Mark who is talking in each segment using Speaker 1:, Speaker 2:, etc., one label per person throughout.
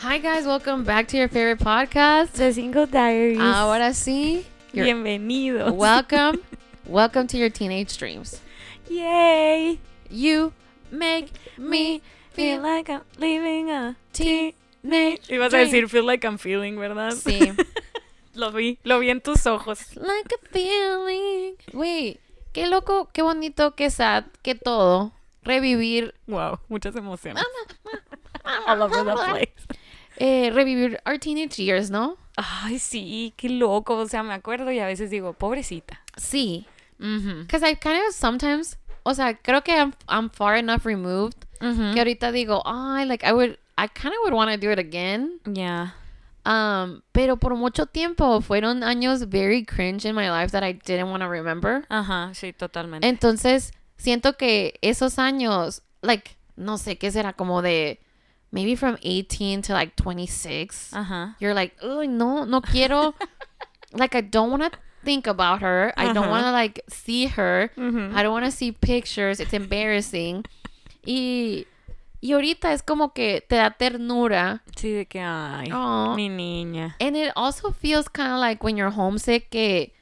Speaker 1: Hi guys, welcome back to your favorite podcast.
Speaker 2: The Single Diaries.
Speaker 1: Ahora sí, you're-
Speaker 2: Bienvenidos.
Speaker 1: welcome, welcome to your teenage dreams.
Speaker 2: Yay.
Speaker 1: You make me
Speaker 2: Feel
Speaker 1: feel like
Speaker 2: like I'm living a
Speaker 1: teen.
Speaker 2: teenage. Ibas a
Speaker 1: dream.
Speaker 2: decir feel like I'm feeling, ¿verdad?
Speaker 1: Sí.
Speaker 2: lo vi, lo vi en tus ojos.
Speaker 1: like a feeling. Wait, qué loco, qué bonito, qué sad, qué todo. Revivir,
Speaker 2: Wow, muchas emociones. All over the place.
Speaker 1: eh, revivir our teenage years, ¿no?
Speaker 2: Ay, sí, qué loco. O sea, me acuerdo y a veces digo, pobrecita.
Speaker 1: Sí. Because I kind of sometimes, o sea, creo que I'm, I'm far enough removed que ahorita digo, ay, like I would, I kind of would want to do it again.
Speaker 2: Ya.
Speaker 1: Um, pero por mucho tiempo fueron años very cringe in my life that I didn't want to remember.
Speaker 2: Ajá, sí, totalmente.
Speaker 1: Entonces, siento que esos años, like, no sé qué será, como de maybe from 18 to like 26.
Speaker 2: Ajá.
Speaker 1: You're like, "Uy, no, no quiero. like, I don't want to think about her. I don't
Speaker 2: Ajá.
Speaker 1: want to like see her.
Speaker 2: Ujú.
Speaker 1: I don't want to see pictures. It's embarrassing. y, y ahorita es como que te da ternura.
Speaker 2: Sí, de que, ay,
Speaker 1: Aw.
Speaker 2: mi niña.
Speaker 1: And it also feels kind of like when you're homesick que,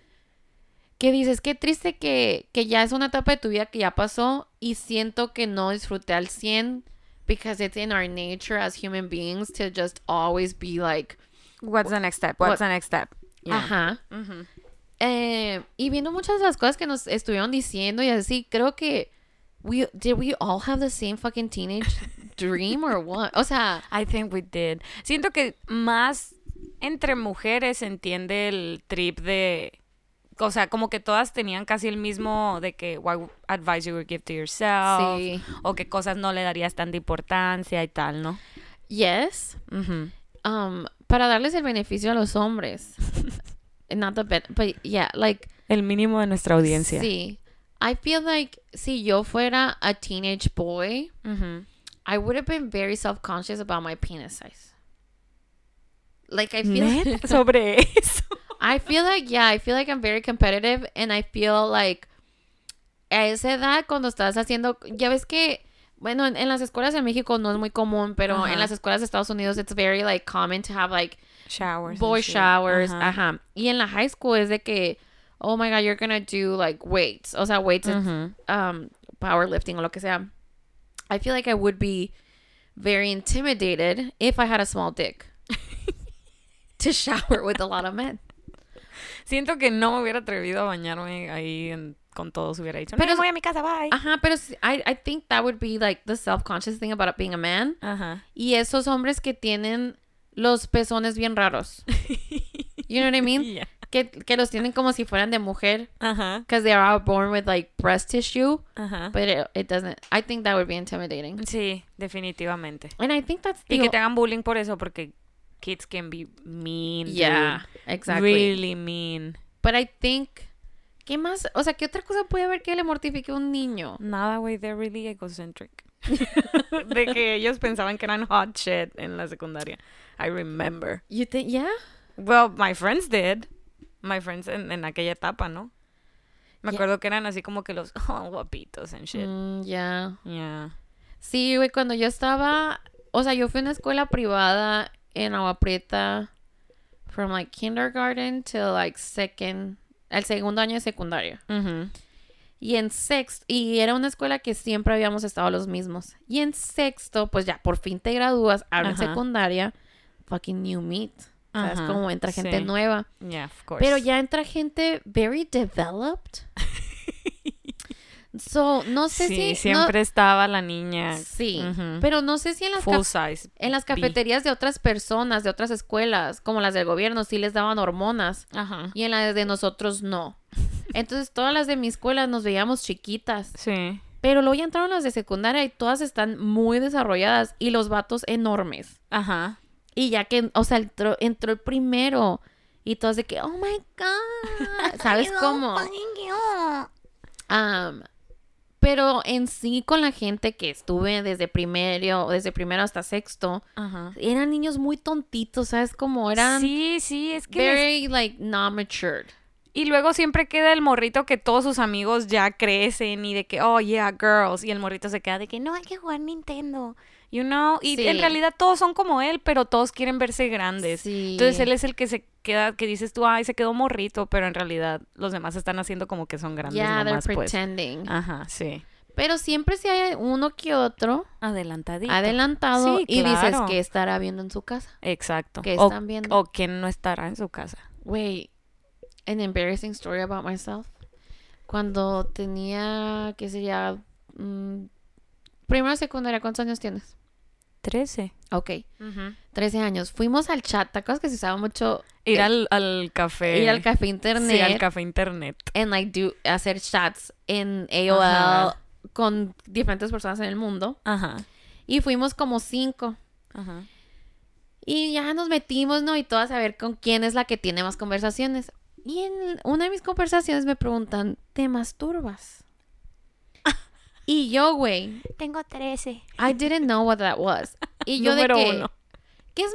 Speaker 1: que dices, qué triste que, que ya es una etapa de tu vida que ya pasó y siento que no disfruté al 100 because it's in our nature as human beings to just always be like,
Speaker 2: What's the next step?
Speaker 1: What-
Speaker 2: What's the next step? Yeah.
Speaker 1: ajá.
Speaker 2: Ujú.
Speaker 1: Eh, y viendo muchas de las cosas que nos estuvieron diciendo y así, creo que we, did we all have the same fucking teenage dream or what? O sea,
Speaker 2: I think we did. Siento que más entre mujeres se entiende el trip de. O sea, como que todas tenían casi el mismo de que what advice you would give to yourself.
Speaker 1: Sí.
Speaker 2: O qué cosas no le darías tanta importancia y tal, ¿no?
Speaker 1: yes.
Speaker 2: Ujú.
Speaker 1: um para darles el beneficio a los hombres not the bet but yeah like
Speaker 2: El mínimo de nuestra audiencia.
Speaker 1: sí I feel like si yo fuera a teenage boy
Speaker 2: Ujú.
Speaker 1: I would have been very self conscious about my penis size like I feel
Speaker 2: Neta, sobre eso.
Speaker 1: I feel like yeah I feel like I'm very competitive and I feel like a esa edad cuando estás haciendo ya ves que bueno en, en las escuelas en México no es muy común pero
Speaker 2: Ajá.
Speaker 1: en las escuelas de Estados Unidos it's very like common to have like
Speaker 2: Showers.
Speaker 1: boy
Speaker 2: and shit.
Speaker 1: showers,
Speaker 2: Ajá.
Speaker 1: ajá. Y en la high school es de que, oh my god, you're gonna do like weights, o sea, weights, it's,
Speaker 2: Ujú.
Speaker 1: um, powerlifting o lo que sea. I feel like I would be very intimidated if I had a small dick to shower with a lot of men.
Speaker 2: Siento que no me hubiera atrevido a bañarme ahí en- con todos. Hubiera dicho,
Speaker 1: Pero
Speaker 2: pero
Speaker 1: es- Ah.
Speaker 2: voy a mi casa, bye.
Speaker 1: Ajá, pero s- I, I think that would be like the self-conscious thing about being a man.
Speaker 2: Ajá.
Speaker 1: Y esos hombres que tienen los pezones bien raros. You know what I mean?
Speaker 2: Yeah.
Speaker 1: Que, que los tienen como si fueran de mujer.
Speaker 2: Ajá.
Speaker 1: Because they are all born with like breast tissue.
Speaker 2: Ajá.
Speaker 1: But it, it doesn't. I think that would be intimidating.
Speaker 2: Sí, definitivamente.
Speaker 1: And I think that's
Speaker 2: Y
Speaker 1: the.
Speaker 2: que te hagan bullying por eso, porque kids can be mean. dude.
Speaker 1: yeah, exactly.
Speaker 2: Really mean.
Speaker 1: But I think. ¿Qué más? O sea, ¿qué otra cosa puede haber que le mortifique a un niño?
Speaker 2: Nada, güey, they're really egocentric. De que ellos pensaban que eran hot shit en la secundaria. I remember.
Speaker 1: You think, yeah?
Speaker 2: Well, my friends did. My friends en, en aquella etapa, ¿no? Me
Speaker 1: Yeah.
Speaker 2: acuerdo que eran así como que los oh, guapitos and shit.
Speaker 1: Mm, yeah.
Speaker 2: Yeah.
Speaker 1: Sí, güey, cuando yo estaba. O sea, yo fui a una escuela privada en Agua Prieta. From like kindergarten to like second. El segundo año de secundaria.
Speaker 2: Ujú.
Speaker 1: Y en sexto, y era una escuela que siempre habíamos estado los mismos. Y en sexto, pues ya por fin te gradúas, ahora en
Speaker 2: Ajá.
Speaker 1: secundaria, fucking new meat. O sea, es
Speaker 2: Ajá,
Speaker 1: como entra gente
Speaker 2: sí.
Speaker 1: nueva.
Speaker 2: Yeah, of course.
Speaker 1: Pero ya entra gente very developed. so, no sé
Speaker 2: Sí,
Speaker 1: si.
Speaker 2: siempre estaba la niña
Speaker 1: No, sí,
Speaker 2: Ujú.
Speaker 1: pero no sé si en las,
Speaker 2: full
Speaker 1: caf-
Speaker 2: size.
Speaker 1: en las
Speaker 2: B.
Speaker 1: cafeterías de otras personas, de otras escuelas, como las del gobierno, sí les daban hormonas.
Speaker 2: Ajá.
Speaker 1: Y en las de nosotros, no. Entonces, todas las de mi escuela nos veíamos chiquitas.
Speaker 2: Sí.
Speaker 1: Pero luego ya entraron las de secundaria y todas están muy desarrolladas y los vatos enormes.
Speaker 2: Ajá.
Speaker 1: Y ya que, o sea, entró, entró el primero y todas de que, oh my god, ¿sabes cómo? Am, pero en sí con la gente que estuve desde primero, desde primero hasta sexto,
Speaker 2: Ajá.
Speaker 1: eran niños muy tontitos, ¿sabes? Como eran
Speaker 2: sí, sí, es que... les-
Speaker 1: very, like, not matured.
Speaker 2: Y luego siempre queda el morrito que todos sus amigos ya crecen y de que, oh, yeah, girls. Y el morrito se queda de que, no, hay que jugar Nintendo. you know, y
Speaker 1: Sí.
Speaker 2: en realidad todos son como él, pero todos quieren verse grandes.
Speaker 1: Sí.
Speaker 2: Entonces él es el que se queda, que dices tú, ay, se quedó morrito, pero en realidad los demás están haciendo como que son grandes
Speaker 1: Yeah, they're
Speaker 2: nomás, pues.
Speaker 1: pretending.
Speaker 2: Ajá, sí.
Speaker 1: Pero siempre si hay uno que otro
Speaker 2: Adelantadito.
Speaker 1: adelantado
Speaker 2: Sí,
Speaker 1: y dices
Speaker 2: claro.
Speaker 1: que estará viendo en su casa.
Speaker 2: Exacto.
Speaker 1: que
Speaker 2: o,
Speaker 1: están viendo.
Speaker 2: o quien no estará en su casa.
Speaker 1: Wait, an embarrassing story about myself. Cuando tenía, ¿qué sería? Mm, primero de secundaria, ¿cuántos años tienes?
Speaker 2: Trece.
Speaker 1: Ok, 13 años. Fuimos al chat, ¿te acuerdas que se usaba mucho
Speaker 2: Ir
Speaker 1: Eh,
Speaker 2: al, al café.
Speaker 1: ir al café
Speaker 2: internet. Sí, al
Speaker 1: internet
Speaker 2: café internet.
Speaker 1: and like do, hacer chats en AOL
Speaker 2: Ajá.
Speaker 1: con diferentes personas en el mundo?
Speaker 2: Ajá.
Speaker 1: Y fuimos como cinco.
Speaker 2: Ajá.
Speaker 1: Y ya nos metimos, ¿no? Y todas a ver con quién es la que tiene más conversaciones. Y en una de mis conversaciones me preguntan, ¿te masturbas? Y yo, güey,
Speaker 2: Tengo trece.
Speaker 1: I didn't know what that was. Y yo
Speaker 2: Número
Speaker 1: de que,
Speaker 2: uno.
Speaker 1: ¿qué es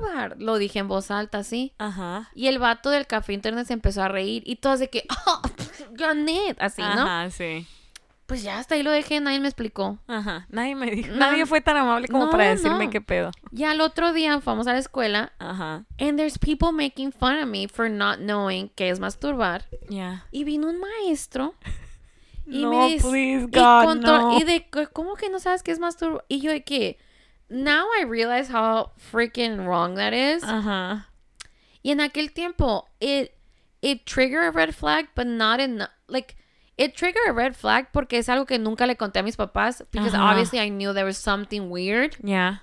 Speaker 1: masturbar? Lo dije en voz alta, sí.
Speaker 2: Ajá.
Speaker 1: Y el vato del café internet se empezó a reír y todas de que, ¡oh, Janet! Así, ¿no?
Speaker 2: Ajá, sí.
Speaker 1: Pues ya hasta ahí lo dejé, nadie me explicó.
Speaker 2: Ajá. Nadie me dijo.
Speaker 1: No.
Speaker 2: Nadie fue tan amable como
Speaker 1: No,
Speaker 2: para decirme
Speaker 1: no.
Speaker 2: qué pedo.
Speaker 1: Y al otro día fuimos a la escuela
Speaker 2: Ajá.
Speaker 1: and there's people making fun of me for not knowing qué es masturbar.
Speaker 2: Ya.
Speaker 1: Y vino un maestro y
Speaker 2: no,
Speaker 1: me dice-
Speaker 2: please,
Speaker 1: y
Speaker 2: God,
Speaker 1: con to-
Speaker 2: no.
Speaker 1: y de que, cómo que no sabes qué es masturbar y yo de que now I realize how freaking wrong that is.
Speaker 2: Ah. Ajá.
Speaker 1: Y en aquel tiempo it it trigger a red flag but not in like it trigger a red flag porque es algo que nunca le conté a mis papás because
Speaker 2: Ajá.
Speaker 1: obviously I knew there was something weird
Speaker 2: Ya.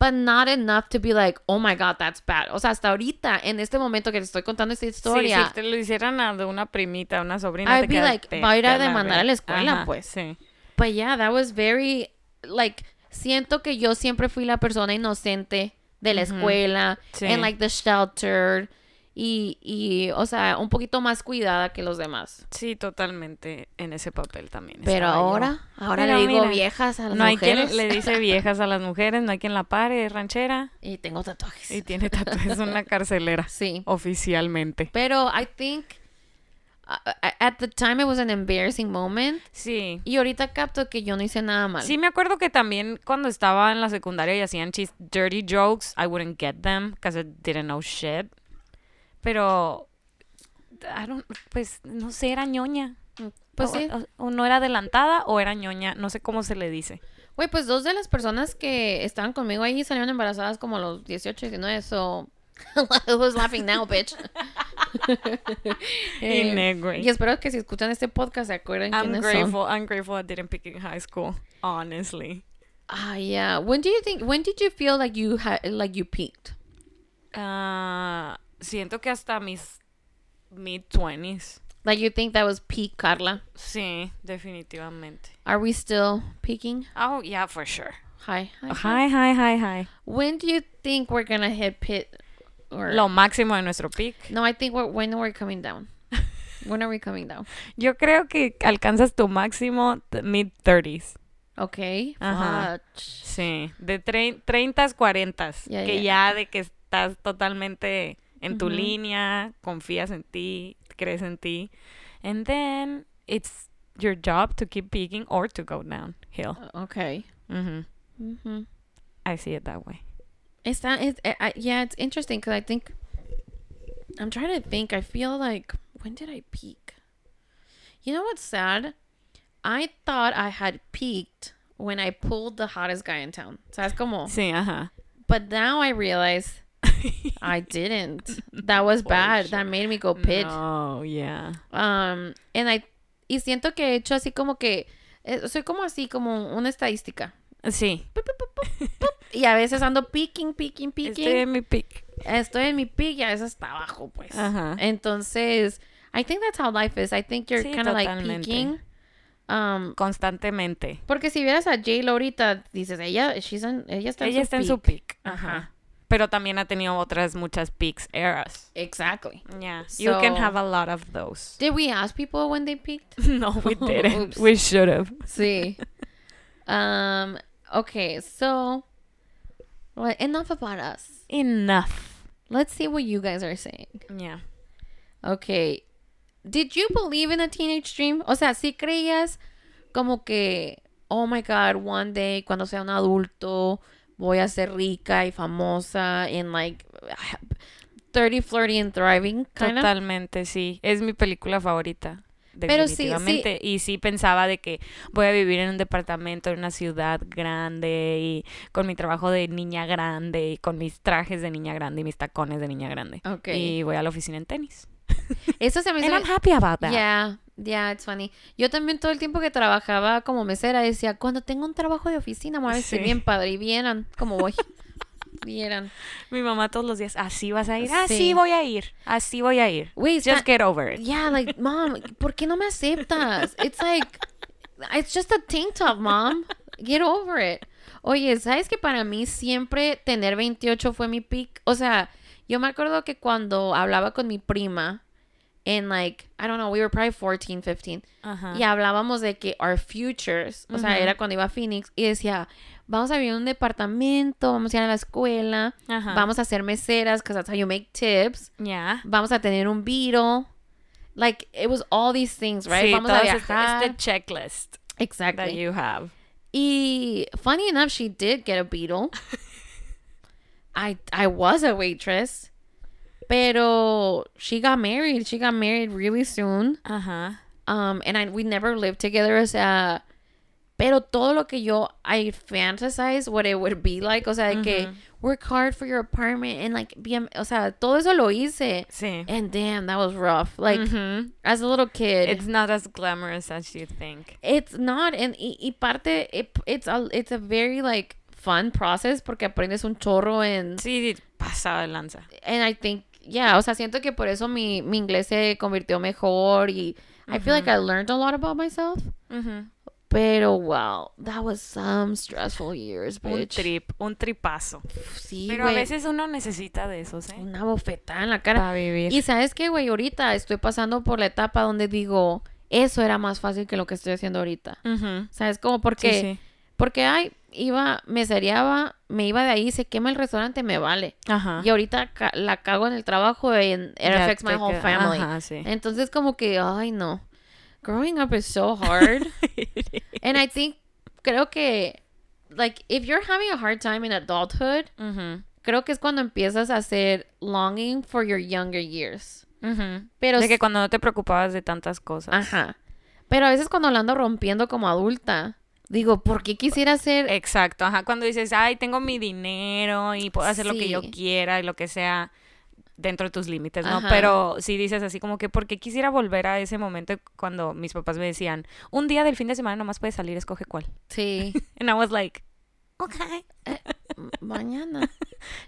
Speaker 1: but not enough to be like oh my god that's bad. O sea, hasta ahorita en este momento que te estoy contando esta historia
Speaker 2: Sí, si te lo hicieran a de una primita, a una sobrina,
Speaker 1: I'd
Speaker 2: te
Speaker 1: be
Speaker 2: quedas,
Speaker 1: like,
Speaker 2: "Vete
Speaker 1: va a ir a
Speaker 2: la
Speaker 1: demandar
Speaker 2: ver-".
Speaker 1: a la escuela,
Speaker 2: Ajá,
Speaker 1: pues.
Speaker 2: Sí.
Speaker 1: But yeah, that was very like siento que yo siempre fui la persona inocente de la escuela
Speaker 2: Sí.
Speaker 1: and like the shelter y y o sea, un poquito más cuidada que los demás.
Speaker 2: Sí, totalmente en ese papel también.
Speaker 1: Pero
Speaker 2: estaba yo.
Speaker 1: ahora, ahora
Speaker 2: Pero
Speaker 1: le digo
Speaker 2: mira,
Speaker 1: viejas a las
Speaker 2: no hay
Speaker 1: mujeres
Speaker 2: quien le dice viejas a las mujeres, no hay quien la pare, es ranchera
Speaker 1: y tengo tatuajes.
Speaker 2: y tiene tatuajes en la carcelera
Speaker 1: Sí.
Speaker 2: oficialmente.
Speaker 1: Pero I think uh, uh, at the time it was an embarrassing moment
Speaker 2: Sí.
Speaker 1: y ahorita capto que yo no hice nada mal.
Speaker 2: Sí, me acuerdo que también cuando estaba en la secundaria y hacían chis dirty jokes, I wouldn't get them because I didn't know shit. Pero I don't- pues no sé, era ñoña.
Speaker 1: Pues
Speaker 2: o,
Speaker 1: sí.
Speaker 2: o- o no era adelantada o era ñoña, no sé cómo se le dice.
Speaker 1: Güey, pues dos de las personas que estaban conmigo ahí salieron embarazadas como a los 18, 19, so... Who's laughing now, bitch?
Speaker 2: Y
Speaker 1: Eh,
Speaker 2: negro.
Speaker 1: y espero que si escuchan este podcast se acuerden
Speaker 2: I'm
Speaker 1: quiénes son.
Speaker 2: grateful. I'm grateful I didn't pick in high school, honestly.
Speaker 1: Ah, yeah. When do you think, when did you feel like you had, like you peaked?
Speaker 2: Ah, siento que hasta mis mid 20s.
Speaker 1: Like you think that was peak, Carla?
Speaker 2: Sí, definitivamente.
Speaker 1: Are we still peaking?
Speaker 2: Oh, yeah, for sure.
Speaker 1: Hi, hi.
Speaker 2: Hi, hi, hi, hi.
Speaker 1: When do you think we're gonna hit pit? Or...
Speaker 2: Lo máximo de nuestro pick.
Speaker 1: No, I think we're, when we're coming down. when are we coming down?
Speaker 2: Yo creo que alcanzas tu máximo mid 30s.
Speaker 1: Okay.
Speaker 2: Ajá.
Speaker 1: Fuck.
Speaker 2: Sí, de 30 40
Speaker 1: Ya,
Speaker 2: que
Speaker 1: ya.
Speaker 2: ya de que estás totalmente en tu línea, confías en ti, crees en ti. And then it's your job to keep peaking or to go downhill.
Speaker 1: Okay.
Speaker 2: Mhm.
Speaker 1: Mm-hmm.
Speaker 2: I see it that way.
Speaker 1: It's that it's I, I- yeah, it's interesting because I think I'm trying to think. I feel like when did I peak? You know what's sad? I thought I had peaked when I pulled the hottest guy in town. So that's como.
Speaker 2: Sí, ajá.
Speaker 1: But now I realize I didn't. That was bad. That made me go pit.
Speaker 2: No, yeah.
Speaker 1: Um, and I y siento que he hecho así como que eh, soy como así como una estadística.
Speaker 2: Sí.
Speaker 1: Y a veces ando picking, picking, picking.
Speaker 2: Estoy en mi pick.
Speaker 1: estoy en mi peak y a veces está abajo, pues.
Speaker 2: Ajá.
Speaker 1: Entonces, I think that's how life is. I think you're
Speaker 2: Sí,
Speaker 1: kind of like
Speaker 2: totalmente.
Speaker 1: peaking. Um,
Speaker 2: Constantemente.
Speaker 1: porque si vieras a J. Lo ahorita, dices, ella, she's in- ella está,
Speaker 2: Ella
Speaker 1: en, su
Speaker 2: está en su
Speaker 1: peak.
Speaker 2: pick. Ajá. Pero también ha tenido otras muchas peaks eras.
Speaker 1: Exactly.
Speaker 2: Yeah, you can
Speaker 1: So-
Speaker 2: have a lot of those.
Speaker 1: Did we ask people when they peaked?
Speaker 2: no, we didn't.
Speaker 1: Oops.
Speaker 2: we should have.
Speaker 1: sí. Um, okay, so well, enough about us.
Speaker 2: Enough.
Speaker 1: Let's see what you guys are saying.
Speaker 2: Yeah.
Speaker 1: Okay. Did you believe in a teenage dream? O sea, si creías como que oh my God, one day cuando sea un adulto voy a ser rica y famosa and like 30, flirty and thriving kind of.
Speaker 2: Totalmente, sí. Es mi película favorita.
Speaker 1: Pero sí, sí.
Speaker 2: Definitivamente. Y sí pensaba de que voy a vivir en un departamento, en una ciudad grande y con mi trabajo de niña grande y con mis trajes de niña grande y mis tacones de niña grande.
Speaker 1: Ok.
Speaker 2: Y voy a la oficina en tenis.
Speaker 1: Eso se me hizo
Speaker 2: And I'm
Speaker 1: bien-
Speaker 2: happy about that.
Speaker 1: Yeah, yeah, it's funny. Yo también todo el tiempo que trabajaba como mesera decía, cuando tengo un trabajo de oficina me voy a vestir
Speaker 2: Sí.
Speaker 1: bien padre y vieran como voy. vieran.
Speaker 2: Mi mamá todos los días, así vas a ir, así
Speaker 1: Sí.
Speaker 2: voy a ir, así voy a ir.
Speaker 1: Güey,
Speaker 2: Just
Speaker 1: está-
Speaker 2: get over it.
Speaker 1: Yeah, like, mom, ¿por qué no me aceptas? It's like, it's just a tank top, mom. Get over it. Oye, ¿sabes que para mí siempre tener 28 fue mi peak? O sea, yo me acuerdo que cuando hablaba con mi prima, en like, I don't know, we were probably 14, 15.
Speaker 2: Ajá.
Speaker 1: Y hablábamos de que our futures, o sea,
Speaker 2: Ujú.
Speaker 1: era cuando iba a Phoenix y decía, vamos a vivir en un departamento, vamos a ir a la escuela,
Speaker 2: Ajá.
Speaker 1: vamos a ser meseras, because that's how you make tips,
Speaker 2: Yeah.
Speaker 1: vamos a tener un beetle. Like, it was all these things, right?
Speaker 2: Sí,
Speaker 1: vamos a
Speaker 2: todas
Speaker 1: viajar.
Speaker 2: estas- Este checklist that
Speaker 1: Exactly.
Speaker 2: you have.
Speaker 1: Y funny enough, she did get a beetle. I, I was a waitress. Pero she got married. She got married really soon.
Speaker 2: Ajá.
Speaker 1: um and I, we never lived together o sea pero todo lo que yo I fantasize what it would be like o sea de que work hard for your apartment and like be a- o sea todo eso lo hice
Speaker 2: Sí.
Speaker 1: and damn that was rough like
Speaker 2: Ujú.
Speaker 1: as a little kid
Speaker 2: It's
Speaker 1: it's,
Speaker 2: not as glamorous as you think.
Speaker 1: not and y, y parte it, it's a it's a very like fun process porque aprendes un chorro en
Speaker 2: Sí, pasado de lanza.
Speaker 1: and I think yeah o sea siento que por eso mi mi inglés se convirtió mejor y I feel like I learned a lot about myself Mm-hmm.
Speaker 2: Ujú.
Speaker 1: Pero wow, that was some stressful years,
Speaker 2: Un
Speaker 1: bitch.
Speaker 2: trip, un tripazo.
Speaker 1: Sí,
Speaker 2: Pero
Speaker 1: güey,
Speaker 2: a veces uno necesita de esos, ¿eh?
Speaker 1: una bofetada en la cara.
Speaker 2: Para vivir.
Speaker 1: Y sabes qué, güey, ahorita estoy pasando por la etapa donde digo, eso era más fácil que lo que estoy haciendo ahorita.
Speaker 2: Ujú.
Speaker 1: ¿Sabes cómo?
Speaker 2: Mm. Sí,
Speaker 1: Porque
Speaker 2: sí.
Speaker 1: porque ay, iba, me seriaba, me iba de ahí, se quema el restaurante, me vale.
Speaker 2: Ajá.
Speaker 1: Y ahorita ca- la cago en el trabajo and it
Speaker 2: Ya
Speaker 1: affects my
Speaker 2: te
Speaker 1: whole
Speaker 2: queda-
Speaker 1: family.
Speaker 2: Ajá, sí.
Speaker 1: Entonces como que, ay, no. Growing up is so hard. And I think, creo que, like, if you're having a hard time in adulthood,
Speaker 2: Ujú.
Speaker 1: creo que es cuando empiezas a hacer longing for your younger years.
Speaker 2: Ujú.
Speaker 1: Pero,
Speaker 2: De que
Speaker 1: s-
Speaker 2: cuando no te preocupabas de tantas cosas.
Speaker 1: ajá. Pero a veces cuando la ando rompiendo como adulta, digo, ¿por qué quisiera
Speaker 2: Eh.
Speaker 1: hacer?
Speaker 2: Exacto, ajá, cuando dices, ay, tengo mi dinero y puedo hacer lo que yo
Speaker 1: Sí.
Speaker 2: quiera y lo que sea dentro de tus límites, ¿no?
Speaker 1: Ajá.
Speaker 2: Pero si dices así como que, porque quisiera volver a ese momento cuando mis papás me decían, un día del fin de semana nomás puedes salir, escoge cuál?
Speaker 1: Sí,
Speaker 2: And I was like, okay,
Speaker 1: m- mañana.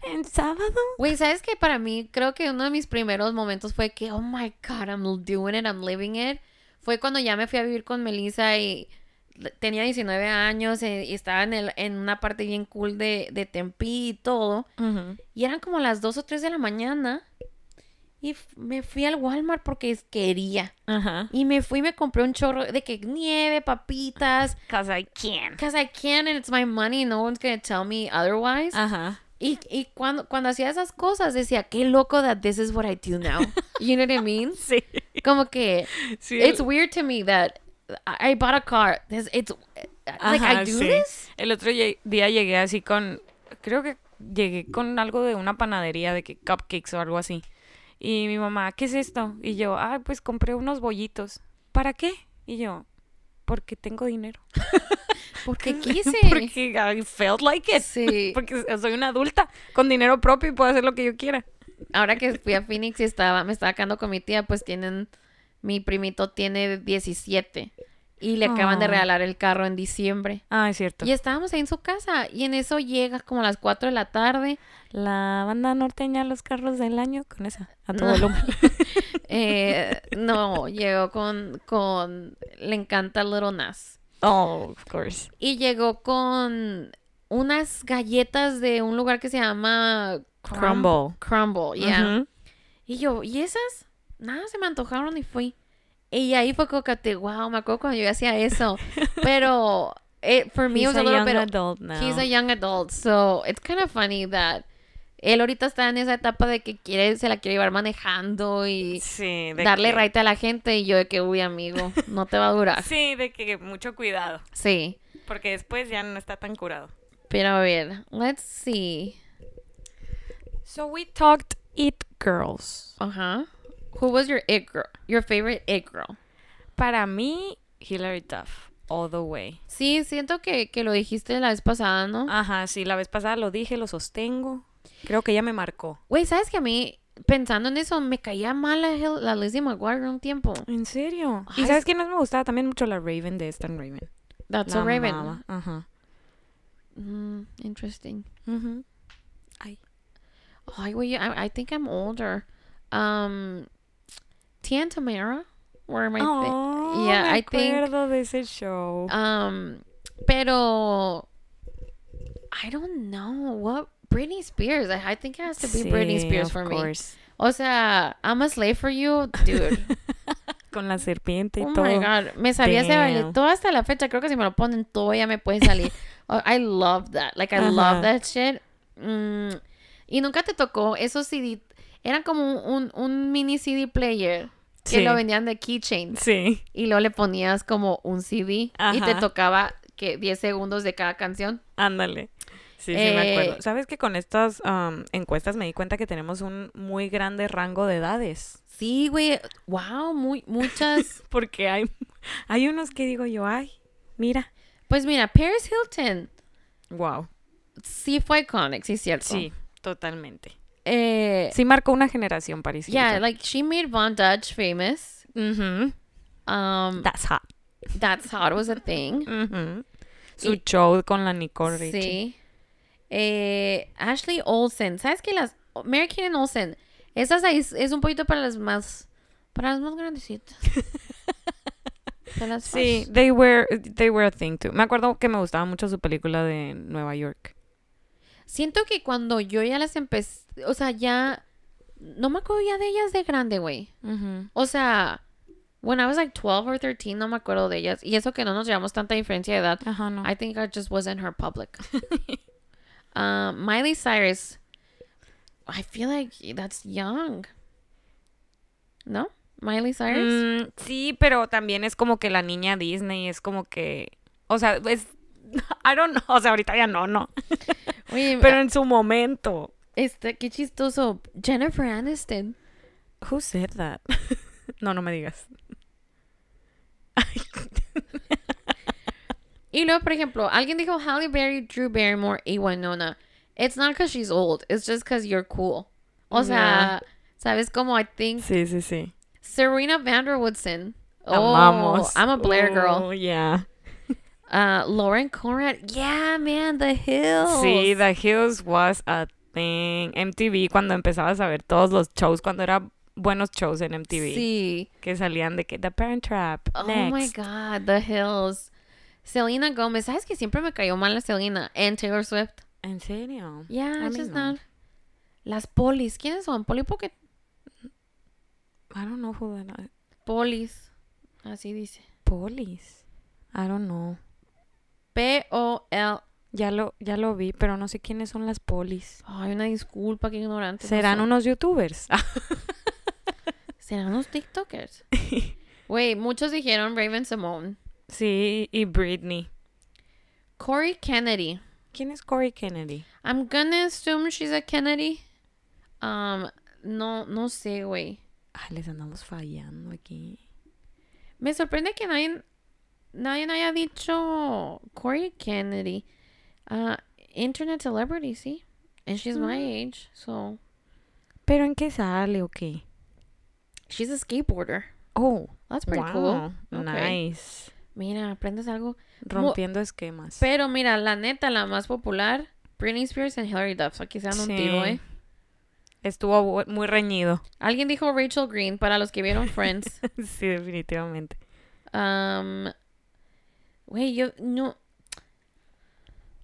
Speaker 2: ¿en sábado?
Speaker 1: Güey, ¿sabes qué? Para mí, creo que uno de mis primeros momentos fue que, oh my God, I'm doing it, I'm living it. Fue cuando ya me fui a vivir con Melissa y l- tenía 19 años eh, y estaba en, el, en una parte bien cool de, de Tempi y todo. Y eran como las 2 o 3 de la mañana. Y f- me fui al Walmart porque es- quería.
Speaker 2: Ajá.
Speaker 1: Y me fui y me compré un chorro de que nieve, papitas.
Speaker 2: Cause I can.
Speaker 1: Because I can and it's my money. No one's gonna tell me otherwise.
Speaker 2: Ajá.
Speaker 1: Y, y cuando, cuando hacía esas cosas decía, qué loco that this is what I do now. You know what I mean?
Speaker 2: Sí.
Speaker 1: Como que
Speaker 2: sí.
Speaker 1: it's weird to me that I I bought a car. This, it's uh, like
Speaker 2: Ajá,
Speaker 1: I do
Speaker 2: sí.
Speaker 1: this.
Speaker 2: El otro lle- día llegué así con, creo que llegué con algo de una panadería, de que cupcakes o algo así. Y mi mamá, ¿qué es esto? Y yo, ah, pues compré unos bollitos. ¿Para qué? Y yo, porque tengo dinero.
Speaker 1: Porque quise.
Speaker 2: Porque I felt like it.
Speaker 1: Sí.
Speaker 2: Porque soy una adulta con dinero propio y puedo hacer lo que yo quiera.
Speaker 1: Ahora que fui a Phoenix y estaba, me estaba quedando con mi tía, pues tienen, mi primito tiene 17 y le acaban de
Speaker 2: Oh.
Speaker 1: regalar el carro en diciembre.
Speaker 2: Ah, es cierto.
Speaker 1: Y estábamos ahí en su casa y en eso llega como a las 4 de la tarde.
Speaker 2: La banda norteña, los carros del año, con esa, a todo
Speaker 1: No.
Speaker 2: volumen.
Speaker 1: Eh, no, llegó con, con, le encanta Little Nas.
Speaker 2: Oh, of course.
Speaker 1: Y llegó con unas galletas de un lugar que se llama
Speaker 2: Crumble.
Speaker 1: Crumble, yeah.
Speaker 2: Ujú.
Speaker 1: Y yo, ¿y esas? Nada, se me antojaron y fui. Y ahí fue como que, te- wow, me acuerdo cuando yo hacía eso. Pero, eh, for me, it
Speaker 2: He's
Speaker 1: was
Speaker 2: a
Speaker 1: a little
Speaker 2: young
Speaker 1: bit.
Speaker 2: adult now.
Speaker 1: He's a young adult, so it's kind of funny that él ahorita está en esa etapa de que quiere, se la quiere llevar manejando y
Speaker 2: Sí, de
Speaker 1: darle
Speaker 2: que-
Speaker 1: raite a la gente. Y yo, de que, uy, amigo, no te va a durar.
Speaker 2: Sí, de que mucho cuidado.
Speaker 1: Sí.
Speaker 2: Porque después ya no está tan curado.
Speaker 1: Pero a ver, let's see.
Speaker 2: So we talked it girls.
Speaker 1: Uh huh. Who was your it girl? Your favorite it girl?
Speaker 2: Para mí, Hillary Duff, all the way.
Speaker 1: Sí, siento que, que lo dijiste la vez pasada, ¿no?
Speaker 2: Ajá, sí, la vez pasada lo dije, lo sostengo. Creo que ya me marcó.
Speaker 1: Güey, ¿sabes que a mí, pensando en eso, me caía mal la, Hel- la Lizzie McGuire un tiempo?
Speaker 2: ¿En serio? ¿Y
Speaker 1: Ay,
Speaker 2: sabes
Speaker 1: es-
Speaker 2: quién más me gustaba? También mucho la Raven de Stan Raven.
Speaker 1: That's
Speaker 2: La
Speaker 1: so Raven.
Speaker 2: amaba. Ajá.
Speaker 1: Mm, interesting.
Speaker 2: Ujú.
Speaker 1: Ay, güey, I, I think I'm older. Um, Tia and Tamara were my fa-
Speaker 2: Oh,
Speaker 1: yeah,
Speaker 2: me
Speaker 1: I think-
Speaker 2: acuerdo de ese show.
Speaker 1: Um, pero I don't know what Britney Spears. I, I think it has to be Britney
Speaker 2: Sí,
Speaker 1: Spears
Speaker 2: of
Speaker 1: for me.
Speaker 2: course.
Speaker 1: O sea, I'm a slave for you, dude.
Speaker 2: Con la serpiente y
Speaker 1: oh
Speaker 2: todo.
Speaker 1: my god, me sabía ese baile
Speaker 2: Damn.
Speaker 1: todo hasta la fecha. Creo que si me lo ponen todavía me puede salir. Oh, I love that. Like I
Speaker 2: Ajá.
Speaker 1: love that shit. Mm, Y nunca te tocó esos CD. Eran como un, un mini CD player que
Speaker 2: Sí.
Speaker 1: lo vendían de keychains.
Speaker 2: Sí.
Speaker 1: Y luego le ponías como un CD y te
Speaker 2: Ajá.
Speaker 1: tocaba que 10 segundos de cada canción.
Speaker 2: Ándale. Sí, sí, me acuerdo.
Speaker 1: Eh,
Speaker 2: Sabes que con estas am, encuestas me di cuenta que tenemos un muy grande rango de edades.
Speaker 1: Sí, güey. Wow, muy, muchas.
Speaker 2: Porque hay, hay unos que digo yo, ay, mira.
Speaker 1: pues mira, Paris Hilton
Speaker 2: Wow.
Speaker 1: sí fue iconic, sí es cierto.
Speaker 2: Sí, totalmente.
Speaker 1: Eh,
Speaker 2: Sí marcó una generación, París.
Speaker 1: yeah, like she made Von Dutch famous. Um,
Speaker 2: That's hot.
Speaker 1: that's how it was a thing.
Speaker 2: Ujú. Su show con la Nicole Richie.
Speaker 1: Sí. Eh, Ashley Olsen. ¿Sabes que las. Mary Kate and Olsen. Esas ahí es, es un poquito para las más. Para las más grandecitas. Para las
Speaker 2: Sí,
Speaker 1: más-
Speaker 2: they were, they were a thing too. Me acuerdo que me gustaba mucho su película de Nueva York.
Speaker 1: Siento que cuando yo ya las empecé. O sea, ya. No me acuerdo ya de ellas de grande, güey. O sea. When I was like 12 or 13, no me acuerdo de ellas. Y eso que no nos llevamos tanta diferencia de edad.
Speaker 2: Ajá, no.
Speaker 1: I think I just wasn't her public. um, Miley Cyrus. I feel like that's young. No, Miley Cyrus.
Speaker 2: Mm, sí, pero también es como que la niña Disney es como que, o sea, es, I don't know, o sea, ahorita ya no, no,
Speaker 1: Oye,
Speaker 2: pero en su momento.
Speaker 1: este, qué chistoso. Jennifer Aniston.
Speaker 2: Who said that? no, no me digas.
Speaker 1: Y luego, por ejemplo, alguien dijo Halle Berry, Drew Barrymore y Winona. It's not because she's old. It's just because you're cool. O sea, sabes como I think
Speaker 2: Sí, sí, sí.
Speaker 1: Serena Vanderwoodson. Oh,
Speaker 2: Amamos.
Speaker 1: I'm a Blair girl.
Speaker 2: Oh, yeah.
Speaker 1: Uh, Lauren Conrad. Yeah, man, The Hills.
Speaker 2: Sí, The Hills was a thing. MTV, cuando empezabas a ver todos los shows, cuando eran buenos shows en MTV.
Speaker 1: Sí.
Speaker 2: Que salían de que The Parent Trap.
Speaker 1: Oh
Speaker 2: Next.
Speaker 1: my God, The Hills. Selena Gomez. ¿Sabes que siempre me cayó mal la Selena? And Taylor Swift.
Speaker 2: ¿En serio?
Speaker 1: Yeah,
Speaker 2: A
Speaker 1: it's
Speaker 2: mí
Speaker 1: just
Speaker 2: no.
Speaker 1: not. Las polis. ¿Quiénes son? Poli Pocket.
Speaker 2: I don't know who that is.
Speaker 1: Polis. Así dice.
Speaker 2: Polis. I don't know.
Speaker 1: P-O-L.
Speaker 2: Ya lo, ya lo vi, pero no sé quiénes son las polis.
Speaker 1: Ay, una disculpa, qué ignorante. no
Speaker 2: ¿Serán
Speaker 1: sé.
Speaker 2: unos youtubers?
Speaker 1: ¿Serán unos TikTokers? Güey, muchos dijeron Raven Simone.
Speaker 2: sí, y Britney.
Speaker 1: Corey Kennedy.
Speaker 2: ¿Quién es Corey Kennedy?
Speaker 1: I'm gonna assume she's a Kennedy. Um, no, no sé, güey.
Speaker 2: Ah, les andamos fallando aquí.
Speaker 1: Me sorprende que nadie, nadie haya dicho Corey Kennedy. Uh, internet celebrity, sí. And she's my
Speaker 2: Mm.
Speaker 1: age, so
Speaker 2: ¿Pero en qué sale o qué?
Speaker 1: she's a skateboarder.
Speaker 2: Oh,
Speaker 1: That's pretty
Speaker 2: wow.
Speaker 1: cool. Okay.
Speaker 2: Nice.
Speaker 1: Mira, aprendes algo.
Speaker 2: Rompiendo esquemas.
Speaker 1: Pero mira, la neta, la más popular, Britney Spears and Hillary Duff. Aquí se dan un
Speaker 2: Sí.
Speaker 1: tiro, eh.
Speaker 2: Estuvo bu- muy reñido.
Speaker 1: Alguien dijo Rachel Green para los que vieron Friends.
Speaker 2: sí, definitivamente.
Speaker 1: Um, güey, yo no.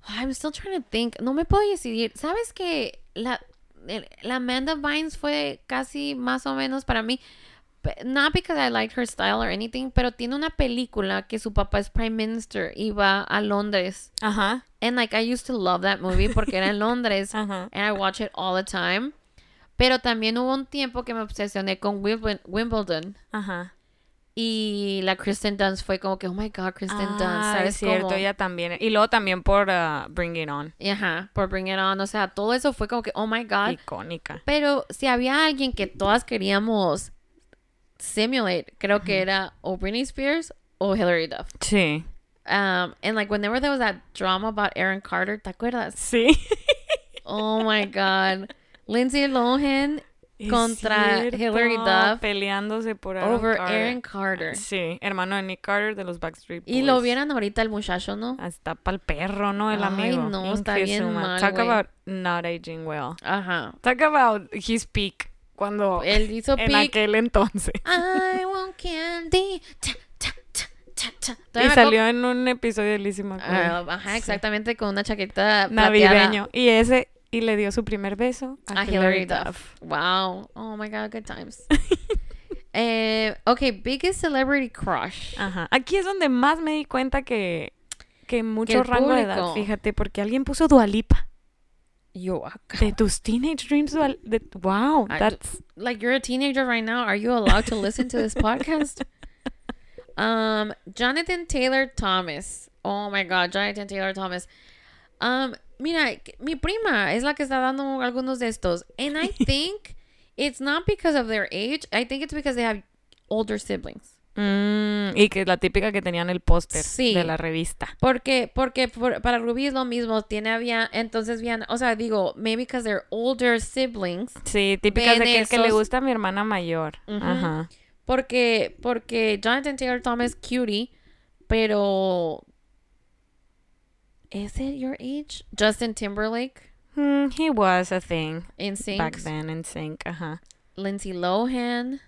Speaker 1: I'm still trying to think. No me puedo decidir. ¿Sabes que la, el- la Amanda Vines fue casi más o menos para mí? Pe- Not because I liked her style or anything, pero tiene una película que su papá es prime minister y va a Londres.
Speaker 2: Ajá,
Speaker 1: And like I used to love that movie porque era en Londres
Speaker 2: ajá.
Speaker 1: and I watch it all the time. Pero también hubo un tiempo que me obsesioné con Wimbledon- Wimbledon.
Speaker 2: Ajá.
Speaker 1: Y la Kristen Dunst fue como que, oh my god, Kristen Dunst,
Speaker 2: Ah,
Speaker 1: ¿sabes?
Speaker 2: es cierto,
Speaker 1: Como-
Speaker 2: ella también. Y luego también por uh, Bring It On,
Speaker 1: y Ajá, por Bring It On. O sea, todo eso fue como que, oh my god.
Speaker 2: icónica.
Speaker 1: Pero si había alguien que todas queríamos simulate, creo que era o Britney Spears o Hillary Duff.
Speaker 2: Sí.
Speaker 1: Um, and like whenever there was that drama about Aaron Carter, ¿te acuerdas?
Speaker 2: Sí.
Speaker 1: Oh my god. Lindsay Lohan Contra Hillary Duff.
Speaker 2: Peleándose por Aaron
Speaker 1: over
Speaker 2: Carter.
Speaker 1: Aaron Carter.
Speaker 2: Sí, hermano de Nick Carter de los Backstreet Boys.
Speaker 1: Y lo vieran ahorita el muchacho, ¿no?
Speaker 2: Hasta pa'l perro, ¿no? El
Speaker 1: Ay,
Speaker 2: amigo.
Speaker 1: no, está bien
Speaker 2: Injesuma.
Speaker 1: mal,
Speaker 2: Talk
Speaker 1: güey.
Speaker 2: about not aging well.
Speaker 1: Ajá.
Speaker 2: Talk about his peak. Cuando.
Speaker 1: Él hizo
Speaker 2: en
Speaker 1: pic.
Speaker 2: aquel entonces.
Speaker 1: Ah, I want candy. Cha, cha, cha, cha, cha.
Speaker 2: Y
Speaker 1: Todavía me acuerdo-
Speaker 2: salió en un episodio de Lizzie McGuire.
Speaker 1: Ah, ajá,
Speaker 2: Sí.
Speaker 1: exactamente, con una chaqueta plateada
Speaker 2: Navideño. Y ese. Y le dio su primer beso a,
Speaker 1: a Hillary Duff. Ah, Wow. Oh my God, good times. eh, ok, biggest celebrity crush.
Speaker 2: Ajá. Aquí es donde más me di cuenta que, que mucho
Speaker 1: el
Speaker 2: rango de edad,
Speaker 1: público.
Speaker 2: fíjate, porque alguien puso Dualipa.
Speaker 1: Yo, acá.
Speaker 2: De tus teenage dreams, Dua- de, wow,
Speaker 1: Ay,
Speaker 2: that's
Speaker 1: like you're a teenager right now. Are you allowed to listen to this podcast? Um, Jonathan Taylor Thomas. Oh my God, Jonathan Taylor Thomas. Um, mira, mi prima es la que está dando algunos de estos, and I think it's not because of their age. I think it's because they have older siblings.
Speaker 2: Mm, y que es la típica que tenían el póster
Speaker 1: Sí.
Speaker 2: de la revista.
Speaker 1: Porque, porque por- para Ruby es lo mismo. Tiene había, entonces bien, o sea, digo, maybe because they're older siblings.
Speaker 2: Sí, típicas de
Speaker 1: Ven
Speaker 2: que, que le
Speaker 1: esos.
Speaker 2: gusta a mi hermana mayor.
Speaker 1: Ujú.
Speaker 2: Ajá.
Speaker 1: Porque, porque Jonathan Taylor Thomas cutie, pero is it your age? Justin Timberlake,
Speaker 2: Mm, he was a thing
Speaker 1: in
Speaker 2: back
Speaker 1: sync,
Speaker 2: then in sync. Ajá.
Speaker 1: Lindsay Lohan,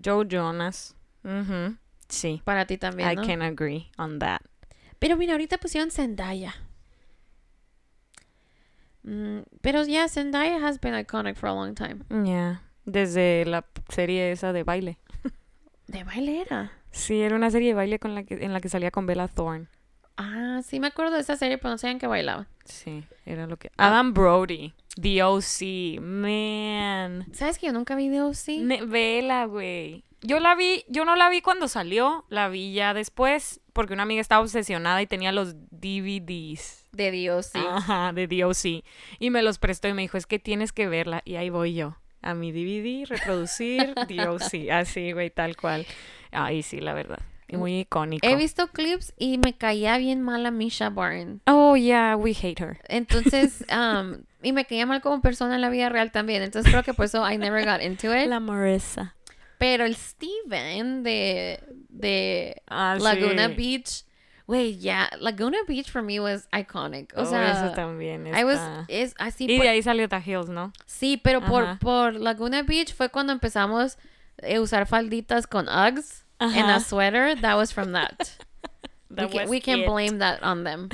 Speaker 2: Joe Jonas. Ujú. Sí.
Speaker 1: para ti también,
Speaker 2: I
Speaker 1: ¿no?
Speaker 2: can agree on that.
Speaker 1: Pero mira, ahorita pusieron Zendaya. Mm, pero yeah, Zendaya has been iconic for a long time.
Speaker 2: Yeah. Desde la serie esa de baile.
Speaker 1: De bailera.
Speaker 2: Sí, era una serie de baile con la que, en la que salía con Bella Thorne.
Speaker 1: Ah, sí me acuerdo de esa serie, pero no sabían que bailaba.
Speaker 2: Sí, era lo que. Adam Brody, The OC, man.
Speaker 1: ¿Sabes que yo nunca vi de OC?
Speaker 2: Ne- Vela, güey. Yo la vi, yo no la vi cuando salió, la vi ya después, porque una amiga estaba obsesionada y tenía los DVDs.
Speaker 1: De Dios, sí.
Speaker 2: Ajá, de DOC. Y me los prestó y me dijo, es que tienes que verla. Y ahí voy yo. A mi DVD, reproducir, DOC. Así, güey, tal cual. Ahí sí, la verdad. Y Muy icónico.
Speaker 1: He visto clips y me caía bien mal a Misha Barton.
Speaker 2: Oh, yeah, we hate her.
Speaker 1: Entonces, um, y me caía mal como persona en la vida real también. Entonces creo que por eso I never got into it.
Speaker 2: La Marissa.
Speaker 1: Pero el Steven de, de
Speaker 2: Ah,
Speaker 1: Laguna
Speaker 2: sí.
Speaker 1: Beach, güey, yeah, Laguna Beach for me was iconic. O
Speaker 2: Oh,
Speaker 1: sea,
Speaker 2: eso también
Speaker 1: I was,
Speaker 2: está.
Speaker 1: es así.
Speaker 2: Y
Speaker 1: por-
Speaker 2: de ahí salió The Hills, ¿no?
Speaker 1: sí, pero por,
Speaker 2: Ajá.
Speaker 1: por Laguna Beach fue cuando empezamos a usar falditas con Uggs and
Speaker 2: Ajá.
Speaker 1: a sweater. That was from that. we, can, we can blame that on them.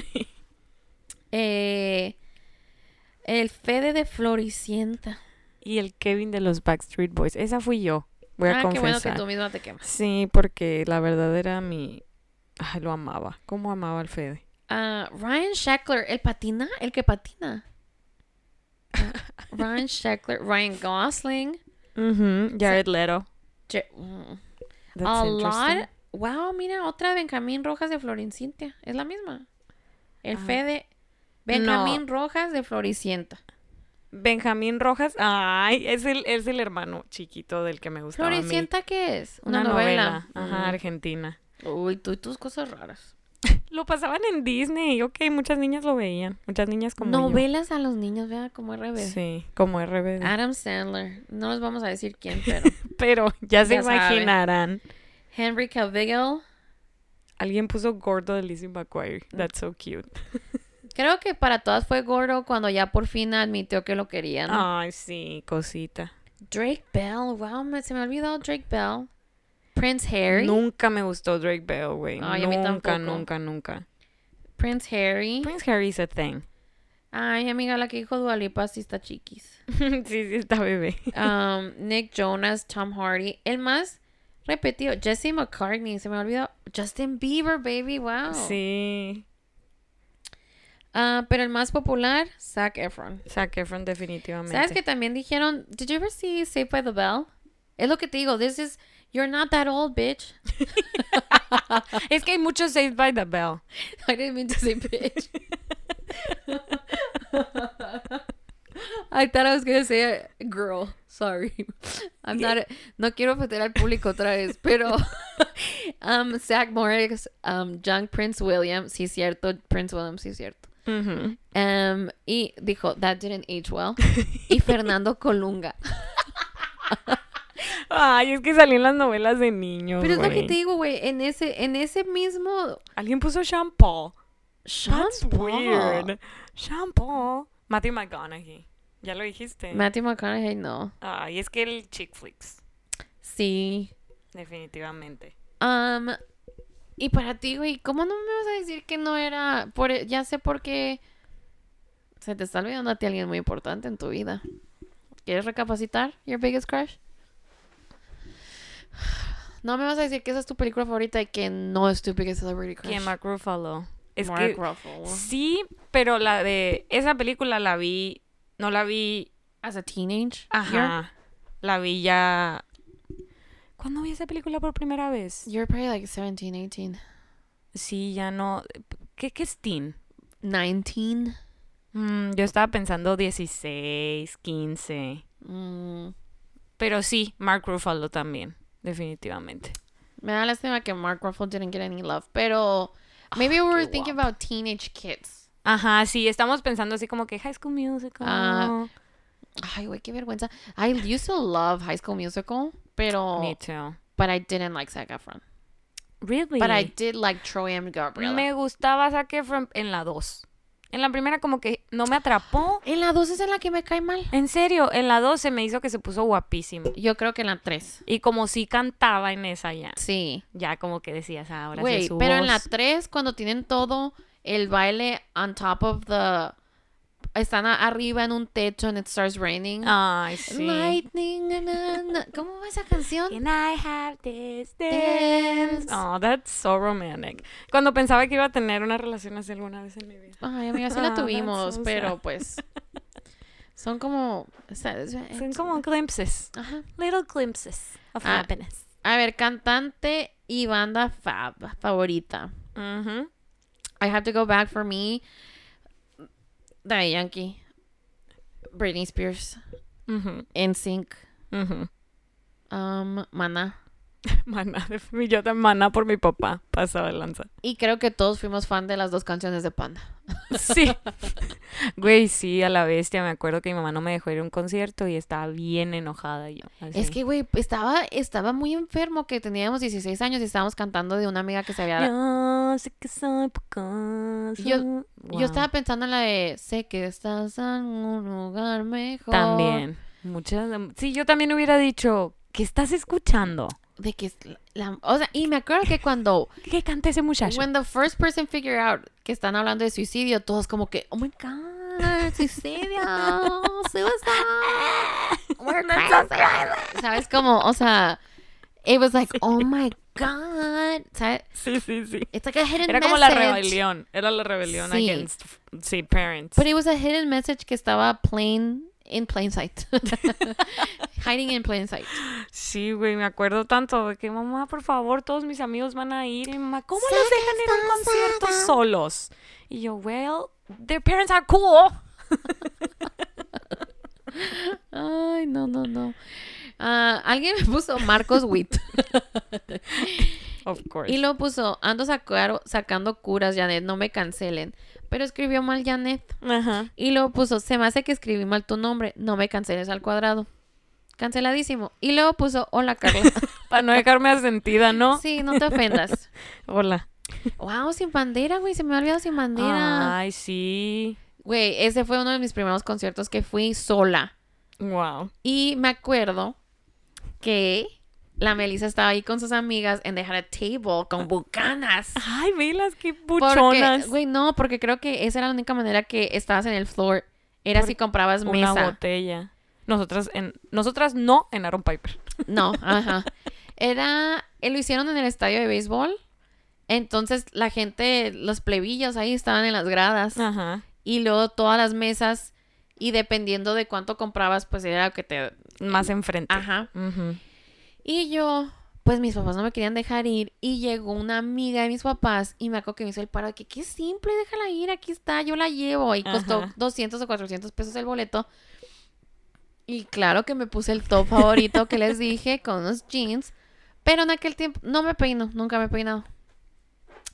Speaker 1: Eh, el Fede de Floricienta.
Speaker 2: Y el Kevin de los Backstreet Boys. Esa fui yo. Voy
Speaker 1: ah,
Speaker 2: a
Speaker 1: qué bueno que
Speaker 2: confesar.
Speaker 1: tú misma te quemas.
Speaker 2: Sí, porque la verdad era mi. Ay, lo amaba. ¿Cómo amaba al Fede?
Speaker 1: Ah, Ryan Shackler, el patina, el que patina. Ah, Ryan Shackler, Ryan Gosling.
Speaker 2: Jared Leto.
Speaker 1: Je- mm.
Speaker 2: That's
Speaker 1: a
Speaker 2: interesting.
Speaker 1: lot. Wow, mira, otra Benjamín Rojas de Floricienta. Es la misma. El
Speaker 2: Ah.
Speaker 1: Fede. Benjamín Rojas de Floricienta.
Speaker 2: Benjamín Rojas. Ay, es el, es el hermano chiquito del que me gustaba. a mí.
Speaker 1: ¿Floricienta qué es?
Speaker 2: Una,
Speaker 1: Una,
Speaker 2: novela.
Speaker 1: novela.
Speaker 2: Ajá, argentina.
Speaker 1: Mm. Uy, tú y tus cosas raras.
Speaker 2: Lo pasaban en Disney. Ok, muchas niñas lo veían. Muchas niñas como. yo.
Speaker 1: Novelas a los niños, vea, como RBD.
Speaker 2: Sí, como RBD.
Speaker 1: Adam Sandler. No les vamos a decir quién, pero.
Speaker 2: Pero ya se
Speaker 1: Ya sabe.
Speaker 2: imaginarán.
Speaker 1: Henry Cavill.
Speaker 2: Alguien puso gordo de Lizzie McGuire. That's so cute.
Speaker 1: Creo que para todas fue gordo cuando ya por fin admitió que lo querían.
Speaker 2: Ay, sí, cosita.
Speaker 1: Drake Bell. Wow, me- se me olvidó Drake Bell. Prince Harry.
Speaker 2: Nunca me gustó Drake Bell, güey.
Speaker 1: Ay, a mí
Speaker 2: Nunca,
Speaker 1: tampoco.
Speaker 2: nunca, nunca.
Speaker 1: Prince Harry.
Speaker 2: Prince Harry is a thing.
Speaker 1: Ay, amiga, la que dijo Dualipa sí está chiquis.
Speaker 2: sí, sí, está bebé.
Speaker 1: Um, Nick Jonas, Tom Hardy. El más repetido, Jesse McCartney. Se me olvidó. Justin Bieber, baby. Wow.
Speaker 2: Sí.
Speaker 1: Ah, pero el más popular, Zac Efron.
Speaker 2: Zac Efron definitivamente.
Speaker 1: ¿Sabes que también dijeron? Did you ever see Saved by the Bell? Es lo que te digo, this is, you're not that old, bitch.
Speaker 2: Es que hay muchos Saved by the Bell.
Speaker 1: I didn't mean to say bitch. I thought I was gonna say uh, girl. Sorry. I'm not. A, no quiero ofender al público otra vez, pero. um, Zach Morris, um, Young Prince William, sí es cierto. Prince William, sí es cierto. Um, y dijo, that didn't age well. y Fernando Colunga.
Speaker 2: Ay, es que salían las novelas de niños.
Speaker 1: Pero es lo que
Speaker 2: güey.
Speaker 1: te digo, güey. En ese, en ese mismo.
Speaker 2: Alguien puso Sean Paul.
Speaker 1: Sean
Speaker 2: That's
Speaker 1: Paul.
Speaker 2: weird. Sean Paul. Matthew McConaughey. Ya lo dijiste.
Speaker 1: Matthew McConaughey, no.
Speaker 2: Ay, es que el chick flicks.
Speaker 1: Sí.
Speaker 2: Definitivamente.
Speaker 1: Um, y para ti, güey, ¿cómo no me vas a decir que no era? Por, e, ya sé por qué se te está olvidando a ti alguien muy importante en tu vida. ¿Quieres recapacitar? Your biggest crush. No me vas a decir que esa es tu película favorita y que no es tu biggest celebrity crush.
Speaker 2: ¿Quién? Mark Ruffalo. Es
Speaker 1: Mark
Speaker 2: que
Speaker 1: Ruffalo.
Speaker 2: sí, pero la de esa película la vi, no la vi,
Speaker 1: As a teenage.
Speaker 2: ajá, la vi ya. ¿Cuándo vi esa película por primera vez?
Speaker 1: You're, you're probably like 17, 18.
Speaker 2: Sí, ya no. ¿Qué, qué es teen?
Speaker 1: 19.
Speaker 2: Mm, yo estaba pensando 16, 15.
Speaker 1: Mm.
Speaker 2: Pero sí, Mark Ruffalo también, definitivamente.
Speaker 1: Me da lástima que Mark Ruffalo didn't get any love, pero maybe we were
Speaker 2: qué
Speaker 1: thinking about teenage kids.
Speaker 2: Ajá, sí, estamos pensando así como que High School Musical.
Speaker 1: Ah, Ay, güey, qué vergüenza. I used to love High School Musical, pero
Speaker 2: Me too.
Speaker 1: but I didn't like Zac Efron.
Speaker 2: Really?
Speaker 1: But I did like Troy and Gabriela.
Speaker 2: Me gustaba Zac Efron en la 2. En la primera como que no me atrapó.
Speaker 1: En la 2 es en la que me cae mal.
Speaker 2: En serio, en la 2 se me hizo que se puso guapísimo.
Speaker 1: Yo creo que en la 3.
Speaker 2: Y como sí cantaba en esa ya.
Speaker 1: Sí.
Speaker 2: Ya como que decías, "Ah, ahora sí
Speaker 1: Güey,
Speaker 2: es su
Speaker 1: pero en
Speaker 2: voz".
Speaker 1: la 3 cuando tienen todo el baile on top of the están a- arriba en un techo and it starts raining.
Speaker 2: Ay, sí.
Speaker 1: Lightning na, na. ¿Cómo va esa canción?
Speaker 2: Can I have this dance? Oh, that's so romantic. Cuando pensaba que iba a tener una relación así alguna vez en mi vida.
Speaker 1: Ay, amiga, sí
Speaker 2: Ah,
Speaker 1: la
Speaker 2: that's
Speaker 1: tuvimos,
Speaker 2: so
Speaker 1: pero
Speaker 2: sad.
Speaker 1: pues son como
Speaker 2: Son como glimpses.
Speaker 1: Ajá.
Speaker 2: Little glimpses of
Speaker 1: Ah.
Speaker 2: happiness.
Speaker 1: A ver, cantante y banda fab favorita.
Speaker 2: Ujú.
Speaker 1: I have to go back for me. Daddy Yankee. Britney Spears.
Speaker 2: Ujú.
Speaker 1: NSYNC.
Speaker 2: Ujú.
Speaker 1: Um, Mana.
Speaker 2: Maná, de- yo tan maná por mi papá. Pasaba de lanza.
Speaker 1: Y creo que todos fuimos fan de las dos canciones de Panda.
Speaker 2: Sí. Güey, sí, a la bestia. Me acuerdo que mi mamá no me dejó ir a un concierto y estaba bien enojada yo.
Speaker 1: Es que, güey, estaba, estaba muy enfermo que teníamos 16 años y estábamos cantando de una amiga que se había...
Speaker 2: Yo sé que soy poco-
Speaker 1: Yo-
Speaker 2: Wow.
Speaker 1: Yo estaba pensando en la de... Sé que estás en un lugar mejor.
Speaker 2: También. Muchas. Sí, yo también hubiera dicho, ¿qué estás escuchando?
Speaker 1: De que... es la- la- o sea, y me acuerdo que cuando...
Speaker 2: ¿Qué canta ese muchacho?
Speaker 1: When the first person figure out que están hablando de suicidio, todos como que, oh my god, suicidio, suicide, we're crazy. ¿Sabes cómo? O sea, it was like, oh my god, ¿sabes?
Speaker 2: Sí, sí, sí.
Speaker 1: It's like a hidden
Speaker 2: Era
Speaker 1: message.
Speaker 2: como la rebelión. Era la rebelión
Speaker 1: Sí.
Speaker 2: against, sí, parents.
Speaker 1: But it was a hidden message que estaba plain, in plain sight. Hiding in plain sight.
Speaker 2: Sí, güey, me acuerdo tanto de que, mamá, por favor, todos mis amigos van a ir. Y mamá, ¿cómo
Speaker 1: Sé
Speaker 2: los
Speaker 1: que
Speaker 2: dejan ir a un
Speaker 1: estás
Speaker 2: concierto
Speaker 1: sola.
Speaker 2: solos? Y yo, well, their parents are cool.
Speaker 1: Ay, no, no, no. Ah, alguien me puso Marcos Witt.
Speaker 2: Of course.
Speaker 1: Y lo puso, ando sacar- sacando curas, Janet, no me cancelen. Pero escribió mal Janet.
Speaker 2: Ajá.
Speaker 1: Y luego puso, se me hace que escribí mal tu nombre, no me canceles al cuadrado. Canceladísimo. Y luego puso, hola Carla.
Speaker 2: Para no dejarme asentida, ¿no?
Speaker 1: sí, no te ofendas.
Speaker 2: Hola.
Speaker 1: wow, sin bandera, güey, se me ha olvidado sin bandera.
Speaker 2: Ay, sí.
Speaker 1: Güey, ese fue uno de mis primeros conciertos que fui sola.
Speaker 2: Wow.
Speaker 1: Y me acuerdo que la Melissa estaba ahí con sus amigas and they had a table con bucanas.
Speaker 2: Ay, velas, qué
Speaker 1: Porque,
Speaker 2: Ah, buchonas.
Speaker 1: güey, no, porque creo que esa era la única manera que estabas en el floor. Era si comprabas
Speaker 2: Una
Speaker 1: mesa.
Speaker 2: botella. Nosotras, en, nosotras no en Aaron Piper.
Speaker 1: No, ajá. Era, eh, lo hicieron en el estadio de béisbol. Entonces la gente, los plebillos ahí estaban en las gradas.
Speaker 2: Ajá.
Speaker 1: Y luego todas las mesas. Y dependiendo de cuánto comprabas, pues era lo que te...
Speaker 2: Más enfrente.
Speaker 1: Ajá.
Speaker 2: Ujú.
Speaker 1: Y yo, pues mis papás no me querían dejar ir y llegó una amiga de mis papás y me acuerdo que me hizo el paro de que qué simple, déjala ir, aquí está, yo la llevo y costó
Speaker 2: Ajá.
Speaker 1: 200 o 400 pesos el boleto. Y claro que me puse el top favorito que les dije con unos jeans, pero en aquel tiempo no me peino, nunca me he peinado.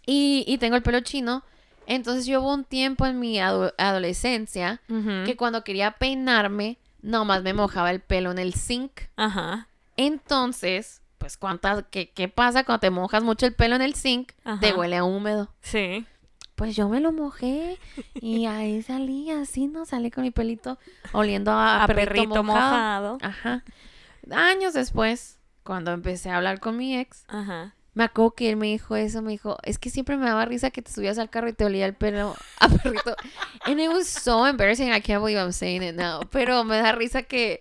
Speaker 1: Y, y tengo el pelo chino, entonces yo hubo un tiempo en mi ado- adolescencia que
Speaker 2: Que-
Speaker 1: cuando quería peinarme, nomás me mojaba el pelo en el zinc.
Speaker 2: Ajá.
Speaker 1: Entonces, pues cuántas, qué, qué pasa cuando te mojas mucho el pelo en el zinc?
Speaker 2: Ajá.
Speaker 1: Te huele a húmedo.
Speaker 2: Sí.
Speaker 1: Pues yo me lo mojé y ahí salí, así no salí con mi pelito oliendo a,
Speaker 2: A,
Speaker 1: perrito,
Speaker 2: perrito
Speaker 1: mojado.
Speaker 2: mojado.
Speaker 1: Ajá. Años después, cuando empecé a hablar con mi ex,
Speaker 2: Ajá.
Speaker 1: me acuerdo que él me dijo eso, me dijo, es que siempre me daba risa que te subías al carro y te olía el pelo a perrito. And it was so embarrassing, I can't believe I'm saying it now. Pero me da risa que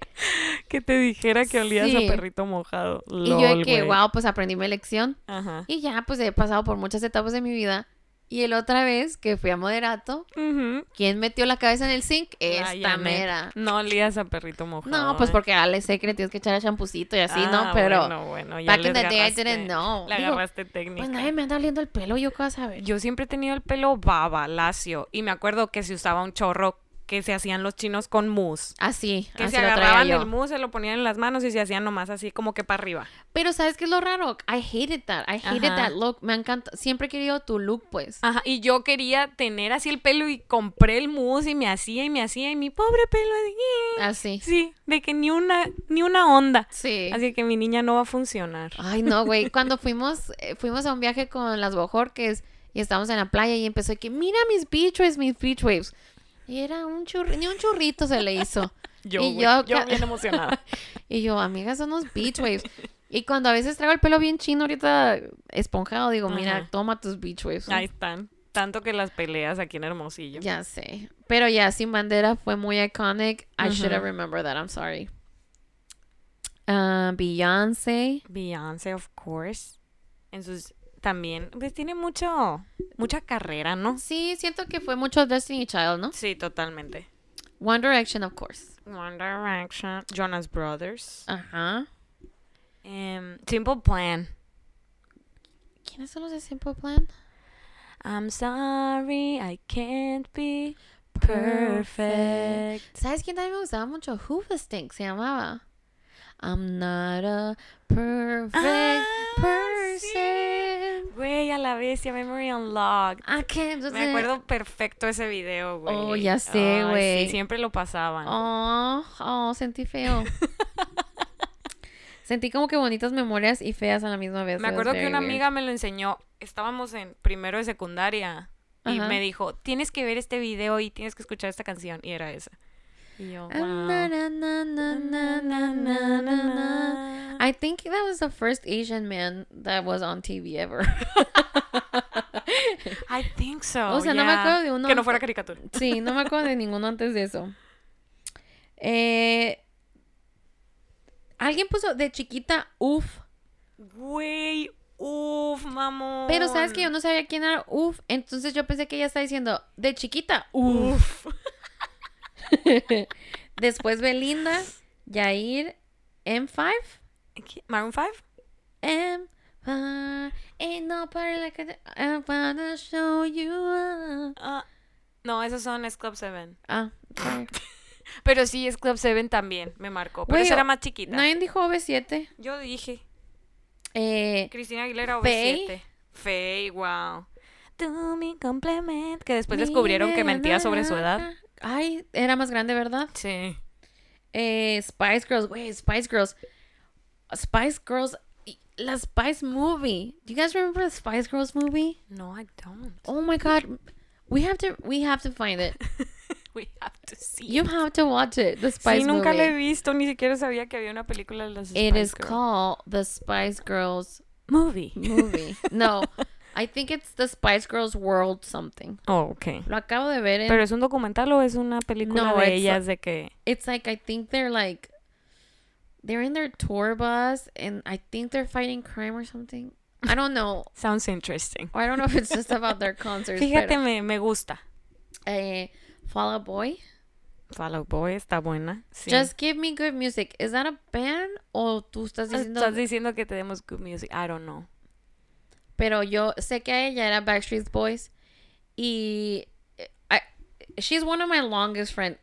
Speaker 2: Que te dijera que olías
Speaker 1: Sí.
Speaker 2: a perrito mojado.
Speaker 1: Y yo de
Speaker 2: Lol,
Speaker 1: que,
Speaker 2: güey.
Speaker 1: wow, pues aprendí mi lección.
Speaker 2: Ajá.
Speaker 1: Y ya, pues he pasado por muchas etapas de mi vida. Y el otra vez que fui a Moderato,
Speaker 2: Ujú.
Speaker 1: ¿quién metió la cabeza en el zinc? Esta
Speaker 2: Ay, Janet,
Speaker 1: mera.
Speaker 2: No olías a perrito mojado.
Speaker 1: No, pues
Speaker 2: ¿eh?
Speaker 1: porque ya le sé que le tienes que echar el champucito y así, ¿no?
Speaker 2: Ah,
Speaker 1: Pero
Speaker 2: Bueno, bueno, ya
Speaker 1: back
Speaker 2: les
Speaker 1: in the day I
Speaker 2: agarraste-
Speaker 1: didn't know.
Speaker 2: Le
Speaker 1: Digo,
Speaker 2: agarraste técnica.
Speaker 1: pues nadie me anda oliendo el pelo, yo qué vas a ver.
Speaker 2: Yo siempre he tenido el pelo baba, lacio. Y me acuerdo que se usaba un chorro que se hacían los chinos con mousse.
Speaker 1: Así,
Speaker 2: Que
Speaker 1: así
Speaker 2: se
Speaker 1: Ah, lo traía
Speaker 2: agarraban
Speaker 1: yo.
Speaker 2: el mousse, se lo ponían en las manos y se hacían nomás así como que para arriba.
Speaker 1: Pero ¿sabes qué es lo raro? I hated that. I hated
Speaker 2: Ajá.
Speaker 1: that look. Me encanta. Siempre he querido tu look, pues.
Speaker 2: Ajá, y yo quería tener así el pelo y compré el mousse y me hacía y me hacía y mi pobre pelo. así,
Speaker 1: Así.
Speaker 2: Sí, de que ni una, ni una onda.
Speaker 1: Sí. Ah,
Speaker 2: Así que mi niña no va a funcionar.
Speaker 1: Ay, no, güey. Cuando fuimos, eh, fuimos a un viaje con las Bojorques y estábamos en la playa y empezó que, mira mis beach waves, mis beach waves. Y era un churrito, ni un churrito se le hizo.
Speaker 2: Yo,
Speaker 1: Y
Speaker 2: güey,
Speaker 1: yo-
Speaker 2: yo, bien emocionada.
Speaker 1: Y yo, amiga, son unos beach waves. Y cuando a veces traigo el pelo bien chino, ahorita esponjado, digo, mira,
Speaker 2: Ajá.
Speaker 1: toma tus beach waves.
Speaker 2: Ahí están. Tanto que las peleas aquí en Hermosillo.
Speaker 1: Ya sé. Pero ya, Sin Bandera fue muy iconic. I should have
Speaker 2: Ujú.
Speaker 1: remembered that, I'm sorry. Ah, Beyoncé.
Speaker 2: Beyoncé, of course. En sus también, pues tiene mucho mucha carrera, ¿no?
Speaker 1: Sí, siento que fue mucho Destiny Child, ¿no?
Speaker 2: Sí, totalmente.
Speaker 1: One Direction, of course.
Speaker 2: One Direction, Jonas
Speaker 1: Ah.
Speaker 2: Brothers,
Speaker 1: Ajá.
Speaker 2: em, Simple Plan.
Speaker 1: ¿Quiénes son los de Simple Plan?
Speaker 2: I'm sorry, I can't be perfect.
Speaker 1: ¿Sabes quién también me gustaba mucho? Hooverstink se llamaba. I'm not a perfect
Speaker 2: Ah,
Speaker 1: person.
Speaker 2: Güey, a la bestia, Memory Unlocked.
Speaker 1: I can't do
Speaker 2: Me
Speaker 1: that.
Speaker 2: acuerdo perfecto ese video, güey.
Speaker 1: Pues Oh, ya sé,
Speaker 2: Ay,
Speaker 1: güey.
Speaker 2: Sí, siempre lo pasaban.
Speaker 1: Oh, oh, sentí feo. sentí como que bonitas memorias y feas a la misma vez.
Speaker 2: Me
Speaker 1: It was
Speaker 2: acuerdo que
Speaker 1: very
Speaker 2: una
Speaker 1: weird.
Speaker 2: amiga me lo enseñó. Estábamos en primero de secundaria y
Speaker 1: Ajá.
Speaker 2: me dijo, tienes que ver este video y tienes que escuchar esta canción. Y era esa. Y yo,
Speaker 1: Ah,
Speaker 2: wow.
Speaker 1: na, na, na, na, na, na, na, na, na. I think that was the first Asian man that was on TV ever.
Speaker 2: I think so.
Speaker 1: O sea, no me
Speaker 2: yeah.
Speaker 1: acuerdo de uno
Speaker 2: Que no fuera caricatura.
Speaker 1: Sí, no me acuerdo de ninguno antes de eso. Eh, Alguien puso de chiquita, uff.
Speaker 2: Güey, uff, mamón.
Speaker 1: Pero sabes que yo no sabía quién era uff. Entonces yo pensé que ella estaba diciendo de chiquita, uff.
Speaker 2: Uff.
Speaker 1: Después Belinda, Yair, M5.
Speaker 2: ¿Maroon 5?
Speaker 1: M5. Ain't nobody like I I wanna show you. up.
Speaker 2: Ah, no, esos son Es Club 7.
Speaker 1: Ah, sorry.
Speaker 2: Pero sí, Es Club 7 también me marcó. Pero
Speaker 1: Güey,
Speaker 2: esa era más chiquita.
Speaker 1: Nadie dijo OV7.
Speaker 2: Yo dije.
Speaker 1: Eh,
Speaker 2: Cristina Aguilera
Speaker 1: Fey.
Speaker 2: OV7. Fey, wow. Tú mi complement. Que después descubrieron que mentía sobre su edad.
Speaker 1: Ay, era más grande, ¿verdad?
Speaker 2: Sí.
Speaker 1: Eh, Spice Girls, güey, Spice Girls. Spice Girls, y- la Spice Movie. Do you guys remember the Spice Girls movie?
Speaker 2: No, I don't.
Speaker 1: Oh my god. We have to we have to find it.
Speaker 2: We have to see.
Speaker 1: You have to watch it. The Spice
Speaker 2: sí, nunca
Speaker 1: movie.
Speaker 2: la he visto, ni siquiera sabía que había una película de las
Speaker 1: It
Speaker 2: Spice
Speaker 1: is
Speaker 2: Girls.
Speaker 1: called the Spice Girls
Speaker 2: Movie.
Speaker 1: movie. no, I think it's the Spice Girls World something.
Speaker 2: Oh, ok.
Speaker 1: Lo acabo de ver en
Speaker 2: ¿Pero es un documental o es una película
Speaker 1: No,
Speaker 2: de
Speaker 1: it's-
Speaker 2: ellas de que...?
Speaker 1: it's like I think they're like they're in their tour bus and I think they're fighting crime or something. I don't know.
Speaker 2: Sounds interesting.
Speaker 1: Or I don't know if it's just about their concerts.
Speaker 2: Fíjate,
Speaker 1: But,
Speaker 2: me, me gusta.
Speaker 1: eh, Fall Out Boy.
Speaker 2: Fall Out Boy está buena. Sí.
Speaker 1: Just Give Me Good Music. ¿Es that a band? ¿O tú estás diciendo...?
Speaker 2: Ah, Estás diciendo que tenemos good music. I don't know.
Speaker 1: Pero yo sé que a ella era Backstreet Boys. Y... eh, I- she's one of my longest friends.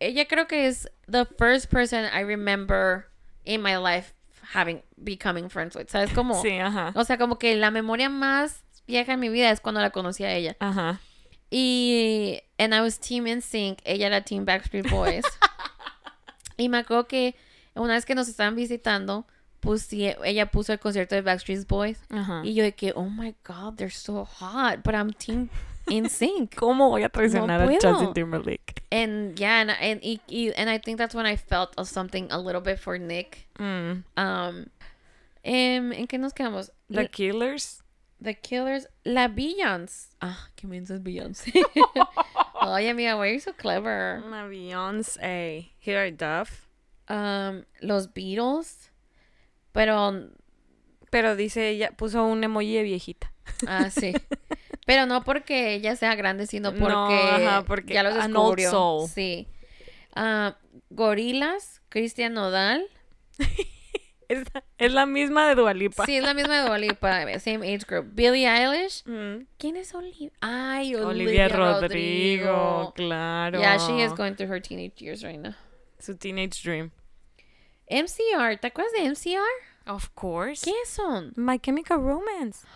Speaker 1: Ella creo que es the first person I remember in my life having... Becoming friends with. ¿Sabes cómo?
Speaker 2: Sí, ajá.
Speaker 1: O sea, como que la memoria más vieja en mi vida es cuando la conocí a ella.
Speaker 2: Ajá.
Speaker 1: Y and I was Team NSYNC, ella era Team Backstreet Boys. y me acuerdo que una vez que nos estaban visitando, pusie- ella puso el concierto de Backstreet Boys
Speaker 2: Ajá.
Speaker 1: y yo de que, "Oh my god, they're so hot, but I'm Team NSYNC."
Speaker 2: ¿Cómo voy a traicionar a
Speaker 1: puedo.
Speaker 2: Justin Timberlake?
Speaker 1: and yeah, and and, y- y- and I think that's when I felt of something a little bit for Nick.
Speaker 2: Mm.
Speaker 1: Um em, ¿En qué nos quedamos?
Speaker 2: The Killers.
Speaker 1: The Killers, la Beyoncé. Ah, ¿qué me dices Beyoncé? Oye, amiga, why are you so clever?
Speaker 2: Una Beyoncé. Here I Duff.
Speaker 1: Um, los Beatles, pero
Speaker 2: Pero dice ella, puso un emoji de viejita.
Speaker 1: ah sí, pero no porque ella sea grande, sino porque,
Speaker 2: No, ajá, porque
Speaker 1: ya los
Speaker 2: an old
Speaker 1: descubrió.
Speaker 2: soul.
Speaker 1: Sí. Ah, gorilas, Cristian Nodal.
Speaker 2: Es, es la misma de Dualipa.
Speaker 1: Sí, es la misma de Oliva, same age group. Billie Eilish. ¿Quién es Olivia? Ay, Olivia,
Speaker 2: Mm. Olivia Rodrigo,
Speaker 1: Rodrigo.
Speaker 2: claro.
Speaker 1: Yeah, she is going through her teenage years right now.
Speaker 2: Su teenage dream.
Speaker 1: MCR, ¿te acuerdas de MCR?
Speaker 2: Of course.
Speaker 1: ¿Qué son?
Speaker 2: My Chemical Romance.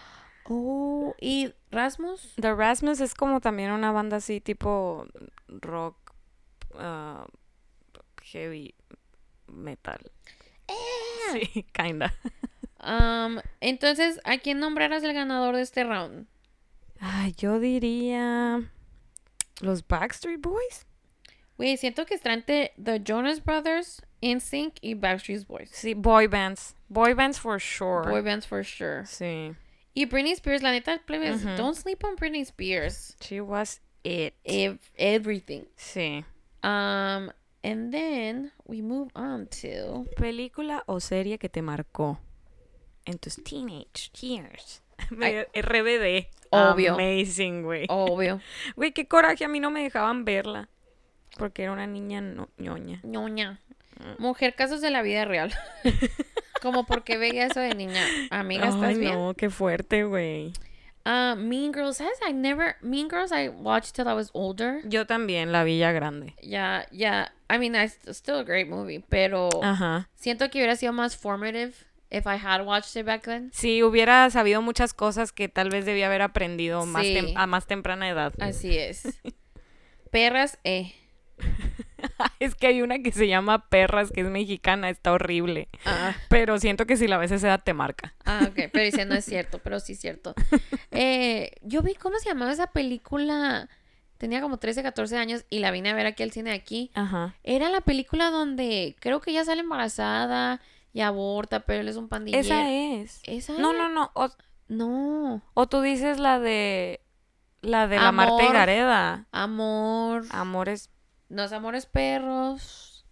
Speaker 1: Oh, y Rasmus.
Speaker 2: The Rasmus es como también una banda así tipo rock ah, heavy metal.
Speaker 1: Eh,
Speaker 2: Sí, kinda.
Speaker 1: Um, entonces, ¿a quién nombrarás el ganador de este round?
Speaker 2: Ay, Ah, yo diría los Backstreet Boys.
Speaker 1: Güey, siento que está entre The Jonas Brothers, NSYNC y Backstreet Boys.
Speaker 2: Sí, boy bands. Boy bands for sure.
Speaker 1: Boy bands for sure.
Speaker 2: sí.
Speaker 1: Y Britney Spears, la neta, plebes, don't sleep on Britney Spears.
Speaker 2: She was it.
Speaker 1: Ev- everything.
Speaker 2: Sí.
Speaker 1: Um, and then we move on to
Speaker 2: película o serie que te marcó en tus teenage years. Me- RBD.
Speaker 1: Obvio.
Speaker 2: Amazing, güey.
Speaker 1: obvio.
Speaker 2: Güey, qué coraje, a mí no me dejaban verla. Porque era una niña no- ñoña.
Speaker 1: Ñoña.
Speaker 2: Mm.
Speaker 1: Mujer casos de la vida real. Como porque veía eso de niña. Amiga, ¿estás
Speaker 2: Ay,
Speaker 1: bien?
Speaker 2: no, qué fuerte, güey.
Speaker 1: Uh, Mean Girls. ¿Sabes? I never. Mean Girls I watched till I was older.
Speaker 2: Yo también, La Villa Grande.
Speaker 1: Yeah, yeah. I mean, it's still a great movie, pero
Speaker 2: Ajá.
Speaker 1: siento que hubiera sido más formative if I had watched it back then.
Speaker 2: Sí, hubiera sabido muchas cosas que tal vez debía haber aprendido más
Speaker 1: Sí.
Speaker 2: tem- a más temprana edad.
Speaker 1: Así es. Perras, eh.
Speaker 2: es que hay una que se llama Perras, que es mexicana, está horrible.
Speaker 1: Ah,
Speaker 2: Pero siento que si la ves a esa edad te marca.
Speaker 1: ah, ok. Pero dice, no es cierto, pero sí es cierto. Eh, yo vi cómo se llamaba esa película. Tenía como 13, 14 años y la vine a ver aquí al cine de aquí.
Speaker 2: Ajá.
Speaker 1: Era la película donde creo que ella sale embarazada y aborta, pero él es un pandillero.
Speaker 2: Esa
Speaker 1: eh,
Speaker 2: es.
Speaker 1: ¿Esa
Speaker 2: No,
Speaker 1: era?
Speaker 2: no, no. O,
Speaker 1: No.
Speaker 2: o tú dices la de. La de la Marta
Speaker 1: Amor.
Speaker 2: y Gareda.
Speaker 1: Amor.
Speaker 2: Amores.
Speaker 1: Los amores perros.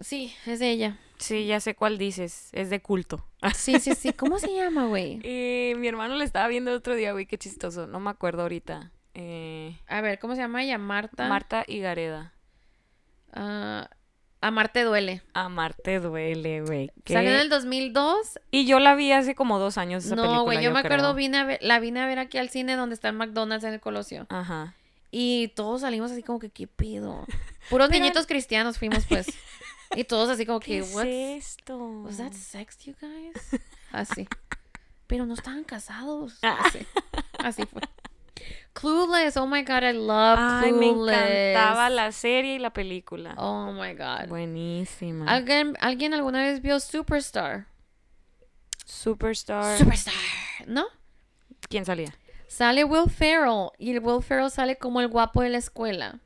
Speaker 1: Sí, es de ella.
Speaker 2: Sí, ya sé cuál dices. Es de culto.
Speaker 1: Sí, sí, sí. ¿Cómo se llama, güey?
Speaker 2: Y mi hermano le estaba viendo el otro día, güey, qué chistoso. No me acuerdo ahorita. Eh,
Speaker 1: A ver, ¿cómo se llama ella? Marta.
Speaker 2: Marta y Gareda.
Speaker 1: Ah, Amarte duele.
Speaker 2: Amarte duele, güey. ¿Qué?
Speaker 1: Salió en el 2002.
Speaker 2: Y yo la vi hace como dos años esa película.
Speaker 1: no, güey, yo, me acuerdo,
Speaker 2: creo.
Speaker 1: vine a ver- la vine a ver aquí al cine donde está el McDonald's en el Colosio.
Speaker 2: Ajá.
Speaker 1: Y todos salimos así como que, ¿qué pido? Puros
Speaker 2: Pero-
Speaker 1: niñitos cristianos fuimos, pues. Y todos así como que,
Speaker 2: ¿Qué
Speaker 1: ¿what?
Speaker 2: es esto?
Speaker 1: ¿Was that sex, you guys? Así. Pero no estaban casados.
Speaker 2: Ah.
Speaker 1: Así, así fue. Clueless, oh my god, I love
Speaker 2: Ay, me
Speaker 1: Clueless.
Speaker 2: encantaba la serie y la película.
Speaker 1: Oh my god.
Speaker 2: Buenísima.
Speaker 1: ¿Alguien, ¿Alguien alguna vez vio Superstar?
Speaker 2: Superstar.
Speaker 1: Superstar, ¿no?
Speaker 2: ¿Quién salía?
Speaker 1: Sale Will Ferrell y el Will Ferrell sale como el guapo de la escuela.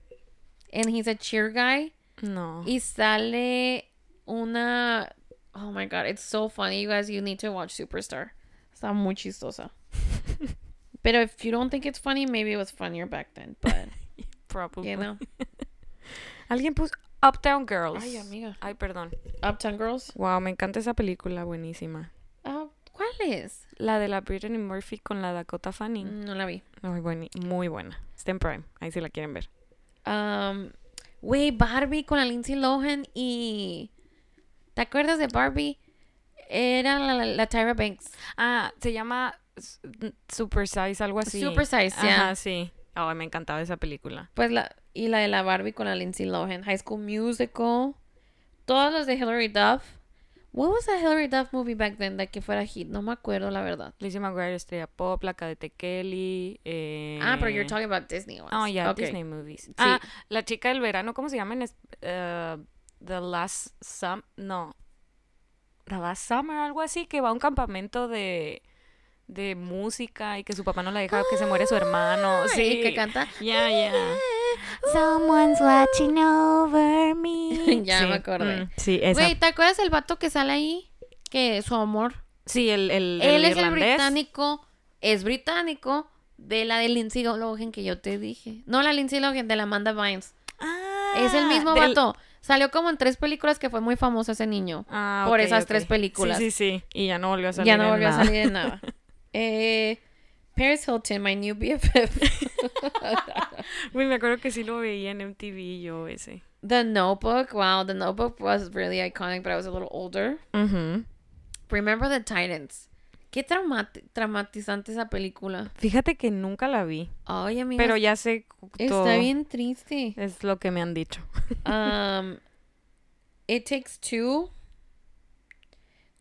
Speaker 1: And he's a cheer guy.
Speaker 2: No.
Speaker 1: Y sale una. Oh my god, it's so funny, you guys. You need to watch Superstar. Está muy chistosa. Pero if you don't think it's funny, maybe it was funnier back then. But,
Speaker 2: Probably.
Speaker 1: you know.
Speaker 2: Alguien puso Uptown Girls.
Speaker 1: Ay, amiga.
Speaker 2: Ay, perdón.
Speaker 1: Uptown Girls.
Speaker 2: Wow, me encanta esa película, buenísima.
Speaker 1: Ah, ¿Cuál es?
Speaker 2: La de la Brittany Murphy con la Dakota Fanning.
Speaker 1: Mm, No la vi.
Speaker 2: Mm. Muy, bueni- muy buena. Está en Prime, ahí si la quieren ver.
Speaker 1: um, güey, Barbie con la Lindsay Lohan y... ¿Te acuerdas de Barbie? Era la, la- la Tyra Banks.
Speaker 2: Ah, se llama S- Super Size, algo así.
Speaker 1: Super Size,
Speaker 2: Ajá,
Speaker 1: ya.
Speaker 2: sí. Ay, me encantaba esa película.
Speaker 1: Pues la... Y la de la Barbie con la Lindsay Lohan. High School Musical. Todas las de Hilary Duff. What was a Hilary Duff movie back then that que fuera hit? No me acuerdo, la verdad.
Speaker 2: Lizzie McGuire, Estrella Pop, La Cadete Kelly. eh,
Speaker 1: Ah, pero you're talking about Disney ones.
Speaker 2: Oh, yeah,
Speaker 1: Okay.
Speaker 2: Disney movies. Ah, La Chica del Verano, ¿cómo se llama en es- eh, The Last Summer? No. The Last Summer, algo así, que va a un campamento de, de música y que su papá no la deja, que se muere su hermano.
Speaker 1: Ah, y
Speaker 2: Sí,
Speaker 1: que canta.
Speaker 2: Ya, ya.
Speaker 3: Someone's watching over me.
Speaker 1: ya me acordé.
Speaker 2: mm, sí, esa.
Speaker 1: Güey, ¿te acuerdas el vato que sale ahí? Que su amor.
Speaker 2: Sí, el, el,
Speaker 1: Él
Speaker 2: el
Speaker 1: es el
Speaker 2: irlandés.
Speaker 1: británico, es británico de la de Lindsay Lohan que yo te dije. No la Lindsay Lohan, de la Amanda Vines.
Speaker 2: Ah,
Speaker 1: es el mismo
Speaker 2: del-
Speaker 1: vato. Salió como en tres películas que fue muy famoso ese niño.
Speaker 2: Ah,
Speaker 1: por
Speaker 2: ok,
Speaker 1: esas
Speaker 2: ok.
Speaker 1: tres películas.
Speaker 2: Sí, sí, sí. Y ya no volvió a salir.
Speaker 1: ya no
Speaker 2: en
Speaker 1: volvió
Speaker 2: nada.
Speaker 1: a salir en nada. Eh, Paris Hilton, my new BFF.
Speaker 2: Güey, me acuerdo que sí lo veía en MTV yo ese.
Speaker 1: The Notebook, wow, The Notebook was really iconic, but I was a little older. Remember the Titans. Qué traumati- traumatizante esa película.
Speaker 2: Fíjate que nunca la vi.
Speaker 1: Ay, amiga,
Speaker 2: Pero ya sé todo.
Speaker 1: está bien triste.
Speaker 2: Es lo que me han dicho.
Speaker 1: Um, It Takes Two.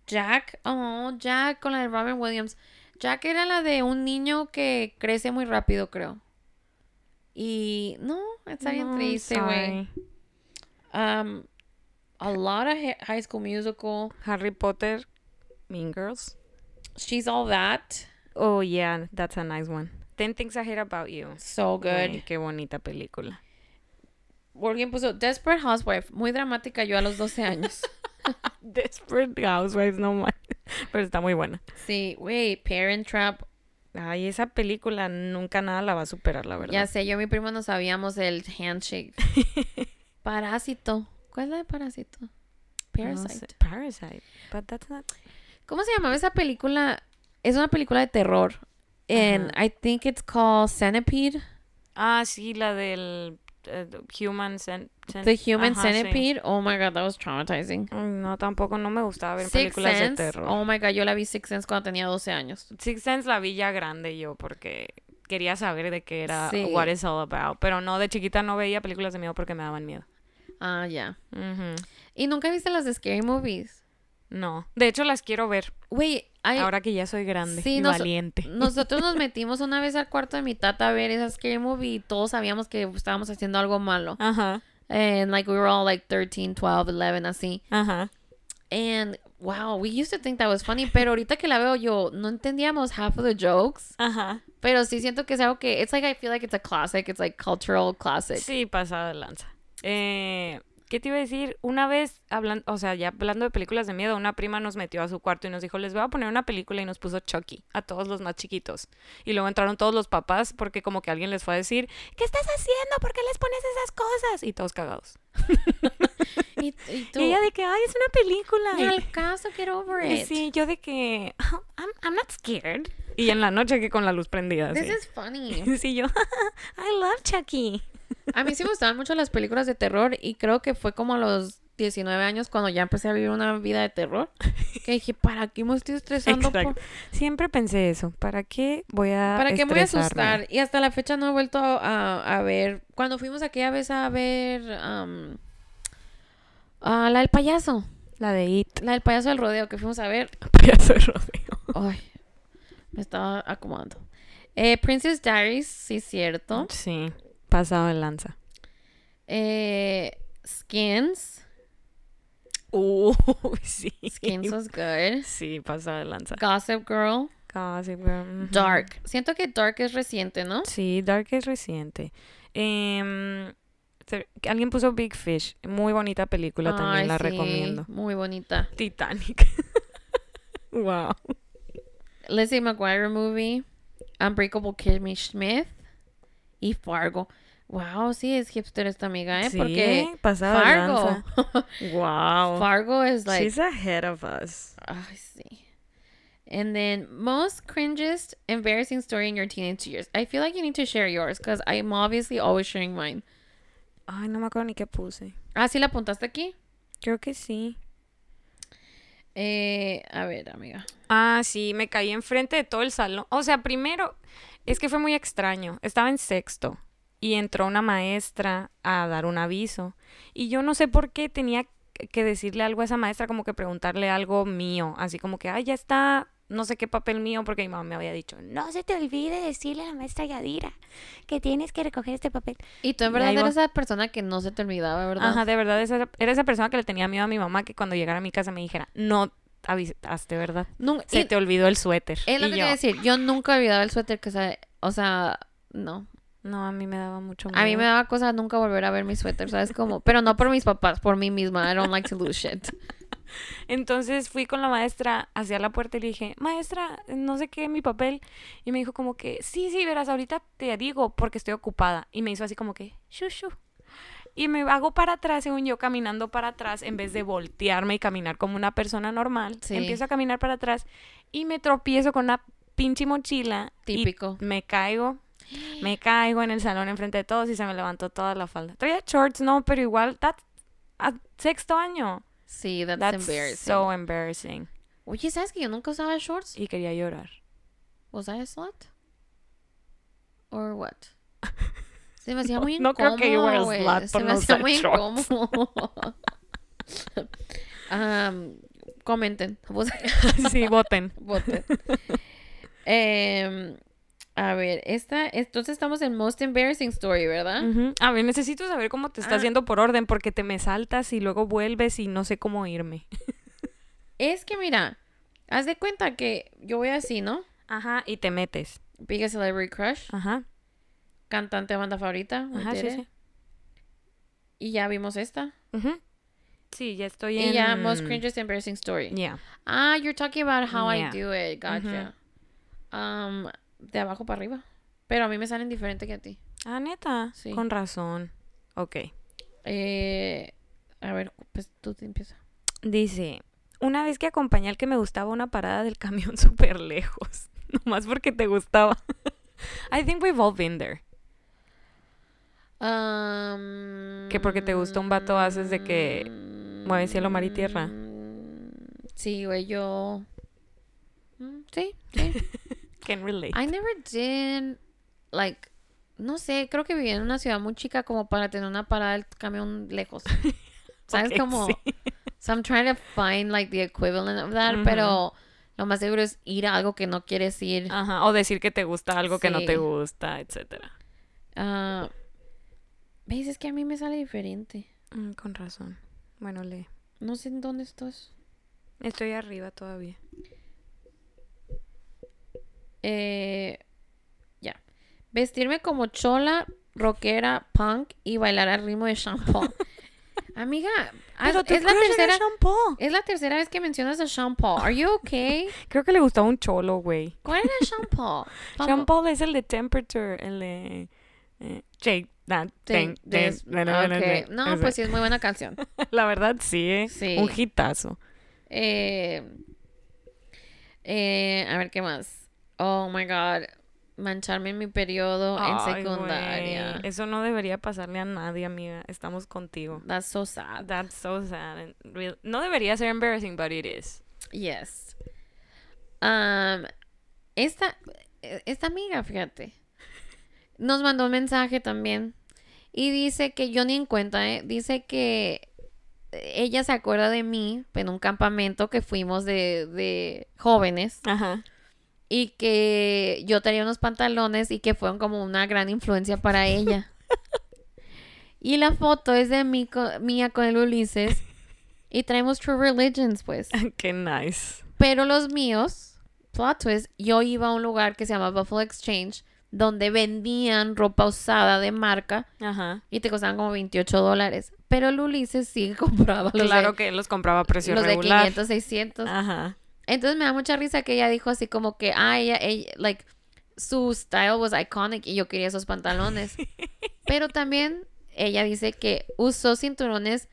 Speaker 1: Jack. Oh, Jack con la de Robin Williams. Jack era la de un niño que crece muy rápido, creo. Y no, está bien
Speaker 2: No, I'm
Speaker 1: triste, güey.
Speaker 2: sorry.
Speaker 1: Um, a lot of hi- High School Musical.
Speaker 2: Harry Potter, Mean Girls.
Speaker 1: She's All That.
Speaker 2: Oh, yeah, that's a nice one. Ten Things I Hate About You.
Speaker 1: So good.
Speaker 2: Güey, qué bonita película.
Speaker 1: Alguien puso Desperate Housewife. Muy dramática yo a los 12 años.
Speaker 2: Desperate Housewives, no más. Pero está muy buena.
Speaker 1: sí, güey. Parent Trap.
Speaker 2: Ay, esa película nunca nada la va a superar, la verdad.
Speaker 1: Ya sé, yo y mi primo no sabíamos el handshake. Parásito. ¿Cuál es la de Parásito? Parasite.
Speaker 2: No sé. Parasite. But that's not...
Speaker 1: ¿Cómo se llamaba esa película? Es una película de terror. And I think it's called Centipede.
Speaker 2: Ah, sí, la del eh, Human Cen- Cen-
Speaker 1: The Human
Speaker 2: Ajá, sí.
Speaker 1: Centipede. Oh my god, that was traumatizing.
Speaker 2: Mm, No, tampoco, no me gustaba ver
Speaker 1: Six
Speaker 2: películas
Speaker 1: Sense.
Speaker 2: de terror.
Speaker 1: Oh my god, yo la vi Six Sense cuando tenía 12 años.
Speaker 2: Six Sense la vi ya grande yo porque quería saber de qué era
Speaker 1: Sí.
Speaker 2: What It's All About. Pero no, de chiquita no veía películas de miedo porque me daban miedo.
Speaker 1: Ah, ya.
Speaker 2: Ujú.
Speaker 1: ¿Y nunca viste las de Scary Movies?
Speaker 2: No, de hecho las quiero ver
Speaker 1: Güey, hay...
Speaker 2: ahora que ya soy grande
Speaker 1: Sí,
Speaker 2: y
Speaker 1: nos-
Speaker 2: valiente.
Speaker 1: Nosotros nos metimos una vez al cuarto de mi tata a ver esa Scary Movie y todos sabíamos que estábamos haciendo algo malo.
Speaker 2: Ajá,
Speaker 1: And like we were all like 13, 12, 11, así.
Speaker 2: ajá.
Speaker 1: And wow, we used to think that was funny, pero ahorita que la veo yo no entendíamos half of the jokes,
Speaker 2: Ajá.
Speaker 1: pero sí siento que es algo que it's like I feel like it's a classic, it's like cultural classic.
Speaker 2: Sí, pasada de lanza. Eh, ¿Qué te iba a decir? Una vez, hablando, o sea, ya hablando de películas de miedo, una prima nos metió a su cuarto y nos dijo, les voy a poner una película y nos puso Chucky a todos los más chiquitos. Y luego entraron todos los papás porque como que alguien les fue a decir, ¿qué estás haciendo? ¿Por qué les pones esas cosas? Y todos cagados.
Speaker 1: Y, y tú,
Speaker 2: Y ella de que, ay, es una
Speaker 1: "Ni
Speaker 2: película.
Speaker 1: al caso, get over
Speaker 2: Y
Speaker 1: it.
Speaker 2: sí, yo de que, "Oh, I'm, I'm not scared. Y en la noche que con la luz prendida.
Speaker 1: This
Speaker 2: sí.
Speaker 1: is funny.
Speaker 2: Sí, yo, I love Chucky.
Speaker 1: A mí sí me gustaban mucho las películas de terror y creo que fue como a los 19 años cuando ya empecé a vivir una vida de terror que dije, ¿para qué me estoy estresando? por-
Speaker 2: Exacto. Siempre pensé eso. ¿Para qué voy a
Speaker 1: ¿Para qué me voy a
Speaker 2: estresarme?
Speaker 1: asustar? Y hasta la fecha no he vuelto a, a ver. Cuando fuimos aquella vez a ver am, a la del payaso,
Speaker 2: La de It.
Speaker 1: la del payaso del rodeo que fuimos a ver.
Speaker 2: Payaso de rodeo.
Speaker 1: Ay, me estaba acomodando. Eh, Princess Diaries, sí, cierto.
Speaker 2: Sí. Pasado de lanza.
Speaker 1: Eh, Skins,
Speaker 2: Uy, sí.
Speaker 1: Skins was good.
Speaker 2: Sí, pasado de lanza.
Speaker 1: Gossip Girl.
Speaker 2: Gossip Girl, ujú.
Speaker 1: Dark. Siento que Dark es reciente, ¿no?
Speaker 2: Sí, Dark es reciente. Em, se- alguien puso Big Fish. Muy bonita película también,
Speaker 1: Ay,
Speaker 2: la
Speaker 1: sí,
Speaker 2: recomiendo.
Speaker 1: Muy bonita.
Speaker 2: Titanic. wow.
Speaker 1: Lizzie McGuire movie, Unbreakable Kimmy Schmidt y Fargo. Wow, sí es hipster esta amiga, ¿eh?
Speaker 2: Sí,
Speaker 1: Porque
Speaker 2: pasada de
Speaker 1: Fargo.
Speaker 2: Wow.
Speaker 1: Fargo es like,
Speaker 2: She's ahead of us.
Speaker 1: ay, sí. And then most cringest embarrassing story in your teenage years. I feel like you need to share yours because I'm obviously always sharing mine.
Speaker 2: Ay, no me acuerdo ni qué puse.
Speaker 1: Ah, sí, la apuntaste aquí.
Speaker 2: Creo que sí.
Speaker 1: Eh, a ver, amiga.
Speaker 2: Ah, sí, me caí enfrente de todo el salón. O sea, primero, es que fue muy extraño. Estaba en sexto y entró una maestra a dar un aviso. Y yo no sé por qué tenía que decirle algo a esa maestra, como que preguntarle algo mío. Así como que, ay, ya está, no sé qué papel mío, porque mi mamá me había dicho, no.
Speaker 3: No se te olvide decirle a la maestra Yadira que tienes que recoger este papel.
Speaker 1: Y tú en
Speaker 2: Y
Speaker 1: verdad
Speaker 2: ahí va.
Speaker 1: eres esa persona que no se te olvidaba, ¿verdad?
Speaker 2: Ajá, de verdad, esa era, era esa persona que le tenía miedo a mi mamá que cuando llegara a mi casa me dijera, no avisaste, ¿verdad?
Speaker 1: Nunca-
Speaker 2: Se
Speaker 1: y-
Speaker 2: te olvidó el suéter.
Speaker 1: Es lo
Speaker 2: Y
Speaker 1: que te
Speaker 2: yo,
Speaker 1: iba a decir. Yo nunca olvidaba el suéter que sabe. O sea, no.
Speaker 2: No, a mí me daba mucho miedo.
Speaker 1: A mí me daba cosa nunca volver a ver mi suéter, ¿sabes? Como, pero no por mis papás, por mí misma. I don't like to lose shit.
Speaker 2: Entonces fui con la maestra hacia la puerta y le dije, maestra, no sé qué, mi papel. Y me dijo como que, sí, sí, verás, ahorita te digo porque estoy ocupada. Y me hizo así como que, shu, shu. Y me hago para atrás, según yo, caminando para atrás, en vez de voltearme y caminar como una persona normal.
Speaker 1: Sí.
Speaker 2: Empiezo a caminar para atrás y me tropiezo con una pinche mochila. y
Speaker 1: Típico.
Speaker 2: me caigo. Me caigo en el salón enfrente de todos y se me levantó toda la falda. Traía shorts, no, pero igual, that's a sexto año.
Speaker 1: Sí, that's,
Speaker 2: That's
Speaker 1: embarrassing.
Speaker 2: so embarrassing.
Speaker 1: Oye, ¿sabes que yo nunca usaba shorts?
Speaker 2: Y quería llorar.
Speaker 1: ¿Was I a slut? Or what? Se me hacía muy
Speaker 2: No
Speaker 1: incómodo.
Speaker 2: creo que you were a
Speaker 1: güey.
Speaker 2: slut
Speaker 1: Se
Speaker 2: por
Speaker 1: me
Speaker 2: no
Speaker 1: hacía
Speaker 2: usar
Speaker 1: muy
Speaker 2: shorts.
Speaker 1: incómodo. Am, comenten. Vos-
Speaker 2: Sí, voten.
Speaker 1: voten. Em, a ver, esta. Entonces estamos en Most Embarrassing Story, ¿verdad?
Speaker 2: Ujú. A ver, necesito saber cómo te estás
Speaker 1: Ah.
Speaker 2: yendo por orden porque te me saltas y luego vuelves y no sé cómo irme.
Speaker 1: Es que mira, haz de cuenta que yo voy así, ¿no?
Speaker 2: Ajá, y te metes.
Speaker 1: Biggest Celebrity Crush,
Speaker 2: Ajá.
Speaker 1: cantante de banda favorita, me
Speaker 2: Ajá, sí,
Speaker 1: enteré.
Speaker 2: sí.
Speaker 1: Y ya vimos esta.
Speaker 2: Ujú. Sí, ya estoy
Speaker 1: Y
Speaker 2: en...
Speaker 1: ya, Most Cringes Embarrassing Story.
Speaker 2: Yeah.
Speaker 1: Ah, you're talking about how
Speaker 2: Yeah.
Speaker 1: I do it. Gotcha. Um, de abajo para arriba. Pero a mí me salen diferente que a ti.
Speaker 2: Ah, neta.
Speaker 1: Sí.
Speaker 2: Con razón. Ok.
Speaker 1: Eh, a ver, pues tú te empiezas.
Speaker 2: Dice, una vez que acompañé al que me gustaba a una parada del camión súper lejos. Nomás porque te gustaba. I think we've all been there.
Speaker 1: Um,
Speaker 2: Que porque te gusta un vato haces de que mueve cielo, mar y tierra.
Speaker 1: mm, Sí, güey, yo. Mm, Sí, sí.
Speaker 2: Can relate.
Speaker 1: I never did, like, no sé, creo que vivía en una ciudad muy chica como para tener una parada del camión lejos. ¿Sabes?
Speaker 2: Ok,
Speaker 1: como,
Speaker 2: sí.
Speaker 1: so I'm trying to find, like, the equivalent of that,
Speaker 2: Ujú.
Speaker 1: pero lo más seguro es ir a algo que no quieres ir.
Speaker 2: Ajá, o decir que te gusta algo que no
Speaker 1: Sí.
Speaker 2: te gusta, etcétera.
Speaker 1: Ah, ¿Ves? Es que a mí me sale diferente.
Speaker 2: con razón. Bueno, le
Speaker 1: No sé en dónde estás.
Speaker 2: estoy arriba todavía.
Speaker 1: Eh, ya. Vestirme como chola, rockera, punk y bailar al ritmo de Sean Paul. Amiga, haz- Ah, es la tercera... Es la tercera vez que mencionas a Sean Paul. Are you okay?
Speaker 2: Creo que le gustaba un cholo, güey.
Speaker 1: ¿Cuál era Sean Paul?
Speaker 2: Sean Paul es el de Temperature, el de eh, Shake That Thing.
Speaker 1: Thing, this,
Speaker 2: na, na, na, na,
Speaker 1: okay.
Speaker 2: na.
Speaker 1: No,
Speaker 2: Ese.
Speaker 1: pues sí, es muy buena canción.
Speaker 2: la verdad sí, eh.
Speaker 1: Sí.
Speaker 2: un hitazo.
Speaker 1: Eh, eh, a ver, ¿qué más? Oh my God. Mancharme en mi periodo en
Speaker 2: Ay,
Speaker 1: secundaria.
Speaker 2: güey, Eso no debería pasarle a nadie, amiga. Estamos contigo.
Speaker 1: That's so sad.
Speaker 2: That's so sad. and real- No debería ser embarrassing, but it is.
Speaker 1: Yes. Um, esta, e, esta amiga, fíjate, nos mandó un mensaje también y dice que yo ni en cuenta, ¿eh? dice que ella se acuerda de mí en un campamento que fuimos de, de jóvenes
Speaker 2: Ajá.
Speaker 1: y que yo tenía unos pantalones y que fueron como una gran influencia para ella. y la foto es de mí, co- mía con el Ulises y traemos True Religions, pues.
Speaker 2: Qué nice.
Speaker 1: Pero los míos, plot twist, yo iba a un lugar que se llama Buffalo Exchange, donde vendían ropa usada de marca
Speaker 2: Ajá.
Speaker 1: y te costaban como 28 dólares. Pero el Ulises sí compraba los,
Speaker 2: claro
Speaker 1: de,
Speaker 2: que él los compraba a precio
Speaker 1: los de
Speaker 2: regular. Ah.
Speaker 1: 500, 600.
Speaker 2: Ajá.
Speaker 1: Entonces me da mucha risa que ella dijo así como que, ah, ella, ella- like, su style was iconic y yo quería esos pantalones. Pero también ella dice que usó cinturones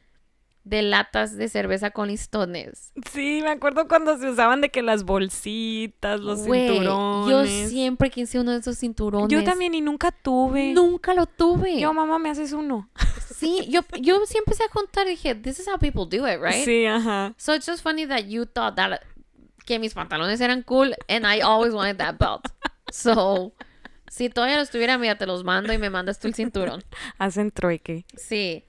Speaker 1: de latas de cerveza con listones.
Speaker 2: Sí, me acuerdo cuando se usaban de que las bolsitas, los
Speaker 1: Güey, Yo
Speaker 2: cinturones.
Speaker 1: siempre quise uno de esos cinturones.
Speaker 2: Yo también y nunca tuve.
Speaker 1: Nunca lo tuve.
Speaker 2: Yo, mamá, me haces uno.
Speaker 1: Sí, yo, yo sí empecé a contar y dije, this is how people do it, right?
Speaker 2: Sí, ajá.
Speaker 1: So it's just funny that you thought that que mis pantalones eran cool and I always wanted that belt. So, si todavía los tuviera, mira, te los mando y me mandas tú el cinturón.
Speaker 2: Hacen trueque.
Speaker 1: Sí.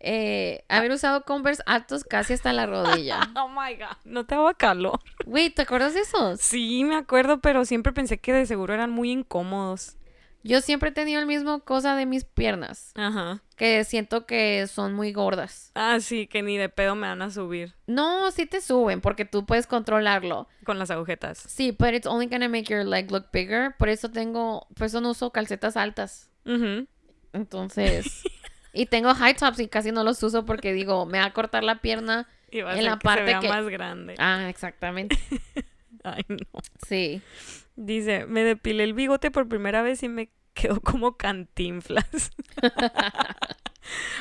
Speaker 1: Eh, haber usado Converse altos casi hasta la rodilla.
Speaker 2: Oh my god. No te daba calor.
Speaker 1: Güey, ¿te acuerdas de esos?
Speaker 2: Sí, me acuerdo, pero siempre pensé que de seguro eran muy incómodos.
Speaker 1: Yo siempre he tenido el mismo cosa de mis piernas,
Speaker 2: Ajá.
Speaker 1: que siento que son muy gordas.
Speaker 2: Ah, sí, que ni de pedo me van a subir
Speaker 1: No, sí te suben porque tú puedes controlarlo.
Speaker 2: con las agujetas.
Speaker 1: Sí, but it's only gonna make your leg look bigger. Por eso tengo, por eso no uso calcetas altas.
Speaker 2: Ujú.
Speaker 1: Entonces, y tengo high tops y casi no los uso porque digo, me va a cortar la pierna.
Speaker 2: Y va a
Speaker 1: En
Speaker 2: ser
Speaker 1: la
Speaker 2: que
Speaker 1: parte
Speaker 2: se vea
Speaker 1: que-
Speaker 2: más grande.
Speaker 1: Ah, exactamente.
Speaker 2: Ay, no.
Speaker 1: Sí.
Speaker 2: Dice, me depilé el bigote por primera vez y me quedó como cantinflas.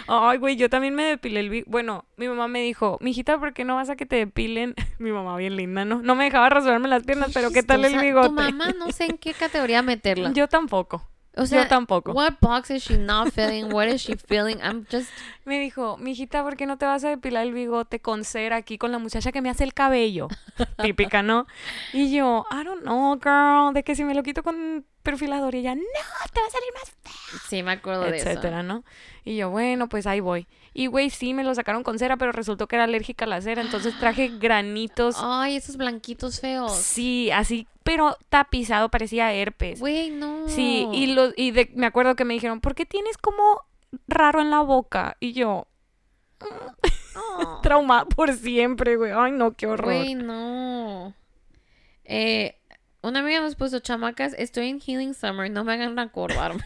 Speaker 2: Ay, güey, yo también me depilé el bigote. Bueno, mi mamá me dijo, mijita, ¿por qué no vas a que te depilen? Mi mamá bien linda, ¿no? No me dejaba rasurarme las piernas, pero ¿qué tal el
Speaker 1: Chistosa.
Speaker 2: bigote?
Speaker 1: Tu mamá no sé en qué categoría meterla.
Speaker 2: Yo tampoco.
Speaker 1: o sea,
Speaker 2: yo tampoco.
Speaker 1: What box is she not feeling? What is she feeling? I'm just
Speaker 2: Me dijo, mijita, ¿por qué no te vas a depilar el bigote con cera aquí con la muchacha que me hace el cabello? Típica, ¿no? Y yo, I don't know, girl, de que si me lo quito con perfilador y ella, no, te va a salir más
Speaker 1: Sí, me acuerdo de
Speaker 2: etcétera, ¿no? Y yo, bueno, pues ahí voy. Y güey, sí, me lo sacaron con cera, pero resultó que era alérgica a la cera, entonces traje granitos,
Speaker 1: eso. Ay, esos blanquitos feos.
Speaker 2: sí, así, pero tapizado, parecía herpes.
Speaker 1: Güey, no.
Speaker 2: Sí, y, lo, y de- me acuerdo que me dijeron, ¿por qué tienes como raro en la boca? Y yo,
Speaker 1: Oh.
Speaker 2: trauma por siempre, güey, ay no, qué horror.
Speaker 1: Güey, no. Eh, una amiga nos puso, chamacas, estoy en Healing Summer, no me hagan acordarme.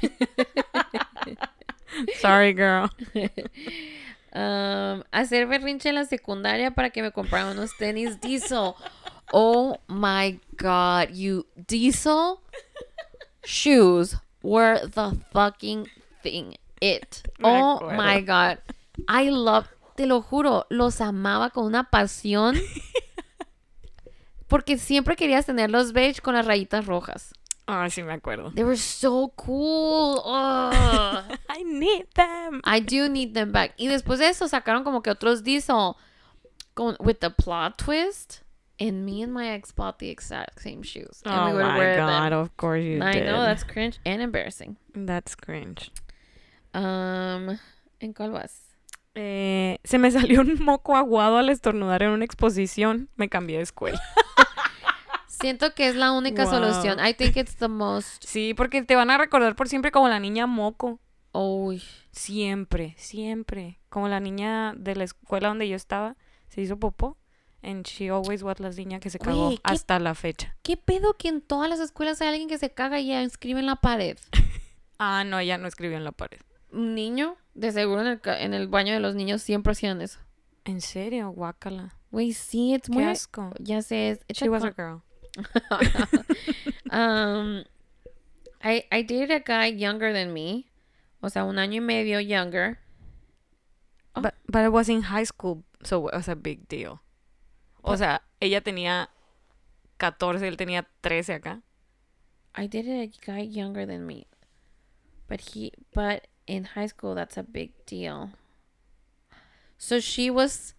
Speaker 2: Sorry, girl.
Speaker 1: Um, hacer berrinche en la secundaria para que me compraran unos tenis Diesel. Oh my god, you Diesel shoes were the fucking thing. It.
Speaker 2: Me
Speaker 1: Oh
Speaker 2: acuerdo.
Speaker 1: my god. I love, te lo juro, los amaba con una pasión. Porque siempre querías tener los beige con las rayitas rojas.
Speaker 2: Ay, sí me acuerdo.
Speaker 1: They were so cool. Ugh.
Speaker 2: I need them.
Speaker 1: I do need them back. Y después de eso sacaron como que otros diesel con with the plot twist. And me and my ex bought the exact same shoes. And
Speaker 2: Oh my god, of course you
Speaker 1: I
Speaker 2: did.
Speaker 1: know that's cringe and embarrassing.
Speaker 2: That's cringe.
Speaker 1: Um, ¿en cuál vas?
Speaker 2: Eh, se me salió un moco aguado al estornudar en una exposición. Me cambié de escuela.
Speaker 1: Siento que es la única
Speaker 2: Wow.
Speaker 1: solución. I think it's the most.
Speaker 2: Sí, porque te van a recordar por siempre como la niña moco.
Speaker 1: Uy.
Speaker 2: Siempre, siempre. Como la niña de la escuela donde yo estaba. Se hizo popó. And she always was la niña que se cagó
Speaker 1: Güey, ¿qué-
Speaker 2: hasta la fecha.
Speaker 1: ¿Qué pedo que en todas las escuelas hay alguien que se caga y ya inscribe en la pared?
Speaker 2: Ah, no, ella no escribió en la pared.
Speaker 1: Un niño, de seguro en el, ca- en el baño de los niños siempre hacían eso.
Speaker 2: En serio, guácala.
Speaker 1: Güey, sí, it's
Speaker 2: Qué
Speaker 1: muy.
Speaker 2: asco.
Speaker 1: Ya sé, es- it's
Speaker 2: She
Speaker 1: a
Speaker 2: was
Speaker 1: con-
Speaker 2: a girl.
Speaker 1: um, I I dated a guy younger than me, o sea, un año y medio younger. Oh.
Speaker 2: But, but I was in high school, so it was a big deal. O sea, ella tenía 14, él tenía 13 acá.
Speaker 1: I dated a guy younger than me, but he but in high school that's a big deal. So she was,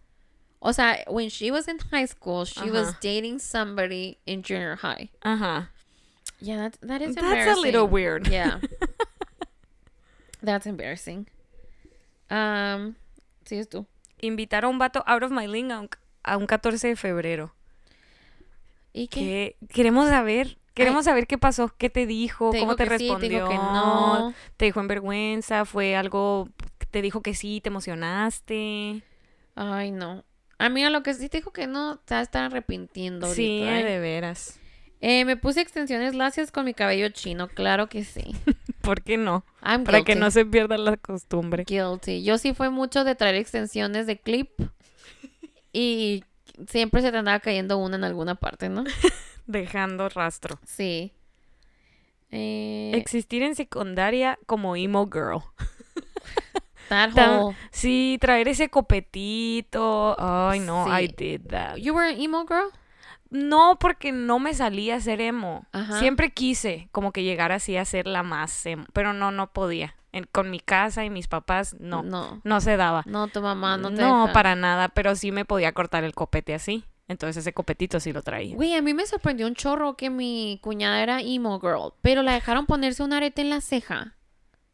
Speaker 1: o sea, when she was in high school, she was
Speaker 2: Ajá.
Speaker 1: dating somebody in junior high.
Speaker 2: Ajá.
Speaker 1: Yeah, that that is
Speaker 2: That's a little
Speaker 1: embarrassing.
Speaker 2: weird.
Speaker 1: Yeah. That's embarrassing. Um, sigues tú.
Speaker 2: Invitar a un vato out of my link a un, a un 14 de febrero.
Speaker 1: ¿Y qué?
Speaker 2: Que queremos saber, queremos saber qué pasó, qué te dijo,
Speaker 1: Te dijo
Speaker 2: cómo te
Speaker 1: que sí, te dijo
Speaker 2: respondió.
Speaker 1: que no.
Speaker 2: Te dijo en vergüenza, fue algo te dijo que sí, te emocionaste.
Speaker 1: Ay, no. A mí a lo que sí te dijo que no, te vas a estar arrepintiendo ahorita.
Speaker 2: sí,
Speaker 1: ¿eh?
Speaker 2: de veras.
Speaker 1: Eh, me puse extensiones lacias con mi cabello chino, claro que sí.
Speaker 2: ¿Por qué no?
Speaker 1: I'm
Speaker 2: Para que
Speaker 1: guilty.
Speaker 2: no se pierda la costumbre.
Speaker 1: Guilty. Yo sí fue mucho de traer extensiones de clip y siempre se te andaba cayendo una en alguna parte, ¿no?
Speaker 2: Dejando rastro.
Speaker 1: Sí. Eh,
Speaker 2: Existir en secundaria como emo girl.
Speaker 1: that
Speaker 2: tam-
Speaker 1: whole-
Speaker 2: Sí, traer ese copetito. Ay, no,
Speaker 1: Sí.
Speaker 2: I did that.
Speaker 1: You were an emo girl?
Speaker 2: No, porque no me salía a ser emo.
Speaker 1: Ajá.
Speaker 2: Siempre quise como que llegar así a ser la más emo, pero no, no podía. en- con mi casa y mis papás, no, no,
Speaker 1: No.
Speaker 2: se daba.
Speaker 1: No, tu mamá no te
Speaker 2: no,
Speaker 1: deja.
Speaker 2: para nada, pero sí me podía cortar el copete así. Entonces ese copetito sí lo traía.
Speaker 1: Güey, a mí me sorprendió un chorro que mi cuñada era emo girl, pero la dejaron ponerse un arete en la ceja.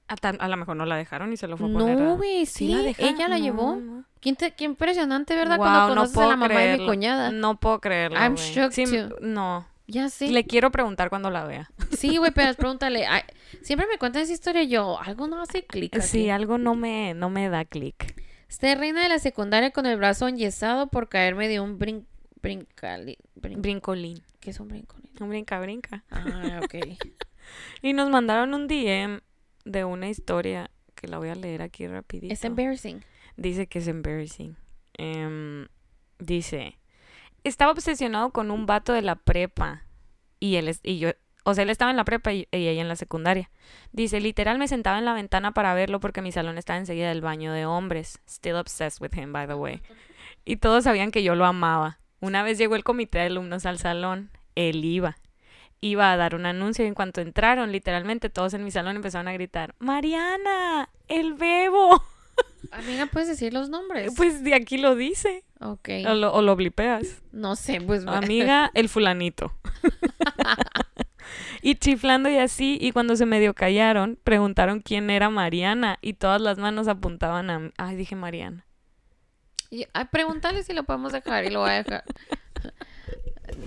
Speaker 2: A, tan- a lo mejor no la dejaron y se lo fue a poner.
Speaker 1: No,
Speaker 2: a-
Speaker 1: güey, sí,
Speaker 2: dejaron?
Speaker 1: ella la
Speaker 2: No,
Speaker 1: llevó.
Speaker 2: no.
Speaker 1: Qué, inte- qué impresionante, ¿verdad?
Speaker 2: Guau,
Speaker 1: Cuando
Speaker 2: no
Speaker 1: conoces a
Speaker 2: puedo
Speaker 1: la mamá de mi
Speaker 2: creerlo. Mm.
Speaker 1: cuñada.
Speaker 2: No puedo creerlo.
Speaker 1: I'm
Speaker 2: güey.
Speaker 1: shook
Speaker 2: Sí,
Speaker 1: too.
Speaker 2: No.
Speaker 1: Ya sé.
Speaker 2: Le quiero preguntar cuando la vea.
Speaker 1: Sí, güey, pero pregúntale. ay, siempre me cuentan esa historia y yo, algo no hace clic. aquí.
Speaker 2: Sí, algo no me, no me da clic.
Speaker 1: Esté reina de la secundaria con el brazo enyesado por caerme de un brin brincali brin-
Speaker 2: Brincolín.
Speaker 1: ¿Qué es un brincolín?
Speaker 2: Un brinca, brinca.
Speaker 1: Ah, ok.
Speaker 2: Y nos mandaron un DM de una historia que la voy a leer aquí rapidito.
Speaker 1: es embarrassing.
Speaker 2: Dice que es embarrassing. Em, dice, estaba obsesionado con un vato de la prepa. Y él es- y yo, o sea, él estaba en la prepa y, y ella en la secundaria. Dice, literal me sentaba en la ventana para verlo porque mi salón estaba enseguida del baño de hombres. Still obsessed with him, by the way. Y todos sabían que yo lo amaba. Una vez llegó el comité de alumnos al salón, él iba. Iba a dar un anuncio y en cuanto entraron, literalmente todos en mi salón empezaron a gritar, Mariana, el bebo.
Speaker 1: Amiga, ¿puedes decir los nombres?
Speaker 2: Pues de aquí lo dice.
Speaker 1: ok.
Speaker 2: O lo, o lo blipeas.
Speaker 1: No sé, pues.
Speaker 2: Amiga, el fulanito. y chiflando y así, y cuando se medio callaron, preguntaron quién era Mariana y todas las manos apuntaban a mí. Ay, dije Mariana.
Speaker 1: Y- ay, pregúntale si lo podemos dejar y lo voy a dejar.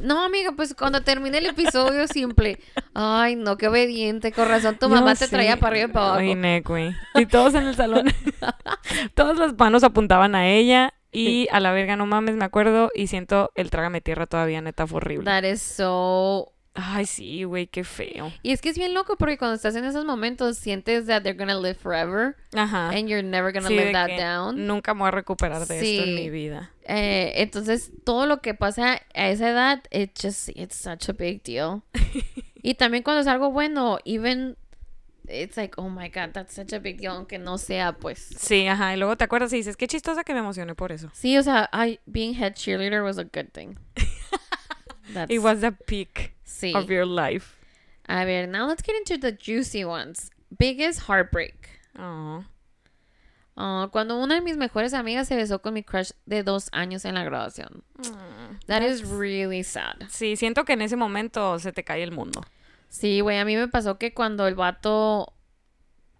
Speaker 1: No, amiga, pues cuando termine el episodio simple. Ay, no, qué obediente. Con razón tu
Speaker 2: Yo
Speaker 1: mamá te
Speaker 2: sí.
Speaker 1: traía para arriba y para abajo.
Speaker 2: Ay, nec, güey. Y todos en el salón, todas las manos apuntaban a ella y a la verga, no mames, me acuerdo y siento el trágame tierra todavía, neta, fue horrible.
Speaker 1: That is so.
Speaker 2: Ay, sí, güey, qué feo.
Speaker 1: Y es que es bien loco porque cuando estás en esos momentos sientes that they're gonna live forever
Speaker 2: Ajá.
Speaker 1: and you're never gonna
Speaker 2: Ah. Sí,
Speaker 1: live
Speaker 2: de
Speaker 1: that
Speaker 2: que
Speaker 1: down.
Speaker 2: Nunca me voy a recuperar de esto en
Speaker 1: Sí.
Speaker 2: mi vida.
Speaker 1: Eh, entonces todo lo que pasa a esa edad, it just it's such a big deal. y también cuando es algo bueno, even it's like oh my god, that's such a big deal aunque no sea pues.
Speaker 2: Sí, ajá. Y luego te acuerdas y dices, qué chistosa que me emocioné por eso.
Speaker 1: Sí, o sea, ay, being head cheerleader was a good thing. That's,
Speaker 2: It was the peak
Speaker 1: sí.
Speaker 2: of your life.
Speaker 1: A ver, now let's get into the juicy ones. Biggest heartbreak.
Speaker 2: Oh.
Speaker 1: Ah, cuando una de mis mejores amigas se besó con mi crush de dos años en la graduación. That is really sad.
Speaker 2: Sí, siento que en ese momento se te cae el mundo.
Speaker 1: Sí, güey, a mí me pasó que cuando el vato,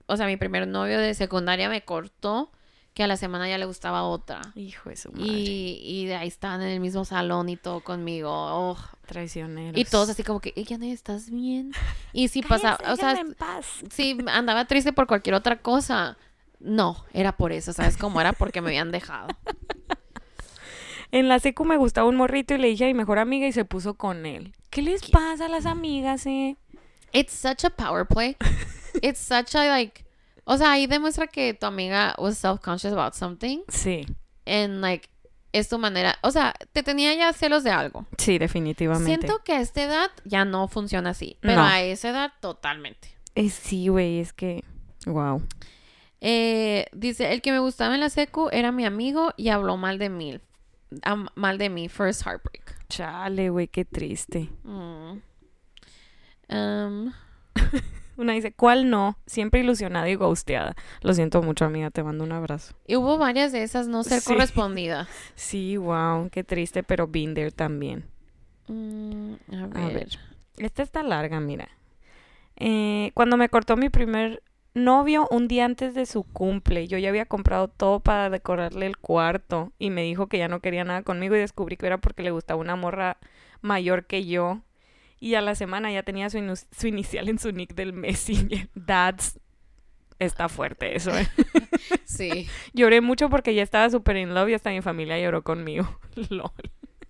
Speaker 1: o sea, mi primer novio de secundaria me cortó, que a la semana ya le gustaba otra.
Speaker 2: Hijo de su madre.
Speaker 1: Y, y de ahí estaban en el mismo salón y todo conmigo. Oh,
Speaker 2: traicioneros.
Speaker 1: Y todos así como que, "Ey, no ¿estás bien? Y si pasaba, o sea,
Speaker 3: en paz.
Speaker 1: si andaba triste por cualquier otra cosa, no, era por eso, ¿sabes cómo era? Porque me habían dejado.
Speaker 2: En la secu me gustaba un morrito y le dije a mi mejor amiga y se puso con él. ¿Qué les pasa a las amigas, eh?
Speaker 1: It's such a power play. It's such a like, o sea, ahí demuestra que tu amiga was self-conscious about something
Speaker 2: Sí,
Speaker 1: and like es tu manera, o sea, te tenía ya celos de algo.
Speaker 2: sí, definitivamente.
Speaker 1: Siento que a esta edad ya no funciona así, pero
Speaker 2: No.
Speaker 1: a esa edad totalmente.
Speaker 2: Eh, sí, güey, es que... Wow.
Speaker 1: Eh, dice, el que me gustaba en la secu era mi amigo y habló mal de mí. Am- mal de mí, first heartbreak.
Speaker 2: Chale, güey, qué triste.
Speaker 1: Mm. Um,
Speaker 2: Una dice, ¿cuál no? Siempre ilusionada y ghosteada. Lo siento mucho, amiga, te mando un abrazo.
Speaker 1: y hubo varias de esas no ser
Speaker 2: Sí.
Speaker 1: correspondidas.
Speaker 2: Sí, wow, qué triste, pero Binder también.
Speaker 1: Mm, a ver.
Speaker 2: A ver. Esta está larga, mira. Eh, cuando me cortó mi primer novio un día antes de su cumple, yo ya había comprado todo para decorarle el cuarto y me dijo que ya no quería nada conmigo y descubrí que era porque le gustaba una morra mayor que yo. Y a la semana ya tenía su, inu- su inicial en su nick del Messenger. That's... Está fuerte eso, ¿eh?
Speaker 1: Sí.
Speaker 2: Lloré mucho porque ya estaba súper in love y hasta mi familia lloró conmigo. Lol.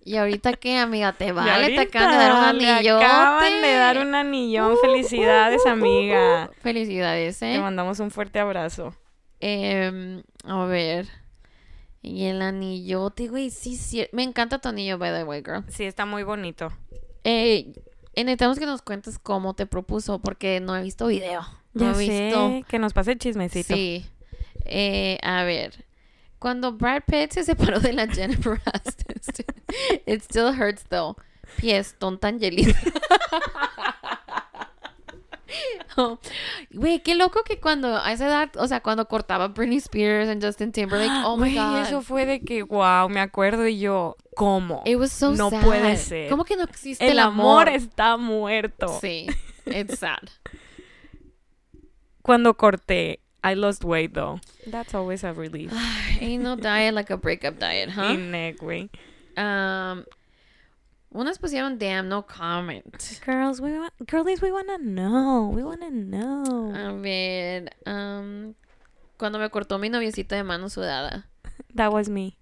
Speaker 1: ¿Y ahorita qué, amiga? ¿Te
Speaker 2: Y
Speaker 1: vale?
Speaker 2: ahorita
Speaker 1: ¿Te acaban de dar un Uh,
Speaker 2: le
Speaker 1: anillo?
Speaker 2: Acaban de dar un anillón. Felicidades, amiga.
Speaker 1: Felicidades,
Speaker 2: Te
Speaker 1: uh, ¿eh?
Speaker 2: mandamos un fuerte abrazo.
Speaker 1: Em, a ver. Y el anillote, güey, sí, sí. Me encanta tu anillo, by the way, girl.
Speaker 2: Sí, está muy bonito.
Speaker 1: Eh, eh, necesitamos que nos cuentes cómo te propuso, porque no he visto video. No he visto.
Speaker 2: Que nos pase el chismecito.
Speaker 1: Sí. Eh, a ver. Cuando Brad Pitt se separó de la Jennifer Aniston, it still hurts though. Pies, tonta Angelina. Oh, Güey, qué loco que cuando a esa edad, o sea, cuando cortaba Britney Spears and Justin Timberlake, oh my
Speaker 2: Ah, Güey,
Speaker 1: god.
Speaker 2: eso fue de que, wow, me acuerdo y yo, ¿cómo?
Speaker 1: It was so
Speaker 2: no
Speaker 1: sad.
Speaker 2: puede ser.
Speaker 1: ¿Cómo que no existe
Speaker 2: El amor está muerto.
Speaker 1: Sí, it's sad.
Speaker 2: Cuando corté, I lost weight though. That's always a relief.
Speaker 1: Ain't no diet like a breakup diet, huh?
Speaker 2: Y neck, güey.
Speaker 1: Um, unas pusieron damn, no comment.
Speaker 2: Girls, we want, girlies, we wanna know. We wanna know.
Speaker 1: A ver, um, cuando me cortó mi noviecita de mano sudada.
Speaker 2: That was me.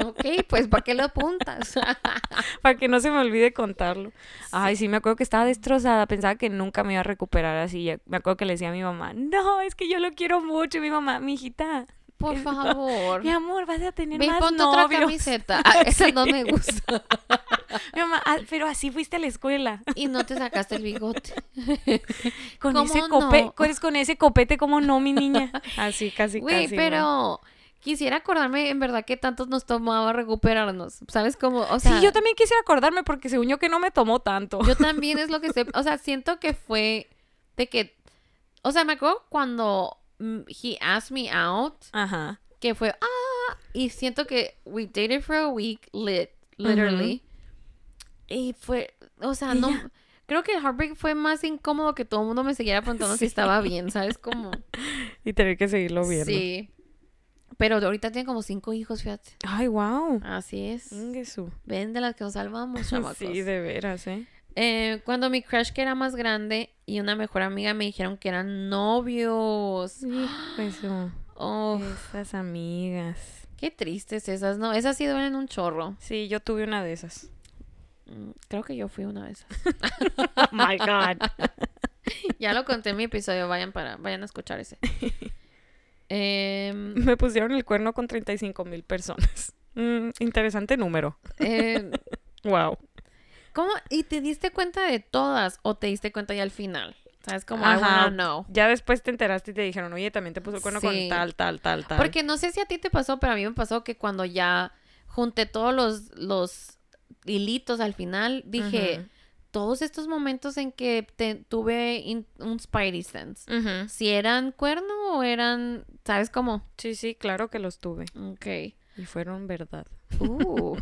Speaker 1: Ok, pues ¿para qué lo apuntas?
Speaker 2: Para que no se me olvide contarlo. Ay, sí, me acuerdo que estaba destrozada. Pensaba que nunca me iba a recuperar así. Ya- Me acuerdo que le decía a mi mamá, no, es que yo lo quiero mucho. Y mi mamá, mi hijita,
Speaker 1: Por favor.
Speaker 2: mi amor, vas a tener
Speaker 1: Ve,
Speaker 2: más
Speaker 1: ponte
Speaker 2: novios.
Speaker 1: otra camiseta. Ah, esa no me gusta.
Speaker 2: Mi mamá, "Ah, pero así fuiste a la escuela.
Speaker 1: Y no te sacaste el bigote.
Speaker 2: Con
Speaker 1: ¿Cómo
Speaker 2: ese copete,
Speaker 1: no?
Speaker 2: con ese copete, ¿cómo no, mi niña? Así, casi,
Speaker 1: Güey,
Speaker 2: casi.
Speaker 1: pero quisiera acordarme en verdad que tanto nos tomaba recuperarnos. ¿Sabes cómo? O
Speaker 2: Sí,
Speaker 1: sea,
Speaker 2: yo también quisiera acordarme porque según yo que no me tomó tanto.
Speaker 1: yo también es lo que sé. O sea, siento que fue de que. O sea, me acuerdo cuando mm, he asked me out,
Speaker 2: Ajá.
Speaker 1: que fue ah. Y siento que we dated for a week, lit, literally. Y fue. O sea,
Speaker 2: Y
Speaker 1: no.
Speaker 2: ya.
Speaker 1: Creo que el heartbreak fue más incómodo que todo el mundo me siguiera preguntando si estaba bien, ¿sabes? Como.
Speaker 2: Y tener que seguirlo viendo.
Speaker 1: Sí. Pero ahorita tiene como cinco hijos, fíjate.
Speaker 2: Ay, wow.
Speaker 1: Así es.
Speaker 2: Inguesu.
Speaker 1: Ven de las que nos salvamos, chamacos.
Speaker 2: Sí, de veras, ¿eh?
Speaker 1: Eh, cuando mi crush que era más grande y una mejor amiga me dijeron que eran novios.
Speaker 2: Eso.
Speaker 1: Oh,
Speaker 2: pues, Esas amigas.
Speaker 1: qué tristes esas, ¿no? Esas sí duelen un chorro.
Speaker 2: Sí, yo tuve una de esas.
Speaker 1: Mm, Creo que yo fui una de esas.
Speaker 2: Oh my God.
Speaker 1: ya lo conté en mi episodio, vayan, para, vayan a escuchar ese. Em,
Speaker 2: Me pusieron el cuerno con 35 mil personas. Mm, interesante número.
Speaker 1: eh,
Speaker 2: Wow.
Speaker 1: ¿Cómo? ¿Y te diste cuenta de todas o te diste cuenta ya al final? ¿Sabes? Como, I
Speaker 2: Ajá.
Speaker 1: wanna know.
Speaker 2: Ya después te enteraste y te dijeron, oye, también te puso el cuerno
Speaker 1: Sí.
Speaker 2: con tal, tal, tal, tal.
Speaker 1: Porque no sé si a ti te pasó, pero a mí me pasó que cuando ya junté todos los, los hilitos al final, dije,
Speaker 2: Ujú.
Speaker 1: todos estos momentos en que te- tuve in- un Spidey sense,
Speaker 2: Ujú.
Speaker 1: si eran cuerno o eran, ¿sabes cómo?
Speaker 2: Sí, sí, claro que los tuve.
Speaker 1: Ok.
Speaker 2: Y fueron verdad.
Speaker 1: Ooh.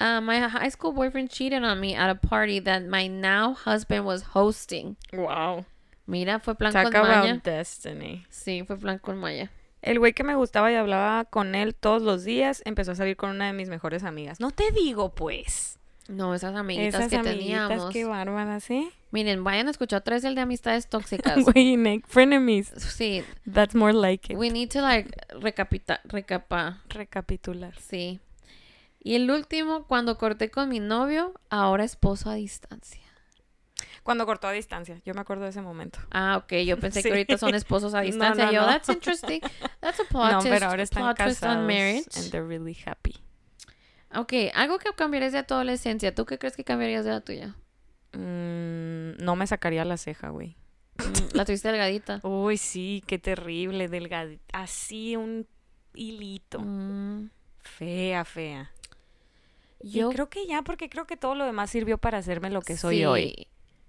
Speaker 1: Uh, my high school boyfriend cheated on me at a party that my now husband was hosting.
Speaker 2: Wow.
Speaker 1: Mira, fue plan
Speaker 2: Talk
Speaker 1: con
Speaker 2: about
Speaker 1: Maya.
Speaker 2: destiny.
Speaker 1: Sí, fue plan con Maya.
Speaker 2: El güey que me gustaba y hablaba con él todos los días empezó a salir con una de mis mejores amigas. No te digo, pues.
Speaker 1: No, esas amiguitas
Speaker 2: Esas
Speaker 1: que
Speaker 2: amiguitas,
Speaker 1: teníamos.
Speaker 2: qué bárbaras, ¿eh?
Speaker 1: Miren, vayan a escuchar tres el de amistades tóxicas.
Speaker 2: Güey, Nick, frenemies.
Speaker 1: Sí,
Speaker 2: That's more like it.
Speaker 1: we need to like recapita, recapa,
Speaker 2: Recapitular.
Speaker 1: sí. Y el último, cuando corté con mi novio, ahora esposo a distancia.
Speaker 2: Cuando cortó a distancia, yo me acuerdo de ese momento.
Speaker 1: Ah, ok, yo pensé
Speaker 2: Sí.
Speaker 1: que ahorita son esposos a
Speaker 2: No,
Speaker 1: distancia.
Speaker 2: no,
Speaker 1: Yo,
Speaker 2: no.
Speaker 1: that's interesting. That's a plot
Speaker 2: no,
Speaker 1: twist.
Speaker 2: pero ahora están
Speaker 1: plot twist
Speaker 2: casados
Speaker 1: on marriage.
Speaker 2: and they're really happy.
Speaker 1: Ok, algo que cambiarías de tu adolescencia. ¿Tú qué crees que cambiarías de la tuya?
Speaker 2: Mm, no me sacaría la ceja, güey.
Speaker 1: Mm, La tuviste delgadita.
Speaker 2: Uy, sí, qué terrible, delgadita. Así un hilito.
Speaker 1: Mm,
Speaker 2: Fea, fea. Yo
Speaker 1: yo
Speaker 2: creo que ya, porque creo que todo lo demás sirvió para hacerme lo que soy hoy.
Speaker 1: Sí.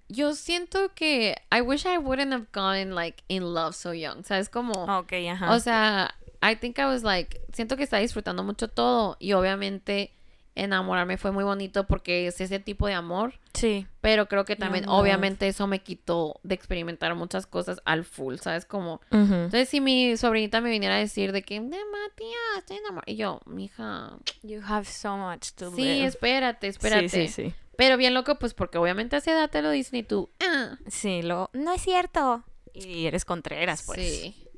Speaker 1: Yo siento que I wish I wouldn't have gotten like in love so young. O sea, es como
Speaker 2: Ok, ajá.
Speaker 1: O sea, I think I was like, siento que está disfrutando mucho todo y obviamente enamorarme fue muy bonito porque es ese tipo de amor,
Speaker 2: sí.
Speaker 1: pero creo que también
Speaker 2: Love.
Speaker 1: obviamente eso me quitó de experimentar muchas cosas al full, ¿sabes? Como, entonces si mi sobrinita me viniera a decir de que, "Nah, ma, tía, estoy enamorada, y yo, mija,
Speaker 2: You have so much to
Speaker 1: sí,
Speaker 2: live.
Speaker 1: espérate, espérate.
Speaker 2: Sí, sí,
Speaker 1: Pero bien loco, pues porque obviamente a esa edad te lo dicen y tú, ah,
Speaker 2: sí. Sí, lo...
Speaker 3: No es cierto.
Speaker 2: Y eres Contreras, pues.
Speaker 1: Sí.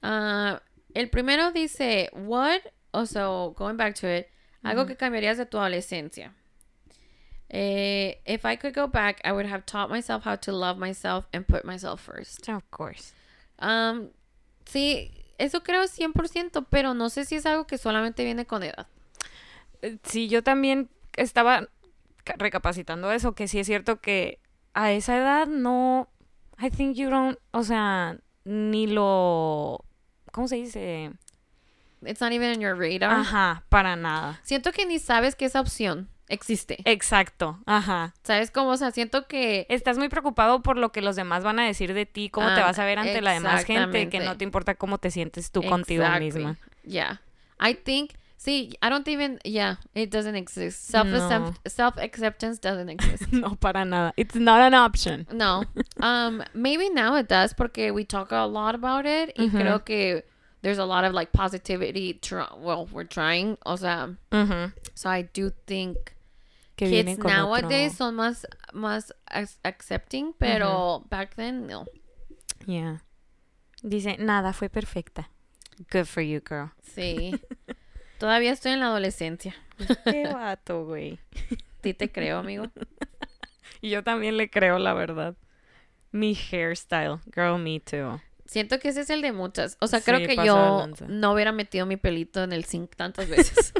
Speaker 1: Ah, el primero dice, what, o so, going back to it, algo que cambiarías de tu adolescencia. Eh, if I could go back, I would have taught myself how to love myself and put myself first.
Speaker 2: Of course.
Speaker 1: Um, sí, eso creo 100%, pero no sé si es algo que solamente viene con edad.
Speaker 2: Eh, Sí, yo también estaba ca- recapacitando eso, que sí es cierto que a esa edad no... I think you don't... O sea, ni lo... ¿Cómo se dice?
Speaker 1: It's not even in your radar.
Speaker 2: Ajá, para nada.
Speaker 1: Siento que ni sabes que esa opción existe.
Speaker 2: Exacto, ajá.
Speaker 1: ¿Sabes cómo? O sea, siento que
Speaker 2: Estás muy preocupado por lo que los demás van a decir de ti, cómo te
Speaker 1: Ah,
Speaker 2: vas a ver ante la demás gente, que
Speaker 1: exactamente.
Speaker 2: no te importa cómo te sientes tú contigo
Speaker 1: Exactly.
Speaker 2: misma.
Speaker 1: Yeah. I think see, I don't even yeah, it doesn't exist. Self
Speaker 2: No.
Speaker 1: self acceptance doesn't exist.
Speaker 2: No, para nada. It's not an option.
Speaker 1: No. Um maybe now it does because we talk a lot about it. Y creo que there's a lot of like positivity tr- well, we're trying. O sea,
Speaker 2: Ujú.
Speaker 1: so I do think
Speaker 2: Que vienen
Speaker 1: kids
Speaker 2: con
Speaker 1: nowadays
Speaker 2: otro-
Speaker 1: son más más ac- accepting, pero back then no.
Speaker 2: Yeah. Dice, nada, fue perfecta. Good for you, girl.
Speaker 1: Sí. Todavía estoy en la adolescencia.
Speaker 2: Qué vato, güey.
Speaker 1: Sí te creo, amigo.
Speaker 2: Y yo también le creo, la verdad. Mi hairstyle. Girl, me too.
Speaker 1: Siento que ese es el de muchas. O sea,
Speaker 2: Sí,
Speaker 1: creo que
Speaker 2: pasa de
Speaker 1: yo
Speaker 2: lanza.
Speaker 1: no hubiera metido mi pelito en el zinc tantas veces.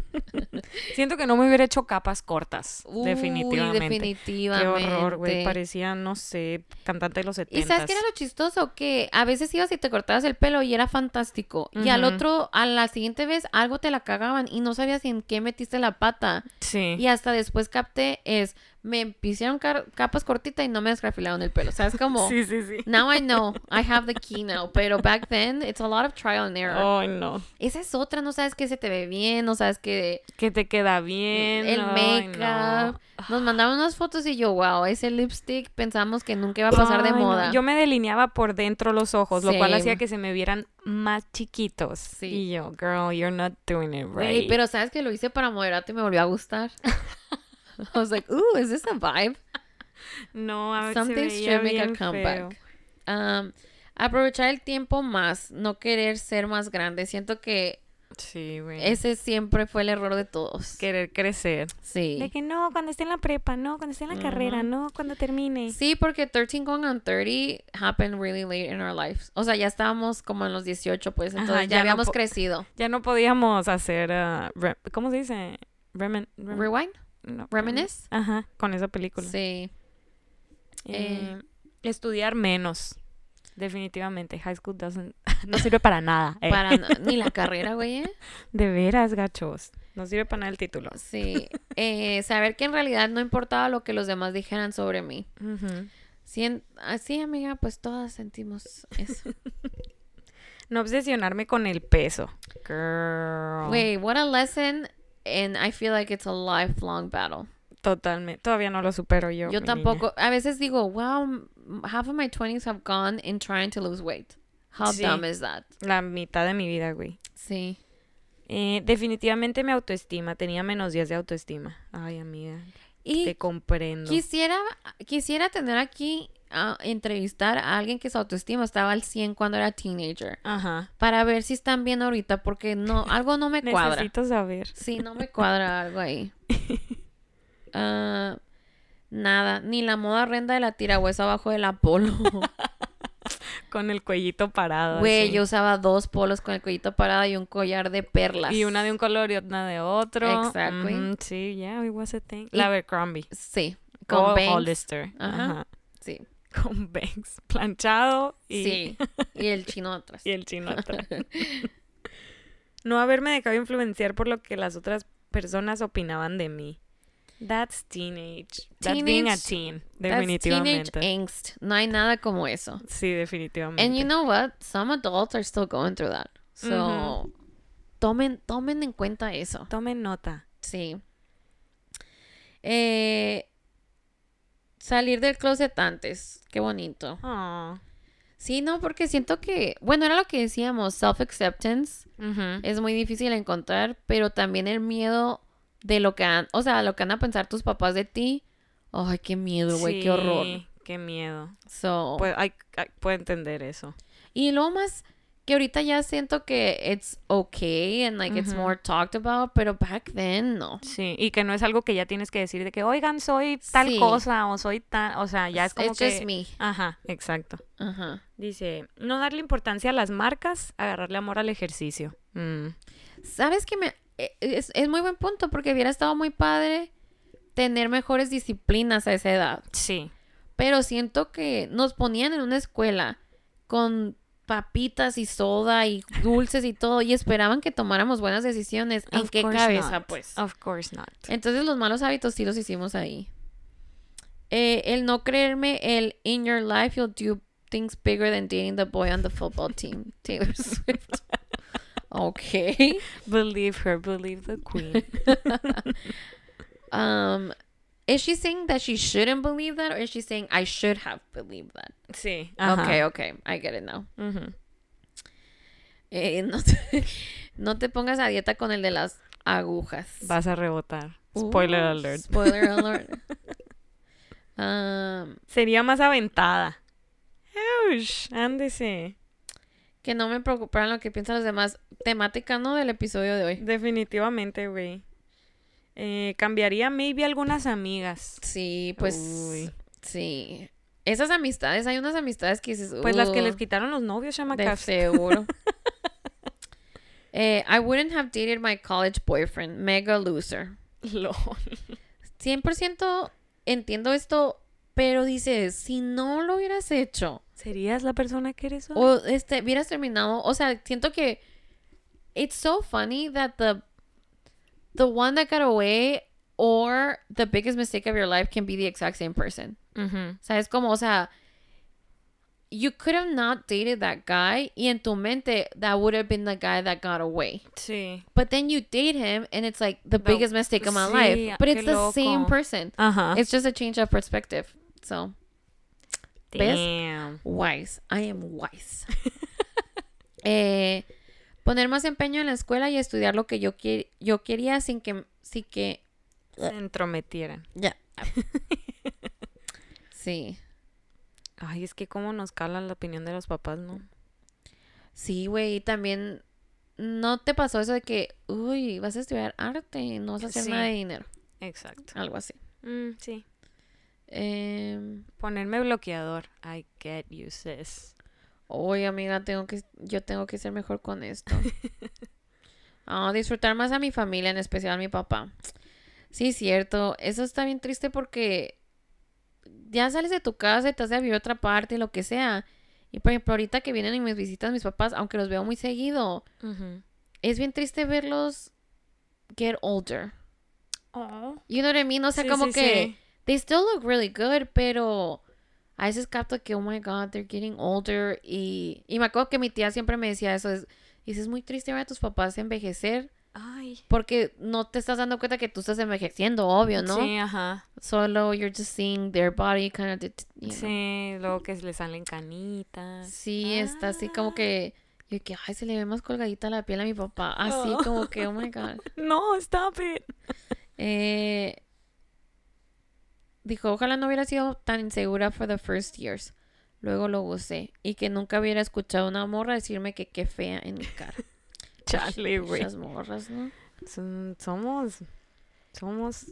Speaker 2: Siento que no me hubiera hecho capas cortas.
Speaker 1: Uy,
Speaker 2: definitivamente. Qué
Speaker 1: definitivamente.
Speaker 2: horror, güey. Parecía, no sé, cantante de los 70.
Speaker 1: ¿Y sabes qué era lo chistoso? Que a veces ibas y te cortabas el pelo y era fantástico. Y al
Speaker 2: Ujú.
Speaker 1: otro, a la siguiente vez, algo te la cagaban y no sabías en qué metiste la pata.
Speaker 2: Sí.
Speaker 1: Y hasta después capté es, me hicieron car- capas cortitas y no me descrafilaron el pelo. ¿Sabes cómo?
Speaker 2: Sí, sí, sí.
Speaker 1: Now I know. I have the key now. Pero back then, it's a lot of trial and error.
Speaker 2: Ay, no.
Speaker 1: Esa es otra, no sabes qué se te ve bien, no sabes qué...
Speaker 2: Que te queda bien.
Speaker 1: el
Speaker 2: ay, no.
Speaker 1: make-up. Nos mandaron unas fotos y yo, wow, ese lipstick pensamos que nunca iba a pasar de
Speaker 2: Ay, no.
Speaker 1: moda.
Speaker 2: Yo me delineaba por dentro los ojos, lo cual
Speaker 1: Same.
Speaker 2: hacía que se me vieran más chiquitos.
Speaker 1: Sí.
Speaker 2: Y yo, girl, you're not doing it
Speaker 1: Güey,
Speaker 2: right.
Speaker 1: pero sabes que lo hice para moderarte y me volvió a gustar. I was like, ooh, is this a vibe?
Speaker 2: no, a veces
Speaker 1: Some things should make a comeback. Um, aprovechar el tiempo más, no querer ser más grande. Siento que
Speaker 2: Sí, güey.
Speaker 1: ese siempre fue el error de todos.
Speaker 2: querer crecer.
Speaker 1: Sí.
Speaker 3: De que no, cuando esté en la prepa, no, cuando esté en la carrera, no, cuando termine.
Speaker 1: Sí, porque 13 going on 30 happened really late in our lives. O sea, ya estábamos como en los 18, pues
Speaker 2: Ajá,
Speaker 1: entonces ya,
Speaker 2: ya no
Speaker 1: habíamos
Speaker 2: po-
Speaker 1: crecido.
Speaker 2: Ya no podíamos hacer, ah, re- ¿cómo se dice? Remen- rem-
Speaker 1: Rewind,
Speaker 2: no,
Speaker 1: reminisce.
Speaker 2: Ajá, con esa película.
Speaker 1: Sí.
Speaker 2: Eh, estudiar menos. Definitivamente, high school doesn't, no sirve para nada. eh.
Speaker 1: Para na- ni la carrera, güey. ¿eh?
Speaker 2: De veras, gachos. No sirve para nada el título.
Speaker 1: Sí. Eh, saber que en realidad no importaba lo que los demás dijeran sobre mí. Sien- Así, amiga, pues todas sentimos eso.
Speaker 2: No obsesionarme con el peso. Girl.
Speaker 1: Wait, what a lesson. And I feel like it's a lifelong battle.
Speaker 2: Totalmente. Todavía no lo supero
Speaker 1: Yo
Speaker 2: yo. mi niña.
Speaker 1: tampoco. A veces digo, wow, m- half of my 20s have gone in trying to lose weight. How
Speaker 2: Sí.
Speaker 1: dumb is that?
Speaker 2: La mitad de mi vida, güey.
Speaker 1: Sí.
Speaker 2: Eh, definitivamente mi autoestima. Tenía menos días de autoestima. Ay, amiga.
Speaker 1: Y
Speaker 2: Te comprendo.
Speaker 1: Quisiera, quisiera tener aquí a entrevistar a alguien que su autoestima estaba al 100 cuando era teenager.
Speaker 2: Ajá.
Speaker 1: Para ver si están bien ahorita, porque no, algo no me cuadra.
Speaker 2: Necesito saber.
Speaker 1: Sí, no me cuadra algo ahí. Ah, nada, ni la moda renda de la tirahuesa abajo del Apolo.
Speaker 2: Con el cuellito parado.
Speaker 1: Güey,
Speaker 2: así.
Speaker 1: yo usaba dos polos con el cuellito parado y un collar de perlas.
Speaker 2: Y una de un color y otra de otro.
Speaker 1: Exactly.
Speaker 2: Ujú, sí, yeah, it was a thing.
Speaker 1: Y-
Speaker 2: La Abercrombie.
Speaker 1: Sí, con
Speaker 2: Con
Speaker 1: bangs.
Speaker 2: Hollister.
Speaker 1: Ajá.
Speaker 2: Ajá.
Speaker 1: Sí,
Speaker 2: Con bangs. Planchado y,
Speaker 1: sí. Y el chino atrás.
Speaker 2: y el chino atrás. no haberme dejado influenciar por lo que las otras personas opinaban de mí. That's teenage. That's being a
Speaker 1: Teenage-
Speaker 2: teen.
Speaker 1: That's teenage
Speaker 2: Definitivamente.
Speaker 1: angst. No hay nada como eso.
Speaker 2: Sí, definitivamente.
Speaker 1: And you know what? Some adults are still going through that. So,
Speaker 2: Ujú.
Speaker 1: tomen, tomen en cuenta eso.
Speaker 2: Tomen nota.
Speaker 1: Sí. Eh, salir del closet antes. Qué bonito.
Speaker 2: Aw.
Speaker 1: Sí, no, porque siento que, bueno, era lo que decíamos, self-acceptance es muy difícil encontrar, pero también el miedo de lo que han, o sea, lo que van a pensar tus papás de ti. Ay, qué miedo, güey,
Speaker 2: Sí,
Speaker 1: qué horror.
Speaker 2: Qué Oh. miedo.
Speaker 1: So,
Speaker 2: Puedo, ay, ay, puedo entender eso.
Speaker 1: Y lo más que ahorita ya siento que it's okay and like it's
Speaker 2: Ujú.
Speaker 1: more talked about, pero back then no.
Speaker 2: Sí, y que no es algo que ya tienes que decir de que, oigan, soy tal
Speaker 1: Sí.
Speaker 2: cosa o soy tan, o sea, ya es como
Speaker 1: it's
Speaker 2: que...
Speaker 1: just me.
Speaker 2: Ajá, exacto.
Speaker 1: Ajá.
Speaker 2: Dice, no darle importancia a las marcas, agarrarle amor al ejercicio. Mm.
Speaker 1: Sabes que me e- es, es muy buen punto porque hubiera estado muy padre tener mejores disciplinas a esa edad,
Speaker 2: Sí.
Speaker 1: pero siento que nos ponían en una escuela con papitas y soda y dulces y todo y esperaban que tomáramos buenas decisiones. ¿En
Speaker 2: Of
Speaker 1: qué
Speaker 2: course
Speaker 1: cabeza,
Speaker 2: not.
Speaker 1: pues?
Speaker 2: Of course not.
Speaker 1: Entonces los malos hábitos sí los hicimos ahí. Eh, el no creerme, el in your life you'll do things bigger than dating the boy on the football team, Taylor Swift. Ok.
Speaker 2: Believe her, believe the queen.
Speaker 1: Um, is she saying that she shouldn't believe that, or is she saying I should have believed that?
Speaker 2: sí.
Speaker 1: Okay,
Speaker 2: ajá.
Speaker 1: okay, I get it now.
Speaker 2: Ujú.
Speaker 1: Eh, no, te, no te pongas a dieta con el de las agujas.
Speaker 2: Vas a rebotar. Spoiler
Speaker 1: Uh,
Speaker 2: alert.
Speaker 1: Spoiler alert. Um,
Speaker 2: Sería más aventada. Ouch, ándese.
Speaker 1: que no me preocuparan lo que piensan los demás. Temática, ¿no? Del episodio de hoy.
Speaker 2: Definitivamente, güey. Eh, cambiaría maybe algunas amigas.
Speaker 1: Sí, pues.
Speaker 2: Uy.
Speaker 1: Sí. Esas amistades, hay unas amistades que dices.
Speaker 2: Pues las que
Speaker 1: "Uh,
Speaker 2: les quitaron los novios,
Speaker 1: de
Speaker 2: chamacas.
Speaker 1: seguro. Eh, I wouldn't have dated my college boyfriend. Mega loser.
Speaker 2: Lol.
Speaker 1: 100% entiendo esto, pero dices, si no lo hubieras hecho,
Speaker 2: ¿Serías la persona que eres hoy?
Speaker 1: o este, hubieras terminado, o sea, siento que it's so funny that the the one that got away or the biggest mistake of your life can be the exact same person.
Speaker 2: Ujú.
Speaker 1: O sea, es como, o sea, you could have not dated that guy y en tu mente that would have been the guy that got away.
Speaker 2: Sí.
Speaker 1: But then you date him and it's like the
Speaker 2: No.
Speaker 1: biggest mistake of my
Speaker 2: Sí,
Speaker 1: life. But it's
Speaker 2: qué
Speaker 1: the same
Speaker 2: loco.
Speaker 1: person.
Speaker 2: Ajá.
Speaker 1: It's just a change of perspective. So ¿ves? Eh.
Speaker 2: Damn.
Speaker 1: wise. I am wise. Eh, poner más empeño en la escuela y estudiar lo que yo, qui- yo quería sin que, sí que,
Speaker 2: Se entrometieran.
Speaker 1: ya. Sí.
Speaker 2: Ay, es que cómo nos cala la opinión de los papás, ¿no?
Speaker 1: Sí, güey, y también no te pasó eso de que, uy, vas a estudiar arte, no vas a hacer
Speaker 2: Sí.
Speaker 1: nada de dinero,
Speaker 2: Exacto.
Speaker 1: algo así. Mm,
Speaker 2: sí.
Speaker 1: Em,
Speaker 2: Ponerme bloqueador. I get you, sis.
Speaker 1: Oye, amiga, tengo que, yo tengo que ser mejor con esto. Ah, disfrutar más a mi familia, en especial a mi papá. Sí, cierto. Eso está bien triste porque ya sales de tu casa y te has de vivir a otra parte, lo que sea. Y por ejemplo, ahorita que vienen y mis visitas mis papás, aunque los veo muy seguido, es bien triste verlos get older.
Speaker 2: Oh.
Speaker 1: You know what I mean? O sea, como que they still look really good, pero a veces capto que, oh my god, they're getting older. Y, y me acuerdo que mi tía siempre me decía eso: es, dice, es muy triste ver a tus papás envejecer
Speaker 2: Ay.
Speaker 1: porque no te estás dando cuenta que tú estás envejeciendo, obvio, ¿no?
Speaker 2: Sí, ajá.
Speaker 1: Solo you're just seeing their body kind of.
Speaker 2: Sí, luego que le salen canitas.
Speaker 1: Sí, está así
Speaker 2: Ah.
Speaker 1: como que. Yo que, ay, se le ve más colgadita la piel a mi papá. Así
Speaker 2: Oh.
Speaker 1: como que, oh my god.
Speaker 2: No, stop it.
Speaker 1: Eh, dijo, ojalá no hubiera sido tan insegura for the first years. Luego lo gocé y que nunca hubiera escuchado a una morra decirme que qué fea en mi cara.
Speaker 2: Chale, güey.
Speaker 1: Esas morras, ¿no?
Speaker 2: Son- Somos. Somos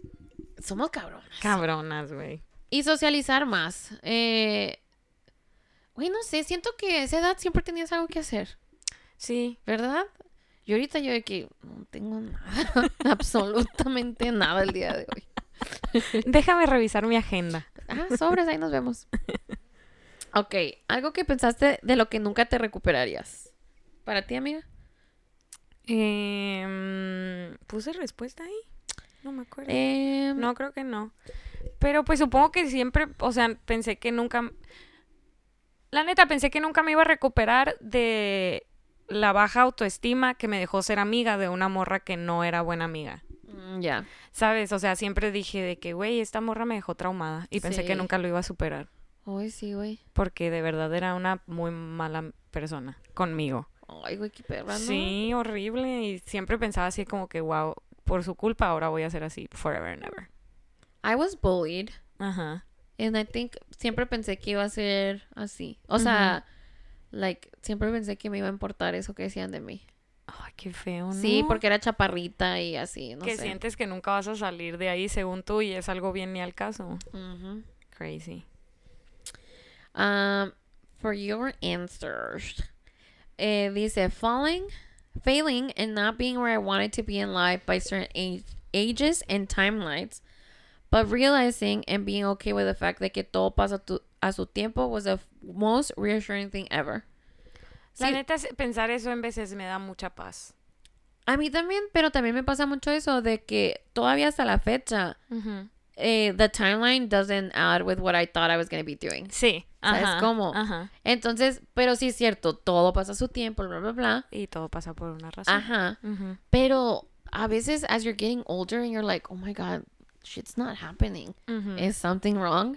Speaker 1: Somos cabronas.
Speaker 2: cabronas, güey.
Speaker 1: y socializar más. Eh, güey, no sé, siento que a esa edad siempre tenías algo que hacer,
Speaker 2: Sí.
Speaker 1: ¿verdad? Y ahorita yo de que no tengo nada, absolutamente nada el día de hoy.
Speaker 2: Déjame revisar mi agenda.
Speaker 1: Ah, sobres, ahí nos vemos. Ok, algo que pensaste de lo que nunca te recuperarías. Para ti, amiga.
Speaker 2: Eh, ¿Puse respuesta ahí? No me acuerdo.
Speaker 1: Eh,
Speaker 2: No, creo que no. Pero pues supongo que siempre, o sea, pensé que nunca... La neta, pensé que nunca me iba a recuperar de la baja autoestima que me dejó ser amiga de una morra que no era buena amiga.
Speaker 1: mm, Ya.
Speaker 2: ¿Sabes? O sea, siempre dije de que, güey, esta morra me dejó traumada y pensé que
Speaker 1: Sí.
Speaker 2: nunca lo iba a superar
Speaker 1: Ay, sí, güey.
Speaker 2: porque de verdad era una muy mala persona conmigo.
Speaker 1: Ay, güey, qué perra, ¿no?
Speaker 2: Sí, horrible y siempre pensaba así como que, wow, por su culpa ahora voy a ser así forever and ever.
Speaker 1: I was bullied.
Speaker 2: Ajá.
Speaker 1: And I think siempre pensé que iba a ser así. O sea, like, siempre pensé que me iba a importar eso que decían de mí.
Speaker 2: Ay, qué feo, Oh, ¿no?
Speaker 1: Sí, porque era chaparrita y así, no
Speaker 2: que
Speaker 1: sé.
Speaker 2: sientes que nunca vas a salir de ahí según tú y es algo bien ni al caso.
Speaker 1: Ujú.
Speaker 2: Crazy.
Speaker 1: Um, for your answers. Eh, dice, falling, failing, and not being where I wanted to be in life by certain age, ages and timelines, but realizing and being okay with the fact that que todo pasa tu- a su tiempo was the f- most reassuring thing ever.
Speaker 2: La
Speaker 1: Sí.
Speaker 2: neta, es- pensar eso en veces me da mucha paz.
Speaker 1: A mí también, pero también me pasa mucho eso de que todavía hasta la fecha, eh, the timeline doesn't add with what I thought I was going to be doing.
Speaker 2: Sí.
Speaker 1: ¿Sabes
Speaker 2: ajá,
Speaker 1: cómo?
Speaker 2: Ajá.
Speaker 1: Entonces, pero sí es cierto, todo pasa a su tiempo, bla, bla, bla.
Speaker 2: Y todo pasa por una razón.
Speaker 1: Ajá.
Speaker 2: Ujú.
Speaker 1: Pero a veces, as you're getting older and you're like, oh my God, shit's not happening.
Speaker 2: Ujú.
Speaker 1: Is something wrong?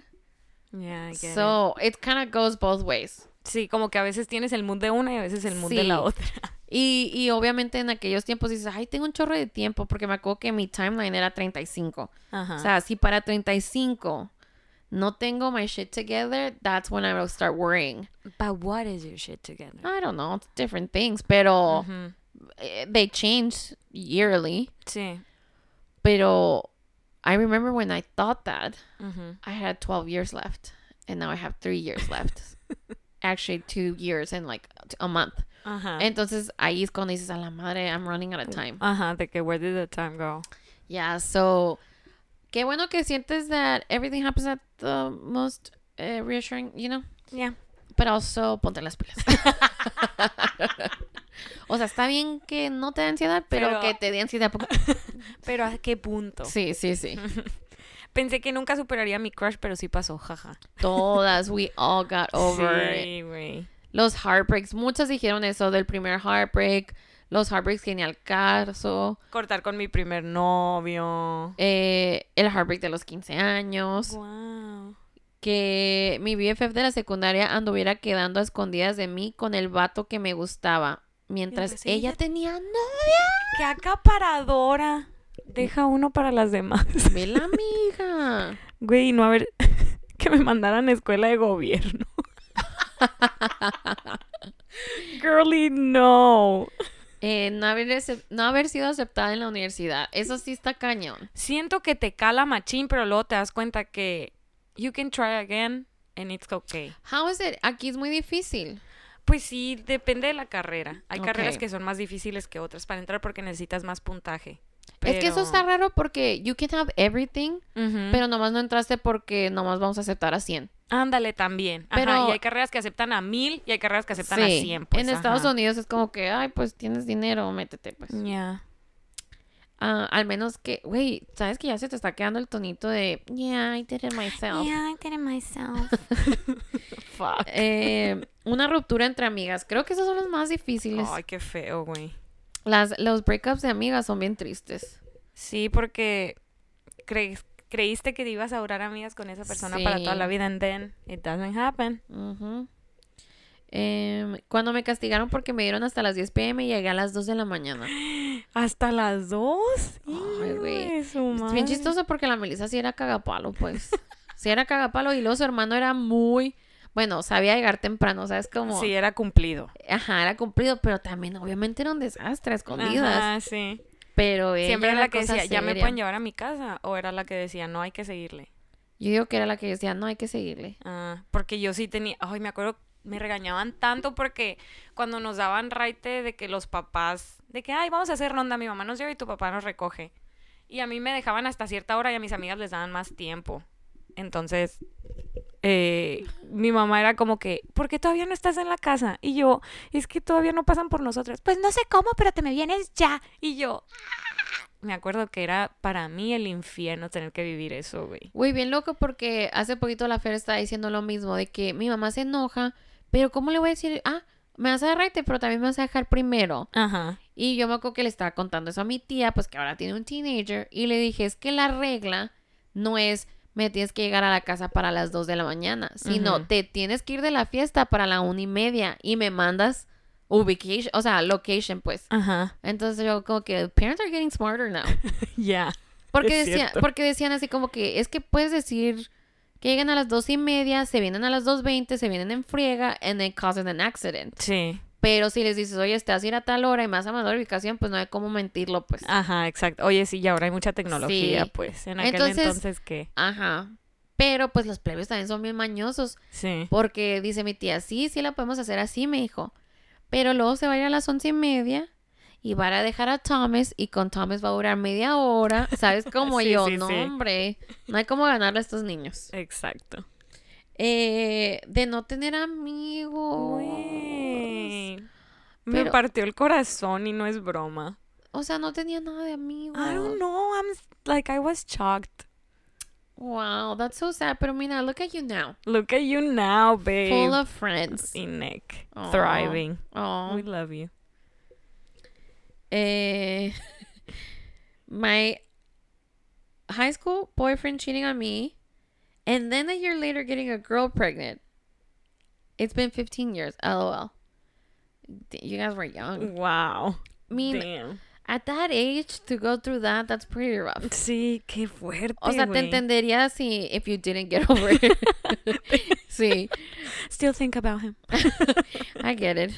Speaker 2: Yeah, Mm-hmm. I get it.
Speaker 1: So it kind of goes both ways.
Speaker 2: Sí, como que a veces tienes el mood de una y a veces el mood de la
Speaker 1: Sí.
Speaker 2: otra.
Speaker 1: Y, y obviamente en aquellos tiempos dices, ay, tengo un chorro de tiempo, porque me acuerdo que mi timeline era 35.
Speaker 2: Ajá.
Speaker 1: O sea, si para 35 no tengo my shit together, that's when I will start worrying.
Speaker 2: But what is your shit together?
Speaker 1: I don't know, it's different things, pero
Speaker 2: Ujú.
Speaker 1: eh, they change yearly.
Speaker 2: Sí.
Speaker 1: Pero I remember when I thought that
Speaker 2: Ujú.
Speaker 1: I had 12 years left, and now I have three years left. Actually, two years and like a month.
Speaker 2: Ajá.
Speaker 1: Entonces ahí es cuando dices a la madre, I'm running out of time.
Speaker 2: Ajá, de que where did the time go?
Speaker 1: Yeah, so qué bueno que sientes that everything happens at the most eh, reassuring, you know.
Speaker 2: Yeah.
Speaker 1: But also ponte las pilas. o sea, está bien que no te dé ansiedad, pero,
Speaker 2: Pero-
Speaker 1: que te dé ansiedad. poco-
Speaker 2: Pero a qué punto?
Speaker 1: Sí, sí, sí.
Speaker 2: Pensé que nunca superaría mi crush, pero sí pasó, jaja.
Speaker 1: Todas, we all got over it.
Speaker 2: Sí, güey.
Speaker 1: Los heartbreaks, muchas dijeron eso del primer heartbreak. Los heartbreaks que ni al caso.
Speaker 2: Cortar con mi primer novio.
Speaker 1: eh, el heartbreak de los 15 años.
Speaker 2: Wow.
Speaker 1: que mi BFF de la secundaria anduviera quedando a escondidas de mí con el vato que me gustaba, mientras
Speaker 2: Mientras
Speaker 1: ella
Speaker 2: ella-
Speaker 1: tenía
Speaker 2: ¡Qué acaparadora! Deja uno para las demás.
Speaker 1: Ve la amiga.
Speaker 2: Güey, y no haber... que me mandaran a escuela de gobierno. Girly, no.
Speaker 1: Eh, no, haber acep- no haber sido aceptada en la universidad. Eso sí está cañón.
Speaker 2: Siento que te cala machín, pero luego te das cuenta que you can try again and it's okay.
Speaker 1: How is it? Aquí es muy difícil.
Speaker 2: Pues sí, depende de la carrera. Hay carreras
Speaker 1: Ok.
Speaker 2: que son más difíciles que otras para entrar porque necesitas más puntaje.
Speaker 1: Es que eso
Speaker 2: Pero-
Speaker 1: está raro porque you can have everything,
Speaker 2: Ujú.
Speaker 1: pero nomás no entraste porque nomás vamos a aceptar a 100.
Speaker 2: Ándale también. Ajá,
Speaker 1: Pero-
Speaker 2: y hay carreras que aceptan a mil y hay carreras que aceptan a
Speaker 1: Sí.
Speaker 2: cien. pues,
Speaker 1: en
Speaker 2: ajá.
Speaker 1: Estados Unidos es como que, ay, pues tienes dinero, métete, pues.
Speaker 2: Ya.
Speaker 1: Ah, al menos que, güey, sabes que ya se te está quedando el tonito de, yeah, I did it myself.
Speaker 3: Yeah, I did it myself.
Speaker 2: Fuck.
Speaker 1: Eh, una ruptura entre amigas. Creo que esas son las más difíciles.
Speaker 2: Ay, qué feo, güey.
Speaker 1: Las, los breakups de amigas son bien tristes.
Speaker 2: Sí, porque cre- creíste que te ibas a durar amigas con esa persona para toda
Speaker 1: Sí.
Speaker 2: la vida and then it doesn't happen.
Speaker 1: Ujú. Em, cuando me castigaron porque me dieron hasta las 10 pm y llegué a las 2 de la mañana.
Speaker 2: Hasta las dos.
Speaker 1: Ay,
Speaker 2: Hijo
Speaker 1: güey.
Speaker 2: de su
Speaker 1: Es
Speaker 2: madre.
Speaker 1: bien chistoso porque la Melissa sí era cagapalo, pues. Sí era cagapalo y luego su hermano era muy... Bueno, sabía llegar temprano, ¿sabes? Como...
Speaker 2: Sí, era cumplido.
Speaker 1: Ajá, era cumplido, pero también obviamente era un desastre a escondidas.
Speaker 2: Ajá, sí.
Speaker 1: Pero ella
Speaker 2: Siempre era la que
Speaker 1: cosa
Speaker 2: decía, ya me
Speaker 1: seria".
Speaker 2: pueden llevar a mi casa. O era la que decía, no hay que seguirle.
Speaker 1: Yo digo que era la que decía, no hay que seguirle.
Speaker 2: Ah, porque yo sí tenía, ay, me acuerdo, me regañaban tanto porque cuando nos daban raite de que los papás, de que, ay, vamos a hacer ronda, mi mamá nos lleva y tu papá nos recoge. Y a mí me dejaban hasta cierta hora y a mis amigas les daban más tiempo. Entonces, eh, mi mamá era como que, ¿por qué todavía no estás en la casa? Y yo, es que todavía no pasan por nosotras. Pues no sé cómo, pero te me vienes ya. Y yo, "Ah". me acuerdo que era para mí el infierno tener que vivir eso, güey.
Speaker 1: Güey, bien loco porque hace poquito la Fer estaba diciendo lo mismo, de que mi mamá se enoja, pero ¿cómo le voy a decir? Ah, me vas a dar raite, pero también me vas a dejar primero.
Speaker 2: Ajá.
Speaker 1: Y yo me acuerdo que le estaba contando eso a mi tía, pues que ahora tiene un teenager, y le dije, es que la regla no es me tienes que llegar a la casa para las 2 de la mañana, sino
Speaker 2: Ujú.
Speaker 1: te tienes que ir de la fiesta para la una y media y me mandas ubication, o sea, location, pues.
Speaker 2: Ajá.
Speaker 1: Entonces yo como que parents are getting smarter now.
Speaker 2: Ya.
Speaker 1: Porque,
Speaker 2: Es
Speaker 1: decía,
Speaker 2: cierto.
Speaker 1: porque decían así como que es que puedes decir que llegan a las dos y media, se vienen a las 2.20, se vienen en friega, and then causes an accident.
Speaker 2: Sí,
Speaker 1: Pero si les dices, oye, te vas a ir a tal hora y me vas a mandar ubicación, pues no hay cómo mentirlo, pues.
Speaker 2: ajá, exacto. Oye, sí, y ahora hay mucha tecnología,
Speaker 1: Sí.
Speaker 2: pues. En aquel entonces,
Speaker 1: Entonces-
Speaker 2: ¿qué?
Speaker 1: Ajá. Pero pues los plebes también son bien mañosos.
Speaker 2: Sí.
Speaker 1: Porque dice mi tía, sí, sí la podemos hacer así, me dijo. Pero luego se va a ir a las once y media y van a dejar a Thomas y con Thomas va a durar media hora. ¿Sabes cómo
Speaker 2: Sí,
Speaker 1: yo?
Speaker 2: sí,
Speaker 1: no,
Speaker 2: sí.
Speaker 1: hombre. No hay cómo ganarle a estos niños.
Speaker 2: Exacto.
Speaker 1: Eh, de no tener amigos.
Speaker 2: Sí. Pues, Me
Speaker 1: Pero-
Speaker 2: partió el corazón y no es broma.
Speaker 1: O sea, no tenía nada de amigos.
Speaker 2: I don't know. I'm s- like I was shocked.
Speaker 1: Wow, that's so sad. Pero mira, look at you now.
Speaker 2: Look at you now, babe.
Speaker 1: Full of friends.
Speaker 2: y Nick
Speaker 1: Aw.
Speaker 2: thriving.
Speaker 1: Oh.
Speaker 2: We love you.
Speaker 1: Eh, my high school boyfriend cheating on me, and then a year later getting a girl pregnant. It's been 15 years. LOL. D- You guys were young. Mm,
Speaker 2: Wow.
Speaker 1: I mean,
Speaker 2: Damn.
Speaker 1: at that age to go through that, that's pretty rough.
Speaker 2: Sí, qué fuerte.
Speaker 1: O sea, te
Speaker 2: güey.
Speaker 1: entendería si if you didn't get over it. sí,
Speaker 2: Still think about him.
Speaker 1: I get it.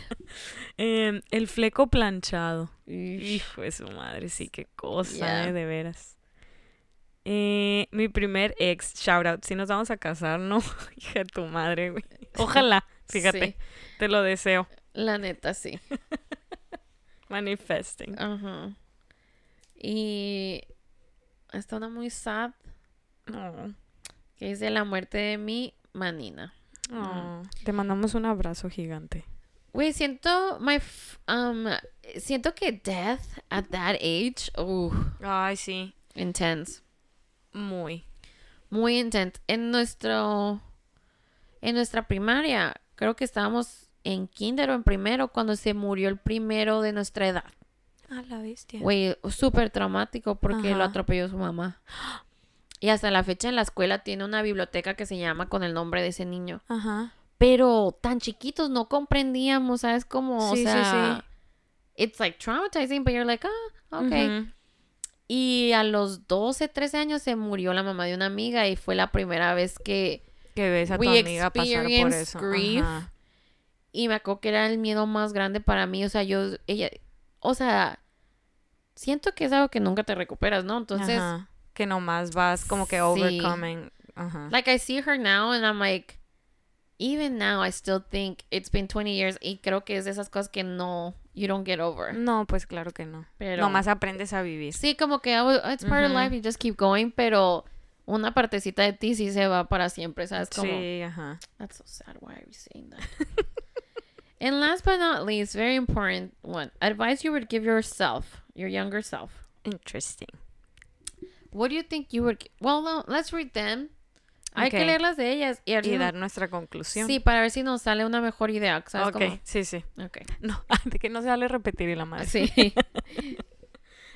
Speaker 2: Em, el fleco planchado.
Speaker 1: Ish.
Speaker 2: Hijo de su madre, sí, qué cosa,
Speaker 1: Yeah.
Speaker 2: eh, de veras. Eh, mi primer ex, shout out, si nos vamos a casar, no, hija de tu madre, güey. Ojalá, fíjate,
Speaker 1: Sí,
Speaker 2: te lo deseo.
Speaker 1: la neta, sí.
Speaker 2: Manifesting.
Speaker 1: Ajá. Y está una muy sad
Speaker 2: Oh,
Speaker 1: que dice la muerte de mi manina.
Speaker 2: oh. Te mandamos un abrazo gigante.
Speaker 1: Güey, siento my f- um siento que death at that age, uh,
Speaker 2: Ay, sí,
Speaker 1: intense,
Speaker 2: muy.
Speaker 1: muy intense. En nuestro en nuestra primaria, creo que estábamos en kinder o en primero cuando se murió el primero de nuestra edad.
Speaker 2: A la bestia.
Speaker 1: Güey, súper traumático porque lo
Speaker 2: Ajá.
Speaker 1: atropelló su mamá. Y hasta la fecha en la escuela tiene una biblioteca que se llama con el nombre de ese niño.
Speaker 2: Ajá.
Speaker 1: Pero tan chiquitos no comprendíamos, ¿sabes? Como, o
Speaker 2: Sí, sí,
Speaker 1: sea, it's like traumatizing, but you're like, ah, ok.
Speaker 2: Ujú.
Speaker 1: Y a los 12, 13 años se murió la mamá de una amiga y fue la primera vez que...
Speaker 2: Que ves a tu
Speaker 1: We
Speaker 2: amiga pasar por
Speaker 1: experienced
Speaker 2: eso.
Speaker 1: grief.
Speaker 2: Ajá.
Speaker 1: Y me acuerdo que era el miedo más grande para mí, o sea, yo, ella, o sea, siento que es algo que nunca te recuperas, ¿no? Entonces,
Speaker 2: Ajá. Que nomás vas como que
Speaker 1: Sí.
Speaker 2: overcoming. Ajá.
Speaker 1: Like I see her now and I'm like, even now I still think it's been 20 years y creo que es de esas cosas que no, you don't get over.
Speaker 2: No, pues claro que Mm, no.
Speaker 1: Pero
Speaker 2: Nomás aprendes a vivir.
Speaker 1: sí, como que oh, it's part of
Speaker 2: Ujú.
Speaker 1: life, you just keep going, pero una partecita de ti sí se va para siempre, ¿sabes? Como,
Speaker 2: Sí, ajá.
Speaker 1: That's so sad. Why are we saying that? and last but not least, very important one advice you would give yourself, your younger self.
Speaker 2: Interesting.
Speaker 1: What do you think you would? Well, no, let's read them. Hay que
Speaker 2: Okay.
Speaker 1: leerlas de ellas y, a ver si
Speaker 2: Y
Speaker 1: nos-
Speaker 2: dar nuestra conclusión.
Speaker 1: Sí, para ver si nos sale una mejor idea, ¿sabes?
Speaker 2: ok,
Speaker 1: cómo?
Speaker 2: sí, sí.
Speaker 1: Ok.
Speaker 2: No, de que no se vale repetir y la madre.
Speaker 1: Sí.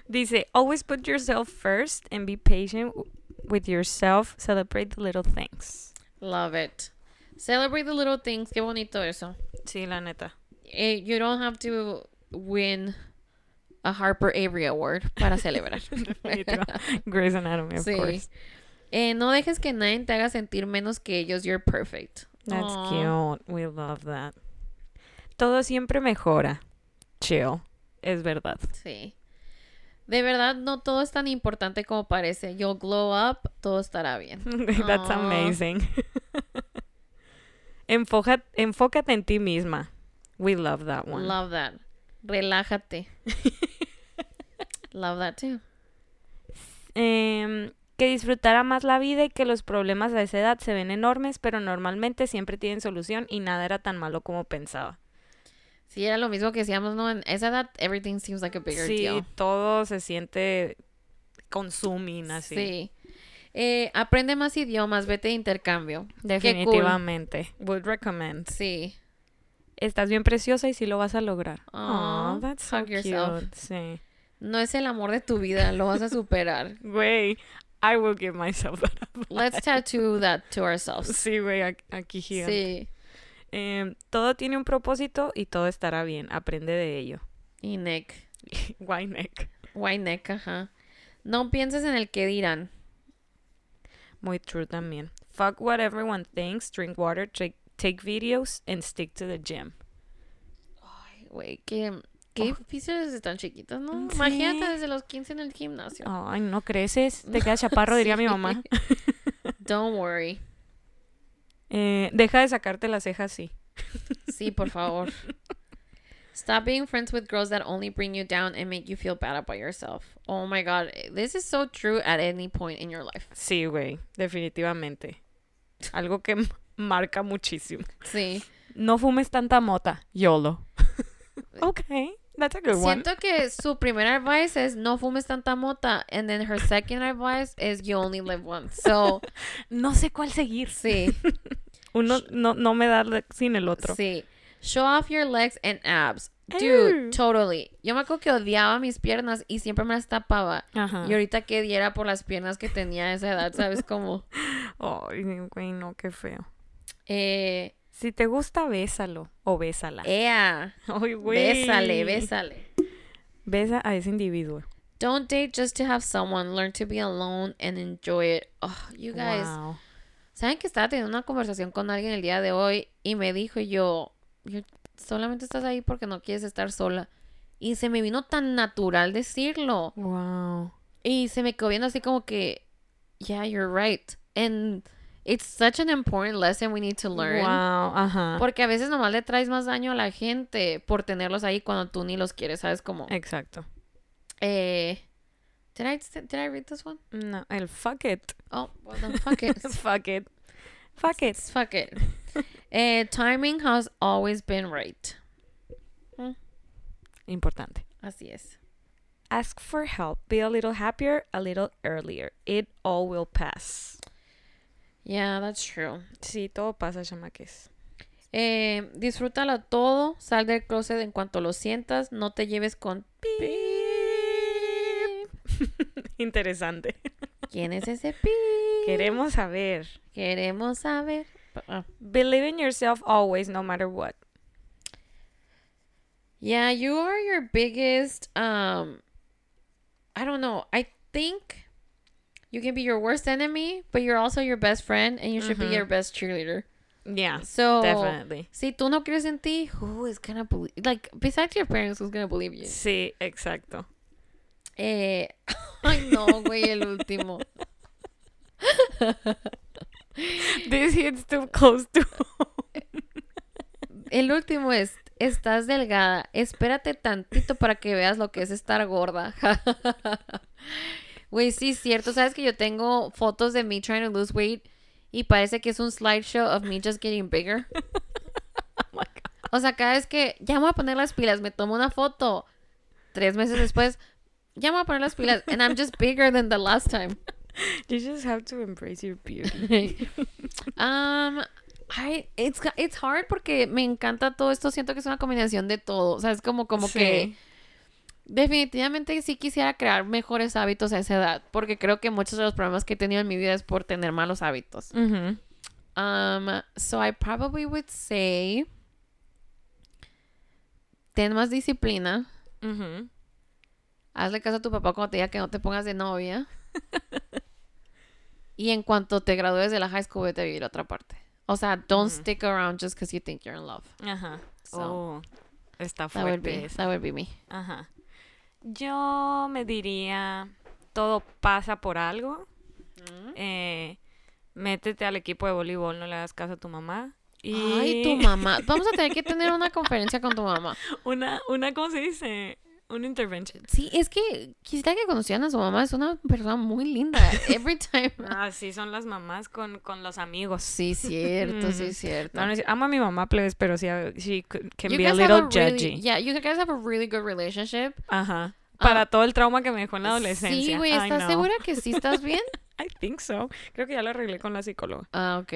Speaker 2: Dice, always put yourself first and be patient w- with yourself. Celebrate the little things.
Speaker 1: Love it. Celebrate the little things. Qué bonito eso.
Speaker 2: Sí, la neta.
Speaker 1: Eh, you don't have to win a Harper Avery Award para celebrar.
Speaker 2: Definitivo. Grey's Anatomy, of
Speaker 1: Sí.
Speaker 2: course.
Speaker 1: Eh, no dejes que nadie te haga sentir menos que ellos. You're perfect.
Speaker 2: That's
Speaker 1: Aw.
Speaker 2: cute. We love that. Todo siempre mejora. Chill. Es verdad.
Speaker 1: Sí. De verdad, no todo es tan importante como parece. You'll glow up, todo estará bien.
Speaker 2: That's
Speaker 1: Aw.
Speaker 2: amazing. Enfoja- enfócate en ti misma. We love that one.
Speaker 1: Love that. Relájate. Love that too.
Speaker 2: Em, que disfrutara más la vida y que los problemas a esa edad se ven enormes, pero normalmente siempre tienen solución y nada era tan malo como pensaba.
Speaker 1: Sí, era lo mismo que decíamos, ¿no? En esa edad, everything seems like a bigger
Speaker 2: Sí,
Speaker 1: deal.
Speaker 2: todo se siente consuming así.
Speaker 1: Sí. Eh, aprende más idiomas, vete de intercambio.
Speaker 2: Definitivamente. Would recommend.
Speaker 1: Sí.
Speaker 2: Estás bien preciosa y sí lo vas a lograr.
Speaker 1: Aw,
Speaker 2: Aw, that's so
Speaker 1: hug yourself.
Speaker 2: cute. Sí.
Speaker 1: No es el amor de tu vida, lo vas a superar.
Speaker 2: Güey, I will give myself that advice.
Speaker 1: Let's tattoo that to ourselves.
Speaker 2: Sí, güey, ac- aquí
Speaker 1: Sí.
Speaker 2: gigante. Em, todo tiene un propósito y todo estará bien. Aprende de ello.
Speaker 1: Y Nick.
Speaker 2: Why neck?
Speaker 1: Why Nick, ajá. No pienses en el que dirán.
Speaker 2: Muy true también. Fuck what everyone thinks, drink water, take, take videos, and stick to the gym.
Speaker 1: Ay, güey, que... Qué difíciles desde tan chiquitas, ¿no? Imagínate
Speaker 2: Oh. Sí. Oh.
Speaker 1: desde los 15 en el gimnasio.
Speaker 2: Ay, no creces. Te quedas chaparro, diría mi mamá.
Speaker 1: Don't worry.
Speaker 2: Eh, deja de sacarte las cejas, sí.
Speaker 1: Sí, por favor. Stop being friends with girls that only bring you down and make you feel bad about yourself. Oh my god, this is so true at any point in your life.
Speaker 2: Sí, güey, definitivamente. Algo que m- marca muchísimo.
Speaker 1: Sí.
Speaker 2: No fumes tanta mota, YOLO. Okay, that's a good one.
Speaker 1: Siento que su primer advice es no fumes tanta mota. And then her second advice is you only live once. So,
Speaker 2: No sé cuál seguir.
Speaker 1: sí,
Speaker 2: Uno no, no me da la- sin el otro.
Speaker 1: sí. Show off your legs and abs. Dude,
Speaker 2: Ew.
Speaker 1: totally. Yo me acuerdo que odiaba mis piernas y siempre me las tapaba.
Speaker 2: Ajá.
Speaker 1: Y ahorita que diera por las piernas que tenía a esa edad, ¿sabes cómo?
Speaker 2: Ay, güey, no, qué feo.
Speaker 1: Eh,
Speaker 2: Si te gusta, bésalo o bésala.
Speaker 1: ea,
Speaker 2: Ay, güey.
Speaker 1: Eh, bésale, bésale.
Speaker 2: Besa a ese individuo.
Speaker 1: Don't date just to have someone. Learn to be alone and enjoy it. Oh, you guys.
Speaker 2: Wow.
Speaker 1: ¿Saben que estaba teniendo una conversación con alguien el día de hoy y me dijo yo, yo solamente estás ahí porque no quieres estar sola? Y se me vino tan natural decirlo.
Speaker 2: Wow.
Speaker 1: Y se me quedó viendo así como que, yeah, you're right. And it's such an important lesson we need to learn.
Speaker 2: Wow, ajá.
Speaker 1: Porque a veces nomás le traes más daño a la gente por tenerlos ahí cuando tú ni los quieres, ¿sabes? Como,
Speaker 2: Exacto.
Speaker 1: eh, did I, did I read this one?
Speaker 2: No, el fuck it.
Speaker 1: Oh, well then, fuck it.
Speaker 2: fuck it. Fuck it.
Speaker 1: Fuck it. Eh, timing has always been right.
Speaker 2: Importante.
Speaker 1: Así es.
Speaker 2: Ask for help. Be a little happier, a little earlier. It all will pass.
Speaker 1: Yeah, that's true.
Speaker 2: Sí, todo pasa, chamaques.
Speaker 1: Eh, disfrútalo todo. Sal del closet en cuanto lo sientas. No te lleves con
Speaker 2: Beep. Interesante.
Speaker 1: quién es ese pi.
Speaker 2: Queremos saber.
Speaker 1: Queremos saber. Ah.
Speaker 2: Believe in yourself always, no matter what.
Speaker 1: Yeah, you are your biggest um I don't know. I think you can be your worst enemy, but you're also your best friend and you should be your best cheerleader.
Speaker 2: Yeah,
Speaker 1: So
Speaker 2: definitely.
Speaker 1: Si tú no crees en ti, who is gonna believe like besides your parents who's gonna believe you?
Speaker 2: Sí, exacto.
Speaker 1: Eh, ay no, güey, el último.
Speaker 2: This hits too close to
Speaker 1: El último es estás delgada, espérate tantito para que veas lo que es estar gorda. Güey, sí es cierto, sabes que yo tengo fotos de me trying to lose weight y parece que es un slideshow of me just getting bigger.
Speaker 2: Oh
Speaker 1: O sea, cada vez que ya me voy a poner las pilas, me tomo una foto. Tres meses después, ya me voy a poner las pilas. And I'm just bigger than the last time.
Speaker 2: You just have to embrace your beauty.
Speaker 1: Um, I, it's, it's hard porque me encanta todo esto. Siento que es una combinación de todo. O sea, es como, como que definitivamente sí quisiera crear mejores hábitos a esa edad. Porque creo que muchos de los problemas que he tenido en mi vida es por tener malos hábitos.
Speaker 2: Mhm.
Speaker 1: Um, so I probably would say ten más disciplina.
Speaker 2: Mhm.
Speaker 1: Hazle caso a tu papá cuando te diga que no te pongas de novia. y en cuanto te gradúes de la high school, vete a vivir a otra parte. O sea, don't stick around just because you think you're in love.
Speaker 2: Ajá.
Speaker 1: So,
Speaker 2: oh, está
Speaker 1: That would be,
Speaker 2: fuerte. esa.
Speaker 1: that would be me.
Speaker 2: Ajá. Yo me diría, todo pasa por algo. Eh, métete al equipo de voleibol, no le hagas caso a tu mamá. Y
Speaker 1: Ay, tu mamá. Vamos a tener que tener una conferencia con tu mamá.
Speaker 2: Una, una, ¿cómo se dice? Una intervention.
Speaker 1: Sí, es que quisiera que conocieran a su mamá. Es una persona muy linda. Every time. Oh,
Speaker 2: Así Ah, son las mamás con, con los amigos.
Speaker 1: Sí, cierto, sí, cierto.
Speaker 2: Mm. No, no es- amo a mi mamá, plebes, pero sí, a- she c- can
Speaker 1: Ah. You
Speaker 2: be a
Speaker 1: guys have
Speaker 2: little
Speaker 1: really,
Speaker 2: judgy.
Speaker 1: yeah, you guys have a really good relationship.
Speaker 2: Ajá. Para todo el trauma que me dejó en la adolescencia.
Speaker 1: Sí, güey,
Speaker 2: I
Speaker 1: ¿estás
Speaker 2: know.
Speaker 1: segura que sí estás bien?
Speaker 2: I think so. Creo que ya lo arreglé con la psicóloga.
Speaker 1: Ah, ok.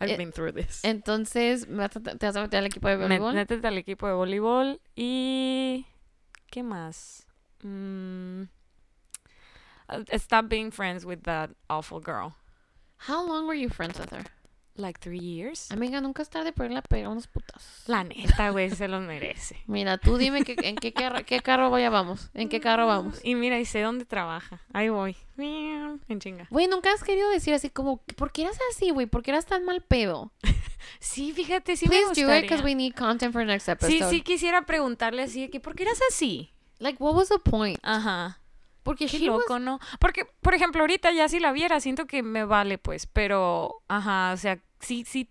Speaker 2: I've
Speaker 1: Eh,
Speaker 2: been through this.
Speaker 1: Entonces, ¿me vas a- ¿te vas a meter al equipo de
Speaker 2: Met-
Speaker 1: voleibol?
Speaker 2: Métete al equipo de voleibol y... ¿Qué más? Mm, uh, Stop being friends with that awful girl.
Speaker 1: How long were you friends with her?
Speaker 2: Like three years.
Speaker 1: Amiga, nunca es tarde para irle a pegar unos putazos.
Speaker 2: La neta, güey, se los merece.
Speaker 1: Mira, tú dime que- en qué carro, qué carro vaya vamos. ¿En qué carro vamos?
Speaker 2: Y mira, y sé dónde trabaja. Ahí voy. En chinga.
Speaker 1: Güey, nunca has querido decir así como, ¿por qué eras así, güey? ¿Por qué eras tan mal pedo?
Speaker 2: Sí, fíjate, sí
Speaker 1: Please
Speaker 2: me
Speaker 1: do it because
Speaker 2: gustaría.
Speaker 1: we need content for next episode.
Speaker 2: Sí, sí quisiera preguntarle así de que, ¿por qué eras así?
Speaker 1: Like, what was the point?
Speaker 2: Ajá.
Speaker 1: Porque
Speaker 2: Qué
Speaker 1: she was-
Speaker 2: loco, ¿no? Porque, por ejemplo, ahorita ya si la viera, siento que me vale, pues, pero, ajá, o sea, sí, sí.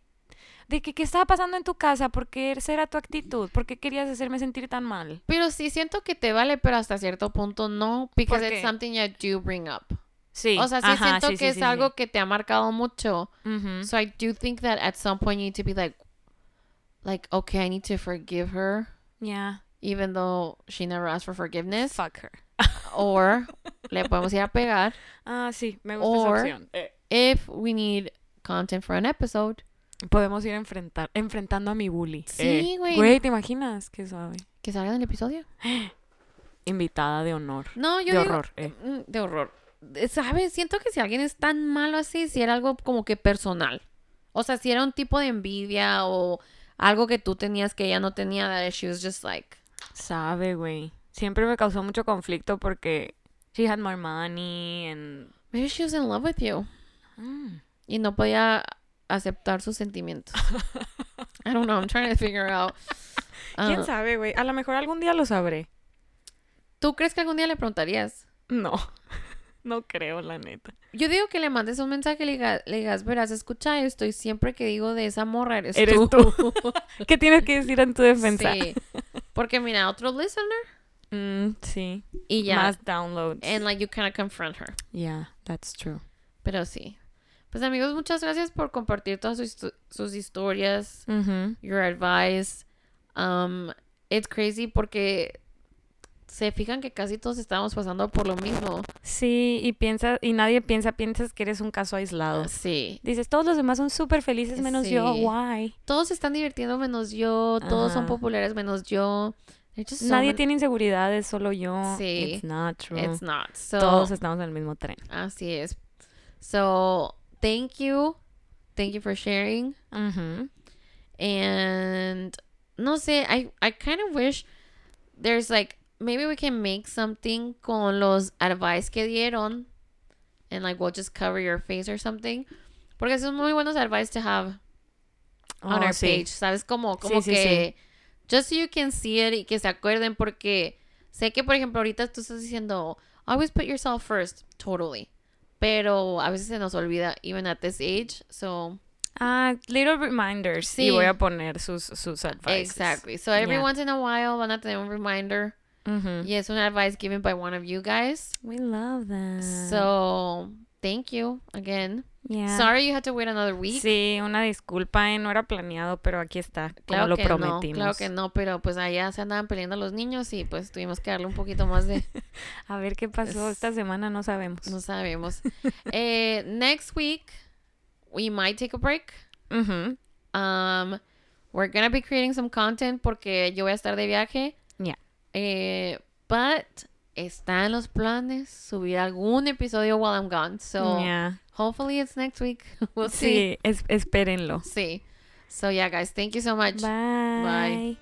Speaker 2: De que, ¿qué estaba pasando en tu casa? ¿Por qué esa era tu actitud? ¿Por qué querías hacerme sentir tan mal?
Speaker 1: Pero sí siento que te vale, pero hasta cierto punto no, because
Speaker 2: ¿Por
Speaker 1: it's
Speaker 2: qué?
Speaker 1: something that you bring up.
Speaker 2: Sí.
Speaker 1: O sea, sí
Speaker 2: ajá,
Speaker 1: siento
Speaker 2: sí, sí,
Speaker 1: que es
Speaker 2: sí, sí.
Speaker 1: algo que te ha marcado mucho.
Speaker 2: Ujú.
Speaker 1: So I do think that at some point you need to be like, like, okay, I need to forgive her
Speaker 2: Ya.
Speaker 1: even though she never asked for forgiveness.
Speaker 2: Fuck her.
Speaker 1: Or le podemos ir a pegar
Speaker 2: Ah, sí, me gusta esa
Speaker 1: Or-
Speaker 2: opción. Eh,
Speaker 1: if we need content for an episode.
Speaker 2: podemos ir a enfrentar, enfrentando a mi bully. Eh,
Speaker 1: Sí, güey.
Speaker 2: Güey, ¿te imaginas? Qué suave.
Speaker 1: Que salga en el episodio.
Speaker 2: Invitada de honor.
Speaker 1: No, yo
Speaker 2: de
Speaker 1: digo-
Speaker 2: horror. eh.
Speaker 1: Mm, De horror. Eh, ¿Sabes? Siento que si alguien es tan malo así, si era algo como que personal. O sea, si era un tipo de envidia o algo que tú tenías que ella no tenía, that she was just like,
Speaker 2: Sabe, güey. Siempre me causó mucho conflicto porque she had more money and...
Speaker 1: maybe she was in love with you.
Speaker 2: Mm.
Speaker 1: Y no podía aceptar sus sentimientos. I don't know, I'm trying to figure out. Uh,
Speaker 2: ¿Quién sabe, güey? A lo mejor algún día lo sabré.
Speaker 1: ¿Tú crees que algún día le preguntarías?
Speaker 2: No. No creo, la neta.
Speaker 1: Yo digo que le mandes un mensaje y le diga- le digas, verás, escucha esto y siempre que digo de esa morra eres,
Speaker 2: Eres
Speaker 1: tú.
Speaker 2: tú. ¿Qué tienes que decir en tu defensa?
Speaker 1: Sí. Porque mira, otro listener
Speaker 2: Mm, sí.
Speaker 1: y ya.
Speaker 2: Más downloads.
Speaker 1: And like you kind of confront her.
Speaker 2: Yeah, that's true.
Speaker 1: Pero sí. Pues amigos, muchas gracias por compartir todas sus, histo- sus historias, your advice. Um, it's crazy porque se fijan que casi todos estamos pasando por lo mismo.
Speaker 2: Sí, y piensa, y nadie piensa, piensas que eres un caso aislado.
Speaker 1: Sí.
Speaker 2: Dices, todos los demás son súper felices menos yo.
Speaker 1: Sí.
Speaker 2: Why?
Speaker 1: Todos se están divirtiendo menos yo, todos son
Speaker 2: Ajá.
Speaker 1: populares menos yo. There's just so
Speaker 2: Nadie
Speaker 1: many-
Speaker 2: tiene inseguridades, solo yo.
Speaker 1: Sí.
Speaker 2: It's not true.
Speaker 1: It's not. So,
Speaker 2: Todos estamos en el mismo tren.
Speaker 1: así es. So, thank you. Thank you for sharing.
Speaker 2: Ujú.
Speaker 1: and no sé, I I kind of wish there's like maybe we can make something con los advice que dieron, and like we'll just cover your face or something, porque son muy buenos advice to have on
Speaker 2: Oh,
Speaker 1: our
Speaker 2: sí.
Speaker 1: page, sabes como como
Speaker 2: sí,
Speaker 1: que
Speaker 2: sí.
Speaker 1: just so you can see it y que se acuerden porque sé que por ejemplo ahorita tú estás diciendo always put yourself first, totally, pero a veces se nos olvida even at this age, so
Speaker 2: Ah, little reminders. Sí.
Speaker 1: Sí.
Speaker 2: Y voy a poner sus, sus advices.
Speaker 1: Exactly. So every
Speaker 2: Yeah. Mm-hmm.
Speaker 1: once in a while, van a tener un reminder.
Speaker 2: Ujú.
Speaker 1: Yes, an advice given by one of you guys.
Speaker 2: We love that.
Speaker 1: So thank you again.
Speaker 2: Mm. Yeah.
Speaker 1: Sorry you had to wait another week.
Speaker 2: Sí, una disculpa, eh, no era planeado, pero aquí está, como
Speaker 1: Claro
Speaker 2: lo
Speaker 1: que
Speaker 2: prometimos.
Speaker 1: no, claro que no, pero pues allá se andaban peleando los niños y pues tuvimos que darle un poquito más de,
Speaker 2: A ver qué pasó esta semana, no sabemos.
Speaker 1: no sabemos. Eh, next week we might take a break.
Speaker 2: Ujú.
Speaker 1: Um, we're gonna be creating some content porque yo voy a estar de viaje.
Speaker 2: Yeah.
Speaker 1: Eh, but está en los planes subir algún episodio while I'm gone. So
Speaker 2: Yeah.
Speaker 1: hopefully it's next week. We'll see.
Speaker 2: Sí, es- espérenlo.
Speaker 1: See. So yeah, guys, thank you so much.
Speaker 2: Bye.